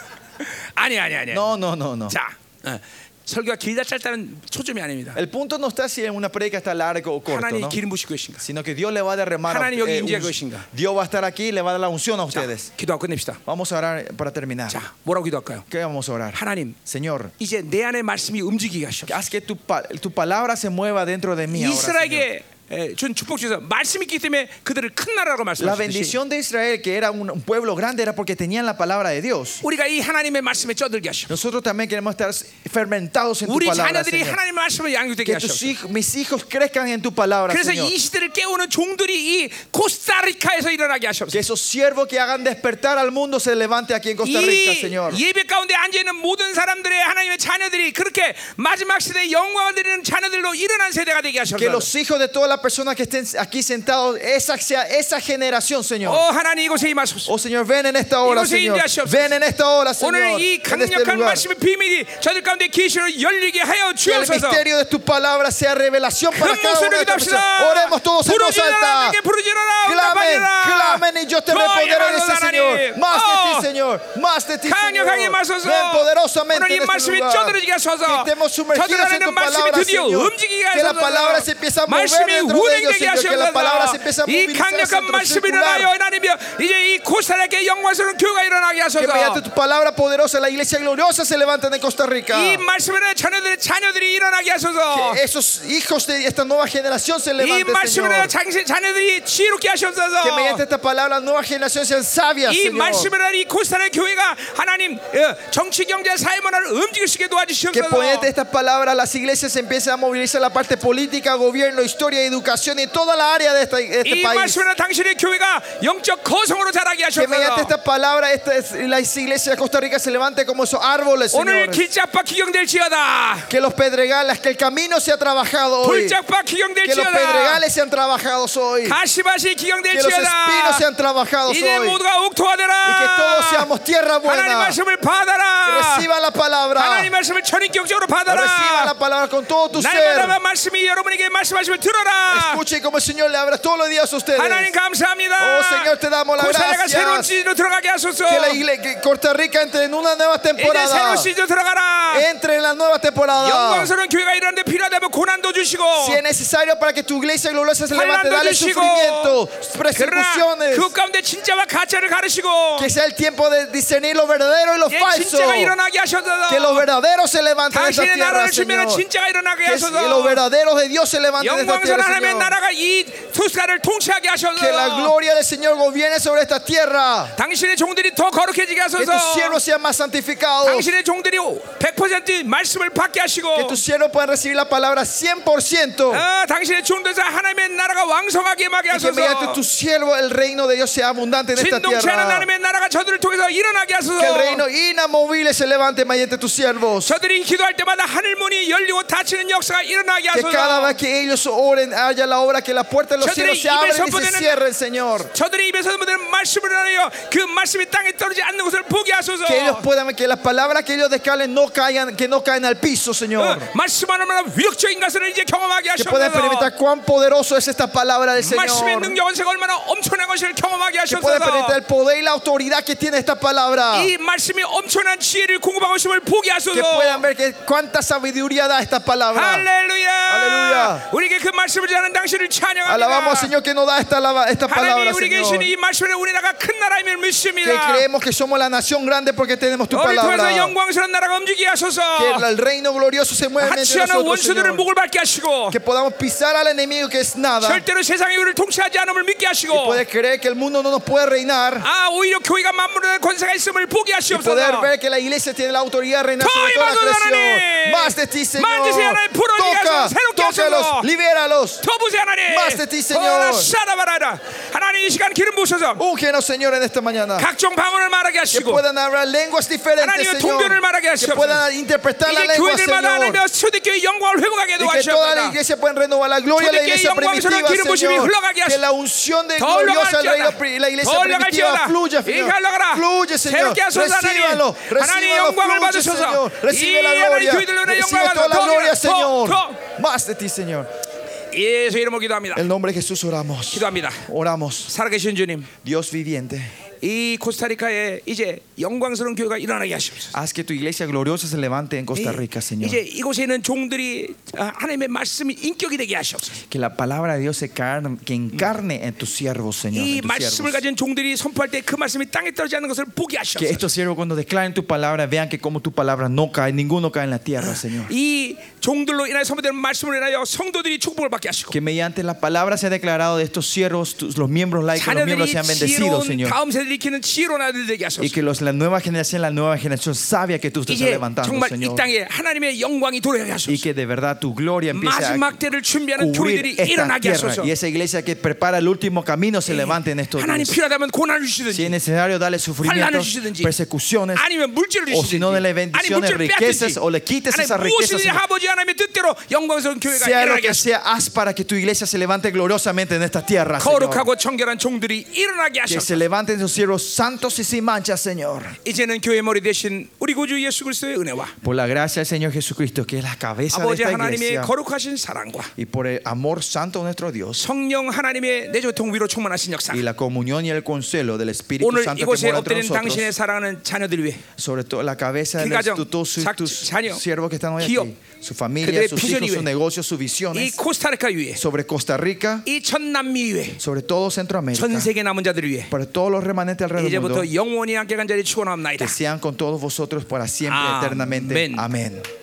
[SPEAKER 1] 아니 아니 아니.
[SPEAKER 2] no, no, no. no.
[SPEAKER 1] 자, 어, 설교가 길다 짧다는 초점이 아닙니다.
[SPEAKER 2] El punto no está si en una predica está largo o corto,
[SPEAKER 1] 하나님
[SPEAKER 2] ¿no?
[SPEAKER 1] 기름 부실 것인가.
[SPEAKER 2] sino que Dios le va a derramar. a-
[SPEAKER 1] 하나님 여기
[SPEAKER 2] un-
[SPEAKER 1] 임재할 것인가?
[SPEAKER 2] Dios va a estar aquí y le va a dar la unción a ustedes.
[SPEAKER 1] 기도하고 끝냅시다.
[SPEAKER 2] Vamos a orar para terminar.
[SPEAKER 1] 자, 뭐라고 기도할까요?
[SPEAKER 2] ¿Qué vamos a orar?
[SPEAKER 1] 하나님,
[SPEAKER 2] Señor,
[SPEAKER 1] 이제 내 안에 말씀이 움직이게 하시오.
[SPEAKER 2] haz que tu, pa- tu palabra se mueva dentro de mí. ahora, Señor.
[SPEAKER 1] 이스라엘에게 에, 준 축복 중에서 말씀이 있기 때문에 그들을 큰 나라라고
[SPEAKER 2] La
[SPEAKER 1] 말씀하셨듯이
[SPEAKER 2] bendición de Israel, que era un, un pueblo grande, era porque tenían la palabra de Dios.
[SPEAKER 1] 우리가 이 하나님의 말씀에 쪄들게 하시오.
[SPEAKER 2] Nosotros también queremos estar fermentados en tu
[SPEAKER 1] 우리
[SPEAKER 2] palabra,
[SPEAKER 1] 자녀들이
[SPEAKER 2] Señor.
[SPEAKER 1] 하나님의 말씀을 양육되게
[SPEAKER 2] Que tus
[SPEAKER 1] 하시오.
[SPEAKER 2] hij- mis hijos crezcan en tu palabra,
[SPEAKER 1] 그래서
[SPEAKER 2] Señor.
[SPEAKER 1] 이 시대를 깨우는 종들이 이 코스타리카에서 일어나게
[SPEAKER 2] Que
[SPEAKER 1] 하시옵소서.
[SPEAKER 2] esos siervos que hagan despertar al mundo se levante aquí en Costa Rica,
[SPEAKER 1] 이
[SPEAKER 2] Señor.
[SPEAKER 1] 예배 가운데 앉아 있는 모든 사람들의 하나님의 자녀들이 그렇게 마지막 시대에 영광을 드리는 자녀들로 일어난 세대가 되게
[SPEAKER 2] Que
[SPEAKER 1] 하시옵소서.
[SPEAKER 2] los hijos de todas las personas que estén aquí sentados, esa sea esa generación,
[SPEAKER 1] 어
[SPEAKER 2] Señor.
[SPEAKER 1] 하나님 이곳에 임하소서.
[SPEAKER 2] Oh, Señor, ven en esta hora,
[SPEAKER 1] 이곳에
[SPEAKER 2] Señor.
[SPEAKER 1] 인도하시옵소서.
[SPEAKER 2] Ven en esta hora,
[SPEAKER 1] 오늘
[SPEAKER 2] Señor.
[SPEAKER 1] 이
[SPEAKER 2] En este
[SPEAKER 1] 강력한
[SPEAKER 2] lugar.
[SPEAKER 1] 말씀의 비밀이 저들 가운데 계시로 열리게 하여
[SPEAKER 2] Que el
[SPEAKER 1] 주옵소서.
[SPEAKER 2] misterio de tu palabra sea revelación
[SPEAKER 1] 큰
[SPEAKER 2] para cada uno
[SPEAKER 1] 목소리로
[SPEAKER 2] de nosotros.
[SPEAKER 1] 기도합시다.
[SPEAKER 2] Oremos todos en voz
[SPEAKER 1] 부르짖어라
[SPEAKER 2] alta.
[SPEAKER 1] 내게
[SPEAKER 2] ah,
[SPEAKER 1] 부르짖어라
[SPEAKER 2] Clamen,
[SPEAKER 1] 응답하리라.
[SPEAKER 2] clamen y yo te
[SPEAKER 1] 더
[SPEAKER 2] repoderé,
[SPEAKER 1] 영광을
[SPEAKER 2] Señor.
[SPEAKER 1] 하나님.
[SPEAKER 2] Más de
[SPEAKER 1] 어,
[SPEAKER 2] ti, Señor. Oh. Más de ti, Señor.
[SPEAKER 1] 강력하게 마셔서
[SPEAKER 2] Ven poderosamente
[SPEAKER 1] 오늘 이
[SPEAKER 2] en este
[SPEAKER 1] 말씀이
[SPEAKER 2] lugar.
[SPEAKER 1] 쪄들어지게
[SPEAKER 2] Que
[SPEAKER 1] 하소서
[SPEAKER 2] estemos
[SPEAKER 1] 저들
[SPEAKER 2] sumergidos
[SPEAKER 1] 안에
[SPEAKER 2] en tu
[SPEAKER 1] 있는 말씀이
[SPEAKER 2] palabra,
[SPEAKER 1] 드디어
[SPEAKER 2] Señor.
[SPEAKER 1] 움직이게
[SPEAKER 2] Que la palabra se empiece
[SPEAKER 1] 하소서
[SPEAKER 2] a mover
[SPEAKER 1] 말씀이
[SPEAKER 2] dentro de ellos,
[SPEAKER 1] 운행되게
[SPEAKER 2] Señor. Que la palabra se empiece a
[SPEAKER 1] 하소서 이
[SPEAKER 2] movilizar,
[SPEAKER 1] 강력한
[SPEAKER 2] Señor,
[SPEAKER 1] 말씀이
[SPEAKER 2] circular.
[SPEAKER 1] 일어나요 하나님이여 이제 이 코스타리카의 영광스러운 교회가 일어나게
[SPEAKER 2] Que mediante
[SPEAKER 1] 하소서
[SPEAKER 2] tu palabra poderosa la iglesia gloriosa se levante en Costa Rica.
[SPEAKER 1] 이 말씀으로 자녀들의 자녀들이 일어나게 하소서
[SPEAKER 2] Esos hijos de esta nueva generación se
[SPEAKER 1] 이
[SPEAKER 2] levanten,
[SPEAKER 1] 말씀으로
[SPEAKER 2] Señor.
[SPEAKER 1] 장- 자녀들이 지혜롭게 하소서
[SPEAKER 2] Que mediante esta palabra la nueva generación sean sabias,
[SPEAKER 1] 이
[SPEAKER 2] Señor.
[SPEAKER 1] 말씀을 이 코스타라 교회가 하나님 어, 정치 경제 사회 문화를 움직일 수 있게
[SPEAKER 2] Que
[SPEAKER 1] 도와주시옵소서.
[SPEAKER 2] mediante estas palabras las iglesias se empiecen a país, a la parte política, gobierno, historia, educación y toda la área de este, este
[SPEAKER 1] 이
[SPEAKER 2] país.
[SPEAKER 1] 말씀으로 당신의 교회가 영적 거성으로 자라게
[SPEAKER 2] Que
[SPEAKER 1] 하셨습니다.
[SPEAKER 2] mediante esta palabra esta, es- la iglesia de Costa Rica se levante como esos árboles,
[SPEAKER 1] 오늘
[SPEAKER 2] Señor.
[SPEAKER 1] 길짝바 기경될지어다.
[SPEAKER 2] Que los pedregales, que el camino sea trabajado hoy.
[SPEAKER 1] 불짝바
[SPEAKER 2] Que los
[SPEAKER 1] 기경될지어다.
[SPEAKER 2] pedregales sean trabajados hoy.
[SPEAKER 1] 가시밭이
[SPEAKER 2] Que los espinos
[SPEAKER 1] 기경될지어다.
[SPEAKER 2] sean trabajados
[SPEAKER 1] 이제
[SPEAKER 2] hoy.
[SPEAKER 1] 모두가 옥토가
[SPEAKER 2] Y que todos
[SPEAKER 1] 되라.
[SPEAKER 2] seamos tierra
[SPEAKER 1] 하나님
[SPEAKER 2] buena.
[SPEAKER 1] 말씀을 받아라.
[SPEAKER 2] Reciba la palabra.
[SPEAKER 1] 하나님 말씀을 천인격적으로
[SPEAKER 2] Reciba
[SPEAKER 1] 받아라.
[SPEAKER 2] la palabra con todo tu ser.
[SPEAKER 1] 날마다 말씀이 여러분에게 말씀하심을 들어라.
[SPEAKER 2] Escuche como el Señor le habla todos los días a ustedes.
[SPEAKER 1] 하나님 감사합니다.
[SPEAKER 2] Oh, Señor, te damos las
[SPEAKER 1] 고사야가
[SPEAKER 2] gracias.
[SPEAKER 1] 새로운 시즌으로 들어가게 하소서.
[SPEAKER 2] Que la iglesia, que Costa Rica entre en una nueva
[SPEAKER 1] 이제 새로운
[SPEAKER 2] temporada.
[SPEAKER 1] 시즌 들어가라.
[SPEAKER 2] Entre en la nueva
[SPEAKER 1] 어.
[SPEAKER 2] temporada.
[SPEAKER 1] 영광스러운 교회가 일하는데 필요하다면 고난도 주시고
[SPEAKER 2] Si es necesario para que tu iglesia gloriosa se levante,
[SPEAKER 1] Fernando
[SPEAKER 2] dale
[SPEAKER 1] Chico.
[SPEAKER 2] sufrimiento,
[SPEAKER 1] 그러나
[SPEAKER 2] persecuciones.
[SPEAKER 1] 그 가운데 진짜와 가짜를 가르시고
[SPEAKER 2] Que sea el tiempo de discernir lo verdadero y lo
[SPEAKER 1] 예,
[SPEAKER 2] falso.
[SPEAKER 1] 진짜가 일어나게 하셔서
[SPEAKER 2] Que los verdaderos se levanten de esta
[SPEAKER 1] 당신의
[SPEAKER 2] tierra,
[SPEAKER 1] 나라를
[SPEAKER 2] Señor.
[SPEAKER 1] 주면 진짜가 일어나게
[SPEAKER 2] Que los
[SPEAKER 1] 하셔서
[SPEAKER 2] verdaderos de Dios se levanten de esta
[SPEAKER 1] 영광스러운
[SPEAKER 2] tierra,
[SPEAKER 1] 하나님의
[SPEAKER 2] Señor.
[SPEAKER 1] 나라가 이 투스카를 통치하게
[SPEAKER 2] Que la
[SPEAKER 1] 하셔서
[SPEAKER 2] gloria del Señor gobierne sobre esta tierra.
[SPEAKER 1] 당신의 종들이 더 거룩해지게
[SPEAKER 2] Que tus
[SPEAKER 1] 하소서
[SPEAKER 2] siervos sean más santificados.
[SPEAKER 1] 당신의 종들이 100% 말씀을 받게
[SPEAKER 2] Que
[SPEAKER 1] 하시고
[SPEAKER 2] tus siervos puedan recibir la palabra 100%.
[SPEAKER 1] 아, 당신의 종들에서 하나님의 나라가 왕성하게 임하게
[SPEAKER 2] Y que mediante
[SPEAKER 1] 하소서
[SPEAKER 2] tus siervos el reino de Dios sea abundante en esta
[SPEAKER 1] 진동치 않은
[SPEAKER 2] tierra.
[SPEAKER 1] 하나님의 나라가 저들을 통해서 일어나게
[SPEAKER 2] Que el
[SPEAKER 1] 하소서
[SPEAKER 2] reino inamovible se levante mediante tus siervos.
[SPEAKER 1] 저들이 기도할 때마다 하늘문이 열리고 닫히는 역사가 일어나게
[SPEAKER 2] Que cada
[SPEAKER 1] 하소서
[SPEAKER 2] vez que ellos oren haya la obra que la puerta de los
[SPEAKER 1] Yo te
[SPEAKER 2] cielos se
[SPEAKER 1] digo,
[SPEAKER 2] abren
[SPEAKER 1] eso
[SPEAKER 2] y
[SPEAKER 1] puede
[SPEAKER 2] se
[SPEAKER 1] no-
[SPEAKER 2] cierren, Señor.
[SPEAKER 1] 저들의 입에서 듣는 말씀을 하여 그 말씀이 땅에 떨어지지 않는 것을 보게 하소서
[SPEAKER 2] Que ellos puedan, que las palabras que ellos descalen no caigan, que no caen al piso,
[SPEAKER 1] 어,
[SPEAKER 2] Señor.
[SPEAKER 1] 말씀 얼마나 위력적인 것을 이제 경험하게
[SPEAKER 2] Que puedan experimentar
[SPEAKER 1] 하소서
[SPEAKER 2] cuán poderoso es esta palabra del
[SPEAKER 1] 말씀의
[SPEAKER 2] Señor.
[SPEAKER 1] 능력 원세가 얼마나 엄청난 것을 경험하게
[SPEAKER 2] Que puedan experimentar
[SPEAKER 1] 하소서
[SPEAKER 2] el poder y la autoridad que tiene esta palabra.
[SPEAKER 1] 이 말씀이 엄청난 지혜를 공급하고 있음을 보게
[SPEAKER 2] Que
[SPEAKER 1] 하소서
[SPEAKER 2] puedan ver que cuánta sabiduría da esta palabra.
[SPEAKER 1] 할렐루야.
[SPEAKER 2] 할렐루야.
[SPEAKER 1] 우리에게 그 말씀을 전하는 당신을 찬양합니다.
[SPEAKER 2] Alabamos al Señor que nos da esta, alaba- esta palabra,
[SPEAKER 1] 하나님 우리에게
[SPEAKER 2] Señor.
[SPEAKER 1] 주신 이 말씀을 우리 나라가 큰 나라임을
[SPEAKER 2] Que
[SPEAKER 1] 믿습니다.
[SPEAKER 2] creemos que somos la nación grande porque tenemos tu
[SPEAKER 1] 너를 통해서
[SPEAKER 2] palabra.
[SPEAKER 1] 영광스러운 나라가 움직이게 하소서.
[SPEAKER 2] Que el- el reino glorioso se mueva entre
[SPEAKER 1] 하치하는
[SPEAKER 2] nosotros,
[SPEAKER 1] 원수들을
[SPEAKER 2] Señor.
[SPEAKER 1] 목을 밟게 하시고
[SPEAKER 2] Que podamos pisar al enemigo que es nada.
[SPEAKER 1] 절대로 세상의 우리를 통치하지 않음을 믿게 하시고
[SPEAKER 2] Poder creer que el mundo no nos puede reinar.
[SPEAKER 1] 아 오히려 교회가 만물의 권세가 있음을 보게
[SPEAKER 2] Poder
[SPEAKER 1] 하시옵소서.
[SPEAKER 2] ver que la iglesia tiene la autoridad de reinar sobre
[SPEAKER 1] ¡Soy
[SPEAKER 2] toda la
[SPEAKER 1] Mago de
[SPEAKER 2] creación.
[SPEAKER 1] Araní!
[SPEAKER 2] Más de ti, Señor.
[SPEAKER 1] Mándese a la puro
[SPEAKER 2] Toca,
[SPEAKER 1] llegazo, 새롭게
[SPEAKER 2] tócalos,
[SPEAKER 1] 하소서.
[SPEAKER 2] libéralos.
[SPEAKER 1] 더부세 하나님.
[SPEAKER 2] Más de ti, Señor.
[SPEAKER 1] 오라 샤라바라라. 하나님 이 시간 기름 부셔서
[SPEAKER 2] Úngenos, Señor, en esta mañana.
[SPEAKER 1] 각종 방언을 말하게
[SPEAKER 2] Que
[SPEAKER 1] 하시고
[SPEAKER 2] puedan hablar lenguas diferentes,
[SPEAKER 1] 하나님의 동변을
[SPEAKER 2] Señor.
[SPEAKER 1] 말하게
[SPEAKER 2] Que
[SPEAKER 1] 하시옵소서.
[SPEAKER 2] puedan interpretar la
[SPEAKER 1] 이제
[SPEAKER 2] lengua,
[SPEAKER 1] 교회들마다
[SPEAKER 2] Señor.
[SPEAKER 1] 하나님의 초대교회 영광을 회복하게
[SPEAKER 2] Y que toda la
[SPEAKER 1] 도와주옵니다.
[SPEAKER 2] iglesia pueda renovar la gloria de la iglesia primitiva, Señor. Que la unción de
[SPEAKER 1] 더
[SPEAKER 2] gloriosa de
[SPEAKER 1] 올라갈지어다.
[SPEAKER 2] la igre- la iglesia
[SPEAKER 1] 더
[SPEAKER 2] primitiva
[SPEAKER 1] 올라갈지어다.
[SPEAKER 2] fluya,
[SPEAKER 1] 이
[SPEAKER 2] Señor.
[SPEAKER 1] 갈라가라.
[SPEAKER 2] Fluye, Señor.
[SPEAKER 1] 새롭게 하소서
[SPEAKER 2] Recíbalo,
[SPEAKER 1] 하나님. 하나님의
[SPEAKER 2] recíbalo,
[SPEAKER 1] 영광을
[SPEAKER 2] fluye,
[SPEAKER 1] 받으소서.
[SPEAKER 2] Señor. Recibe
[SPEAKER 1] 이
[SPEAKER 2] la
[SPEAKER 1] 하나님
[SPEAKER 2] gloria,
[SPEAKER 1] 교회들로 내
[SPEAKER 2] recibe
[SPEAKER 1] 영광을
[SPEAKER 2] toda la gloria,
[SPEAKER 1] 받으소서. 더,
[SPEAKER 2] Señor.
[SPEAKER 1] 더.
[SPEAKER 2] Más de ti, Señor.
[SPEAKER 1] 예수 이름으로 기도합니다.
[SPEAKER 2] En el nombre de Jesús oramos.
[SPEAKER 1] 기도합니다.
[SPEAKER 2] Oramos,
[SPEAKER 1] 살아계신 주님,
[SPEAKER 2] Dios viviente.
[SPEAKER 1] 이 코스타리카에 이제 영광스러운 교회가 일어나게 하십시오.
[SPEAKER 2] Haz que tu iglesia gloriosa se levante en Costa Rica, Señor.
[SPEAKER 1] 이제 이곳에 있는 종들이 아, 하나님의 말씀이 인격이 되게 하시옵소서.
[SPEAKER 2] Que la palabra de Dios se car- que encarne en tus siervos, Señor.
[SPEAKER 1] 이
[SPEAKER 2] en tus siervos.
[SPEAKER 1] 말씀을 가진 종들이 선포할 때 그 말씀이 땅에 떨어지지 않는 것을 보게
[SPEAKER 2] Que
[SPEAKER 1] 하시옵소서.
[SPEAKER 2] estos siervos cuando declaren tu palabra vean que como tu palabra no cae, ninguno cae en la tierra, Señor.
[SPEAKER 1] 이 종들로 인하여 선포되는 말씀을 인하여 성도들이 축복을 받게 하시고
[SPEAKER 2] Que mediante la palabra se ha declarado de estos siervos, tus- los miembros
[SPEAKER 1] 그러니까
[SPEAKER 2] laicos, los miembros
[SPEAKER 1] 자녀들이
[SPEAKER 2] sean
[SPEAKER 1] 지혜로운
[SPEAKER 2] bendecidos, Señor.
[SPEAKER 1] 다음 세대를 일으키는 지혜로운 아들 되게
[SPEAKER 2] Y
[SPEAKER 1] 하소서.
[SPEAKER 2] que los, la nueva generación, la nueva generación sabia que tú te estás
[SPEAKER 1] 이제
[SPEAKER 2] levantando,
[SPEAKER 1] 정말 이
[SPEAKER 2] Señor.
[SPEAKER 1] 땅에 하나님의 영광이 도래하게
[SPEAKER 2] Y
[SPEAKER 1] 하소서.
[SPEAKER 2] que de verdad tu gloria empiece a
[SPEAKER 1] 마지막 때를 준비하는 교회들이
[SPEAKER 2] cubrir esta
[SPEAKER 1] 일어나게
[SPEAKER 2] tierra.
[SPEAKER 1] 하소서.
[SPEAKER 2] Y esa iglesia que prepara el último camino
[SPEAKER 1] Eh,
[SPEAKER 2] se levante en estos
[SPEAKER 1] 하나님
[SPEAKER 2] días.
[SPEAKER 1] 필요하다면 고난을
[SPEAKER 2] Si es
[SPEAKER 1] 주시든지
[SPEAKER 2] necesario,
[SPEAKER 1] 환란을
[SPEAKER 2] dale sufrimientos,
[SPEAKER 1] 주시든지
[SPEAKER 2] persecuciones.
[SPEAKER 1] 아니면 물질을
[SPEAKER 2] o
[SPEAKER 1] 주시든지
[SPEAKER 2] si no, dele
[SPEAKER 1] 아니
[SPEAKER 2] bendiciones,
[SPEAKER 1] 물질을
[SPEAKER 2] riquezas,
[SPEAKER 1] 빼앗든지
[SPEAKER 2] o le quites
[SPEAKER 1] 하나님
[SPEAKER 2] esas riquezas,
[SPEAKER 1] 무엇이든지
[SPEAKER 2] Señor.
[SPEAKER 1] 아버지 하나님의 뜻대로 영광스러운 교회가
[SPEAKER 2] Sea lo
[SPEAKER 1] 일어나게
[SPEAKER 2] que
[SPEAKER 1] 하소서.
[SPEAKER 2] sea, haz para que tu iglesia se levante gloriosamente en esta tierra. Señor.
[SPEAKER 1] 거룩하고 청결한 종들이 일어나게
[SPEAKER 2] Que
[SPEAKER 1] 하소서.
[SPEAKER 2] se levanten tus siervos santos y sin mancha, Señor.
[SPEAKER 1] 이제는 교회 머리 대신 우리 구주 예수 그리스도의 은혜와
[SPEAKER 2] Por la gracia del Señor Jesucristo, que es la cabeza de
[SPEAKER 1] 아버지
[SPEAKER 2] esta
[SPEAKER 1] 하나님의
[SPEAKER 2] iglesia,
[SPEAKER 1] 거룩하신 사랑과
[SPEAKER 2] y por el amor santo de nuestro Dios,
[SPEAKER 1] 성령 하나님의 내조통 위로 충만하신 역사
[SPEAKER 2] y la comunión y el consuelo del Espíritu
[SPEAKER 1] 오늘
[SPEAKER 2] Santo que
[SPEAKER 1] 이곳에
[SPEAKER 2] mora entre
[SPEAKER 1] 엎드리는
[SPEAKER 2] nosotros,
[SPEAKER 1] 당신의 사랑하는 자녀들 위해
[SPEAKER 2] sobre todo la cabeza de
[SPEAKER 1] 그 가정,
[SPEAKER 2] nuestro- todos sus-
[SPEAKER 1] 자-
[SPEAKER 2] tus
[SPEAKER 1] 자녀,
[SPEAKER 2] siervos que están hoy
[SPEAKER 1] 기업,
[SPEAKER 2] aquí, su familia,
[SPEAKER 1] 그들의
[SPEAKER 2] sus
[SPEAKER 1] 비전이
[SPEAKER 2] hijos, sus
[SPEAKER 1] 왜?
[SPEAKER 2] negocios, sus
[SPEAKER 1] 이
[SPEAKER 2] visiones,
[SPEAKER 1] 코스타리카 위에
[SPEAKER 2] sobre Costa Rica,
[SPEAKER 1] 이 전남미 위에
[SPEAKER 2] sobre todo Centroamérica,
[SPEAKER 1] 전 세계 남은 자들 위해
[SPEAKER 2] para todos los remanentes alrededor del mundo,
[SPEAKER 1] 이제부터 영원히 함께 간 자리 추원합니다.
[SPEAKER 2] que sean con todos vosotros para siempre,
[SPEAKER 1] Amén.
[SPEAKER 2] eternamente. Amén.